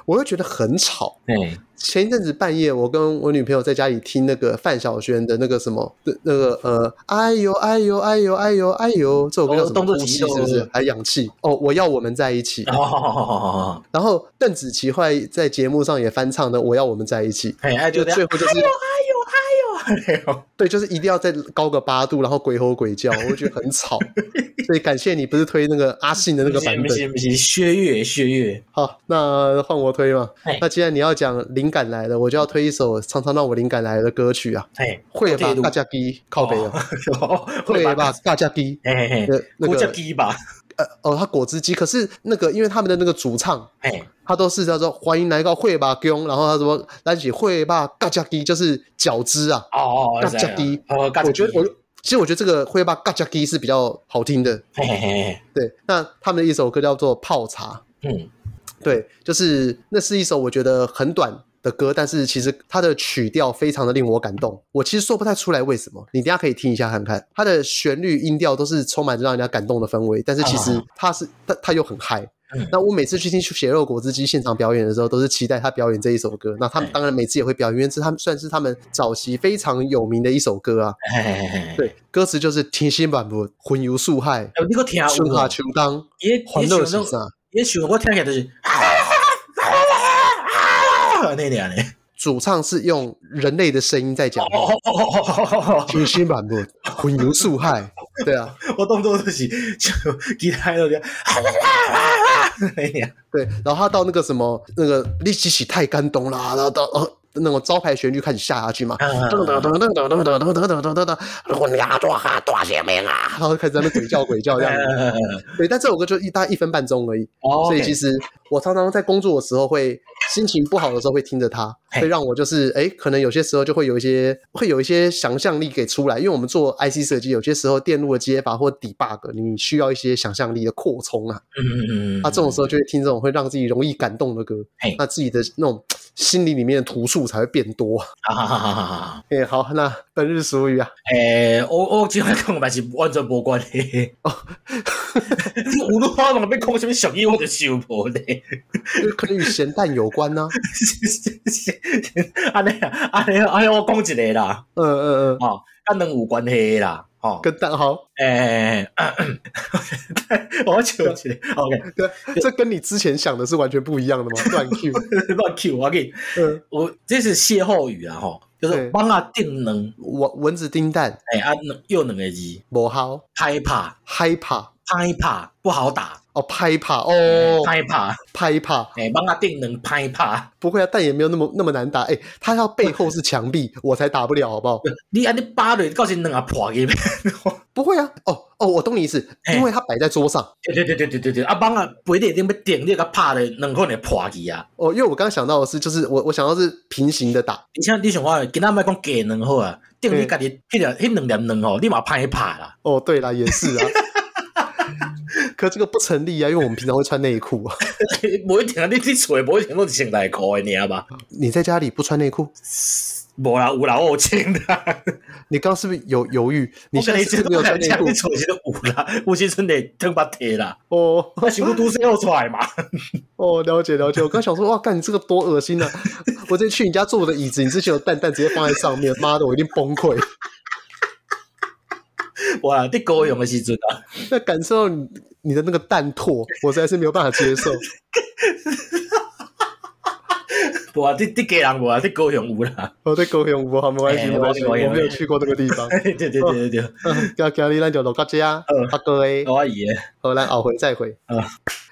Speaker 1: 我会觉得很吵。
Speaker 2: 哎，
Speaker 1: 前一阵子半夜，我跟我女朋友在家里听那个范晓萱的那个什么，那那个呃，哎呦哎呦哎呦哎呦哎呦，这首歌叫什
Speaker 2: 哦动
Speaker 1: 么？
Speaker 2: 作
Speaker 1: 呼
Speaker 2: 极
Speaker 1: 吸是不
Speaker 2: 肉
Speaker 1: 是？还氧气？哦，我要我们在一
Speaker 2: 啊
Speaker 1: 起。
Speaker 2: 哦，
Speaker 1: 然后邓紫棋后来在节目上也翻唱的《我要我们在一起》，
Speaker 2: 哎哎，
Speaker 1: 就
Speaker 2: 就这
Speaker 1: 最
Speaker 2: 样
Speaker 1: 后。就是
Speaker 2: 哎呦哎呦，
Speaker 1: 对，就是一定要再高个八度，然后鬼吼鬼叫，我会觉得很吵。 所以感谢你不是推那个阿信的那个版
Speaker 2: 不
Speaker 1: 本。
Speaker 2: 行不行，薛岳薛岳，
Speaker 1: 好，那换我推嘛
Speaker 2: 哎。
Speaker 1: 那既然你要讲灵感来了，我就要推一首常常让我灵感来的歌曲啊。
Speaker 2: 哎，
Speaker 1: 会吧
Speaker 2: 对，
Speaker 1: 尬加鸡靠背哦，
Speaker 2: 哦，
Speaker 1: 会吧，？尬加 鸡。
Speaker 2: 哎哎
Speaker 1: 呃，那
Speaker 2: 郭叫
Speaker 1: 个
Speaker 2: 鸡吧，
Speaker 1: 呃哦，他果汁机，可是那个因为他们的那个主唱，
Speaker 2: 哎，
Speaker 1: 他都是叫做欢迎来到会吧公，然后他说来起会吧尬加鸡，就是饺子啊。
Speaker 2: 哦，哦，
Speaker 1: 我觉得我其实我觉得这个会吧尬加鸡是比较好听的。
Speaker 2: 嘿嘿嘿，
Speaker 1: 对，那他们的一首歌叫做《泡茶》，
Speaker 2: 嗯，
Speaker 1: 对，就是那是一首我觉得很短的歌，但是其实它的曲调非常的令我感动。我其实说不太出来为什么，你等一下可以听一下看看。它的旋律、音调都是充满着让人家感动的氛围，但是其实
Speaker 2: 啊
Speaker 1: 它是它它又很嗨
Speaker 2: 嗯。
Speaker 1: 那我每次去听血肉果汁机现场表演的时候，都是期待他表演这一首歌。那他们
Speaker 2: 嗯
Speaker 1: 当然每次也会表演，因为这他们算是他们早期非常有名的一首歌啊。
Speaker 2: 嘿嘿嘿，，
Speaker 1: 对，歌词就是“天心万物，魂游树海，
Speaker 2: 你个听
Speaker 1: 春夏
Speaker 2: 啊有，
Speaker 1: 秋冬，
Speaker 2: 也
Speaker 1: 欢
Speaker 2: 也
Speaker 1: 乐
Speaker 2: 想
Speaker 1: 是
Speaker 2: 到，
Speaker 1: 啥
Speaker 2: 也想我听起来就是，那俩嘞，”。
Speaker 1: 主唱是用人类的声音在讲话。
Speaker 2: 哦。
Speaker 1: 清新版本，混游树害，对啊，
Speaker 2: 我动作就是就其他那边，哎呀，
Speaker 1: 对。然后他到那个什么那个立起起太干东啦，然后到哦那种招牌旋律开始下下去嘛，噔噔噔噔噔噔噔噔噔噔噔噔，混呀多哈多些名啊，然后开始在那鬼叫鬼叫这样子。对，但这首歌就一大概一分半钟而已，
Speaker 2: 哦
Speaker 1: 所以其实我常常在工作的时候会心情不好的时候会听着它，
Speaker 2: 嘿
Speaker 1: 会让我就是哎，诶可能有些时候就会有一些会有一些想象力给出来，因为我们做 IC 设计，有些时候电路的接法或 debug，你需要一些想象力的扩充啊。
Speaker 2: 嗯嗯嗯，
Speaker 1: 那这种时候就会听这种会让自己容易感动的歌
Speaker 2: 嗯嘿，
Speaker 1: 那自己的那种心里里面的图数才会变 多。
Speaker 2: 候，哈哈哈哈哈，
Speaker 1: 哎，好，那本日俗语啊，
Speaker 2: 诶，我我只系讲嘛是完全无关系。有路我嘛要讲什么俗语，我就想无咧。
Speaker 1: 就可能与咸蛋有关呢、
Speaker 2: 安尼啊，安尼安尼，我讲一个啦，
Speaker 1: 嗯嗯嗯，
Speaker 2: 哦，甲两有关系啦，哦，
Speaker 1: 跟蛋好，
Speaker 2: 诶，我笑一个，OK，
Speaker 1: 对，这跟你之前想的是完全不一样的吗？乱 Q，
Speaker 2: 乱 Q 我给。
Speaker 1: 嗯，
Speaker 2: 我这是歇后语啊，吼，就是
Speaker 1: 对
Speaker 2: 帮啊定能，
Speaker 1: 蚊蚊子叮蛋，
Speaker 2: 哎啊两又两个字，
Speaker 1: 不好，
Speaker 2: 害怕
Speaker 1: 害怕
Speaker 2: 害怕不好打，
Speaker 1: 哦，拍怕哦，
Speaker 2: 嗯害怕，
Speaker 1: 拍怕，
Speaker 2: 哎帮啊定能害怕，
Speaker 1: 不会啊，但也没有那么那么难打。哎，他要背后是墙壁，我才打不了，好不好？
Speaker 2: 你安尼扒落，到时两个破去，
Speaker 1: 不会啊，哦哦，我懂你意思，
Speaker 2: 哎
Speaker 1: 因为他摆在桌上。
Speaker 2: 对对对对对对对，啊帮啊背地顶要顶，你甲拍落，两个人破去啊。
Speaker 1: 哦，因为我刚刚想到的是，就是我我想到是平行的打，
Speaker 2: 而且你想看，今仔莫讲鸡卵好啊，顶你
Speaker 1: 嗯
Speaker 2: 家己迄条迄两粒卵吼，你嘛歹拍啦。
Speaker 1: 哦，对啦，也是啊，可这个不成立啊，因为我们平常会穿内 裤啊。
Speaker 2: 无一定啊，你你厝诶无一定拢是穿内裤诶尔吧？
Speaker 1: 你在家里不穿内裤，
Speaker 2: 无啦，有啦，我有穿啦。
Speaker 1: 你刚刚是不是有犹豫？你
Speaker 2: 我
Speaker 1: 现
Speaker 2: 跟
Speaker 1: 在
Speaker 2: 你
Speaker 1: 是不是没有穿内
Speaker 2: 讲，
Speaker 1: 裤
Speaker 2: 你？厝是都有啦，有时阵会脱把脱啦，
Speaker 1: 哦
Speaker 2: 我想讲都市要出来嘛。
Speaker 1: 哦，了解了解。我刚想说，哇，干你这个多恶心啊！我直接去你家坐我的椅子，你之前有蛋蛋直接放在上面，妈的，我一定崩溃。
Speaker 2: 哇，你高用诶时阵啊，
Speaker 1: 那感受到你你的那个蛋唾，我实在是没有办法接受。
Speaker 2: 无啊，你你家人无啊，你高用有啦。
Speaker 1: 我在高雄，我好没关系，
Speaker 2: 哎
Speaker 1: 没关系，
Speaker 2: 我
Speaker 1: 我
Speaker 2: 也
Speaker 1: 没有去过那个地方。 嗯
Speaker 2: 对对对对对，
Speaker 1: 要咖喱咱就落到这啊
Speaker 2: 嗯，
Speaker 1: 阿哥诶，
Speaker 2: 我姨诶，
Speaker 1: 荷兰熬回再回。
Speaker 2: 嗯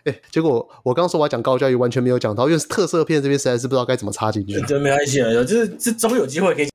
Speaker 1: 哎，结果我刚说我要讲高教育，完全没有讲到，因为特色片这边实在是不知道该怎么插进去。
Speaker 2: 这没关系啊，就是这总有机会可以。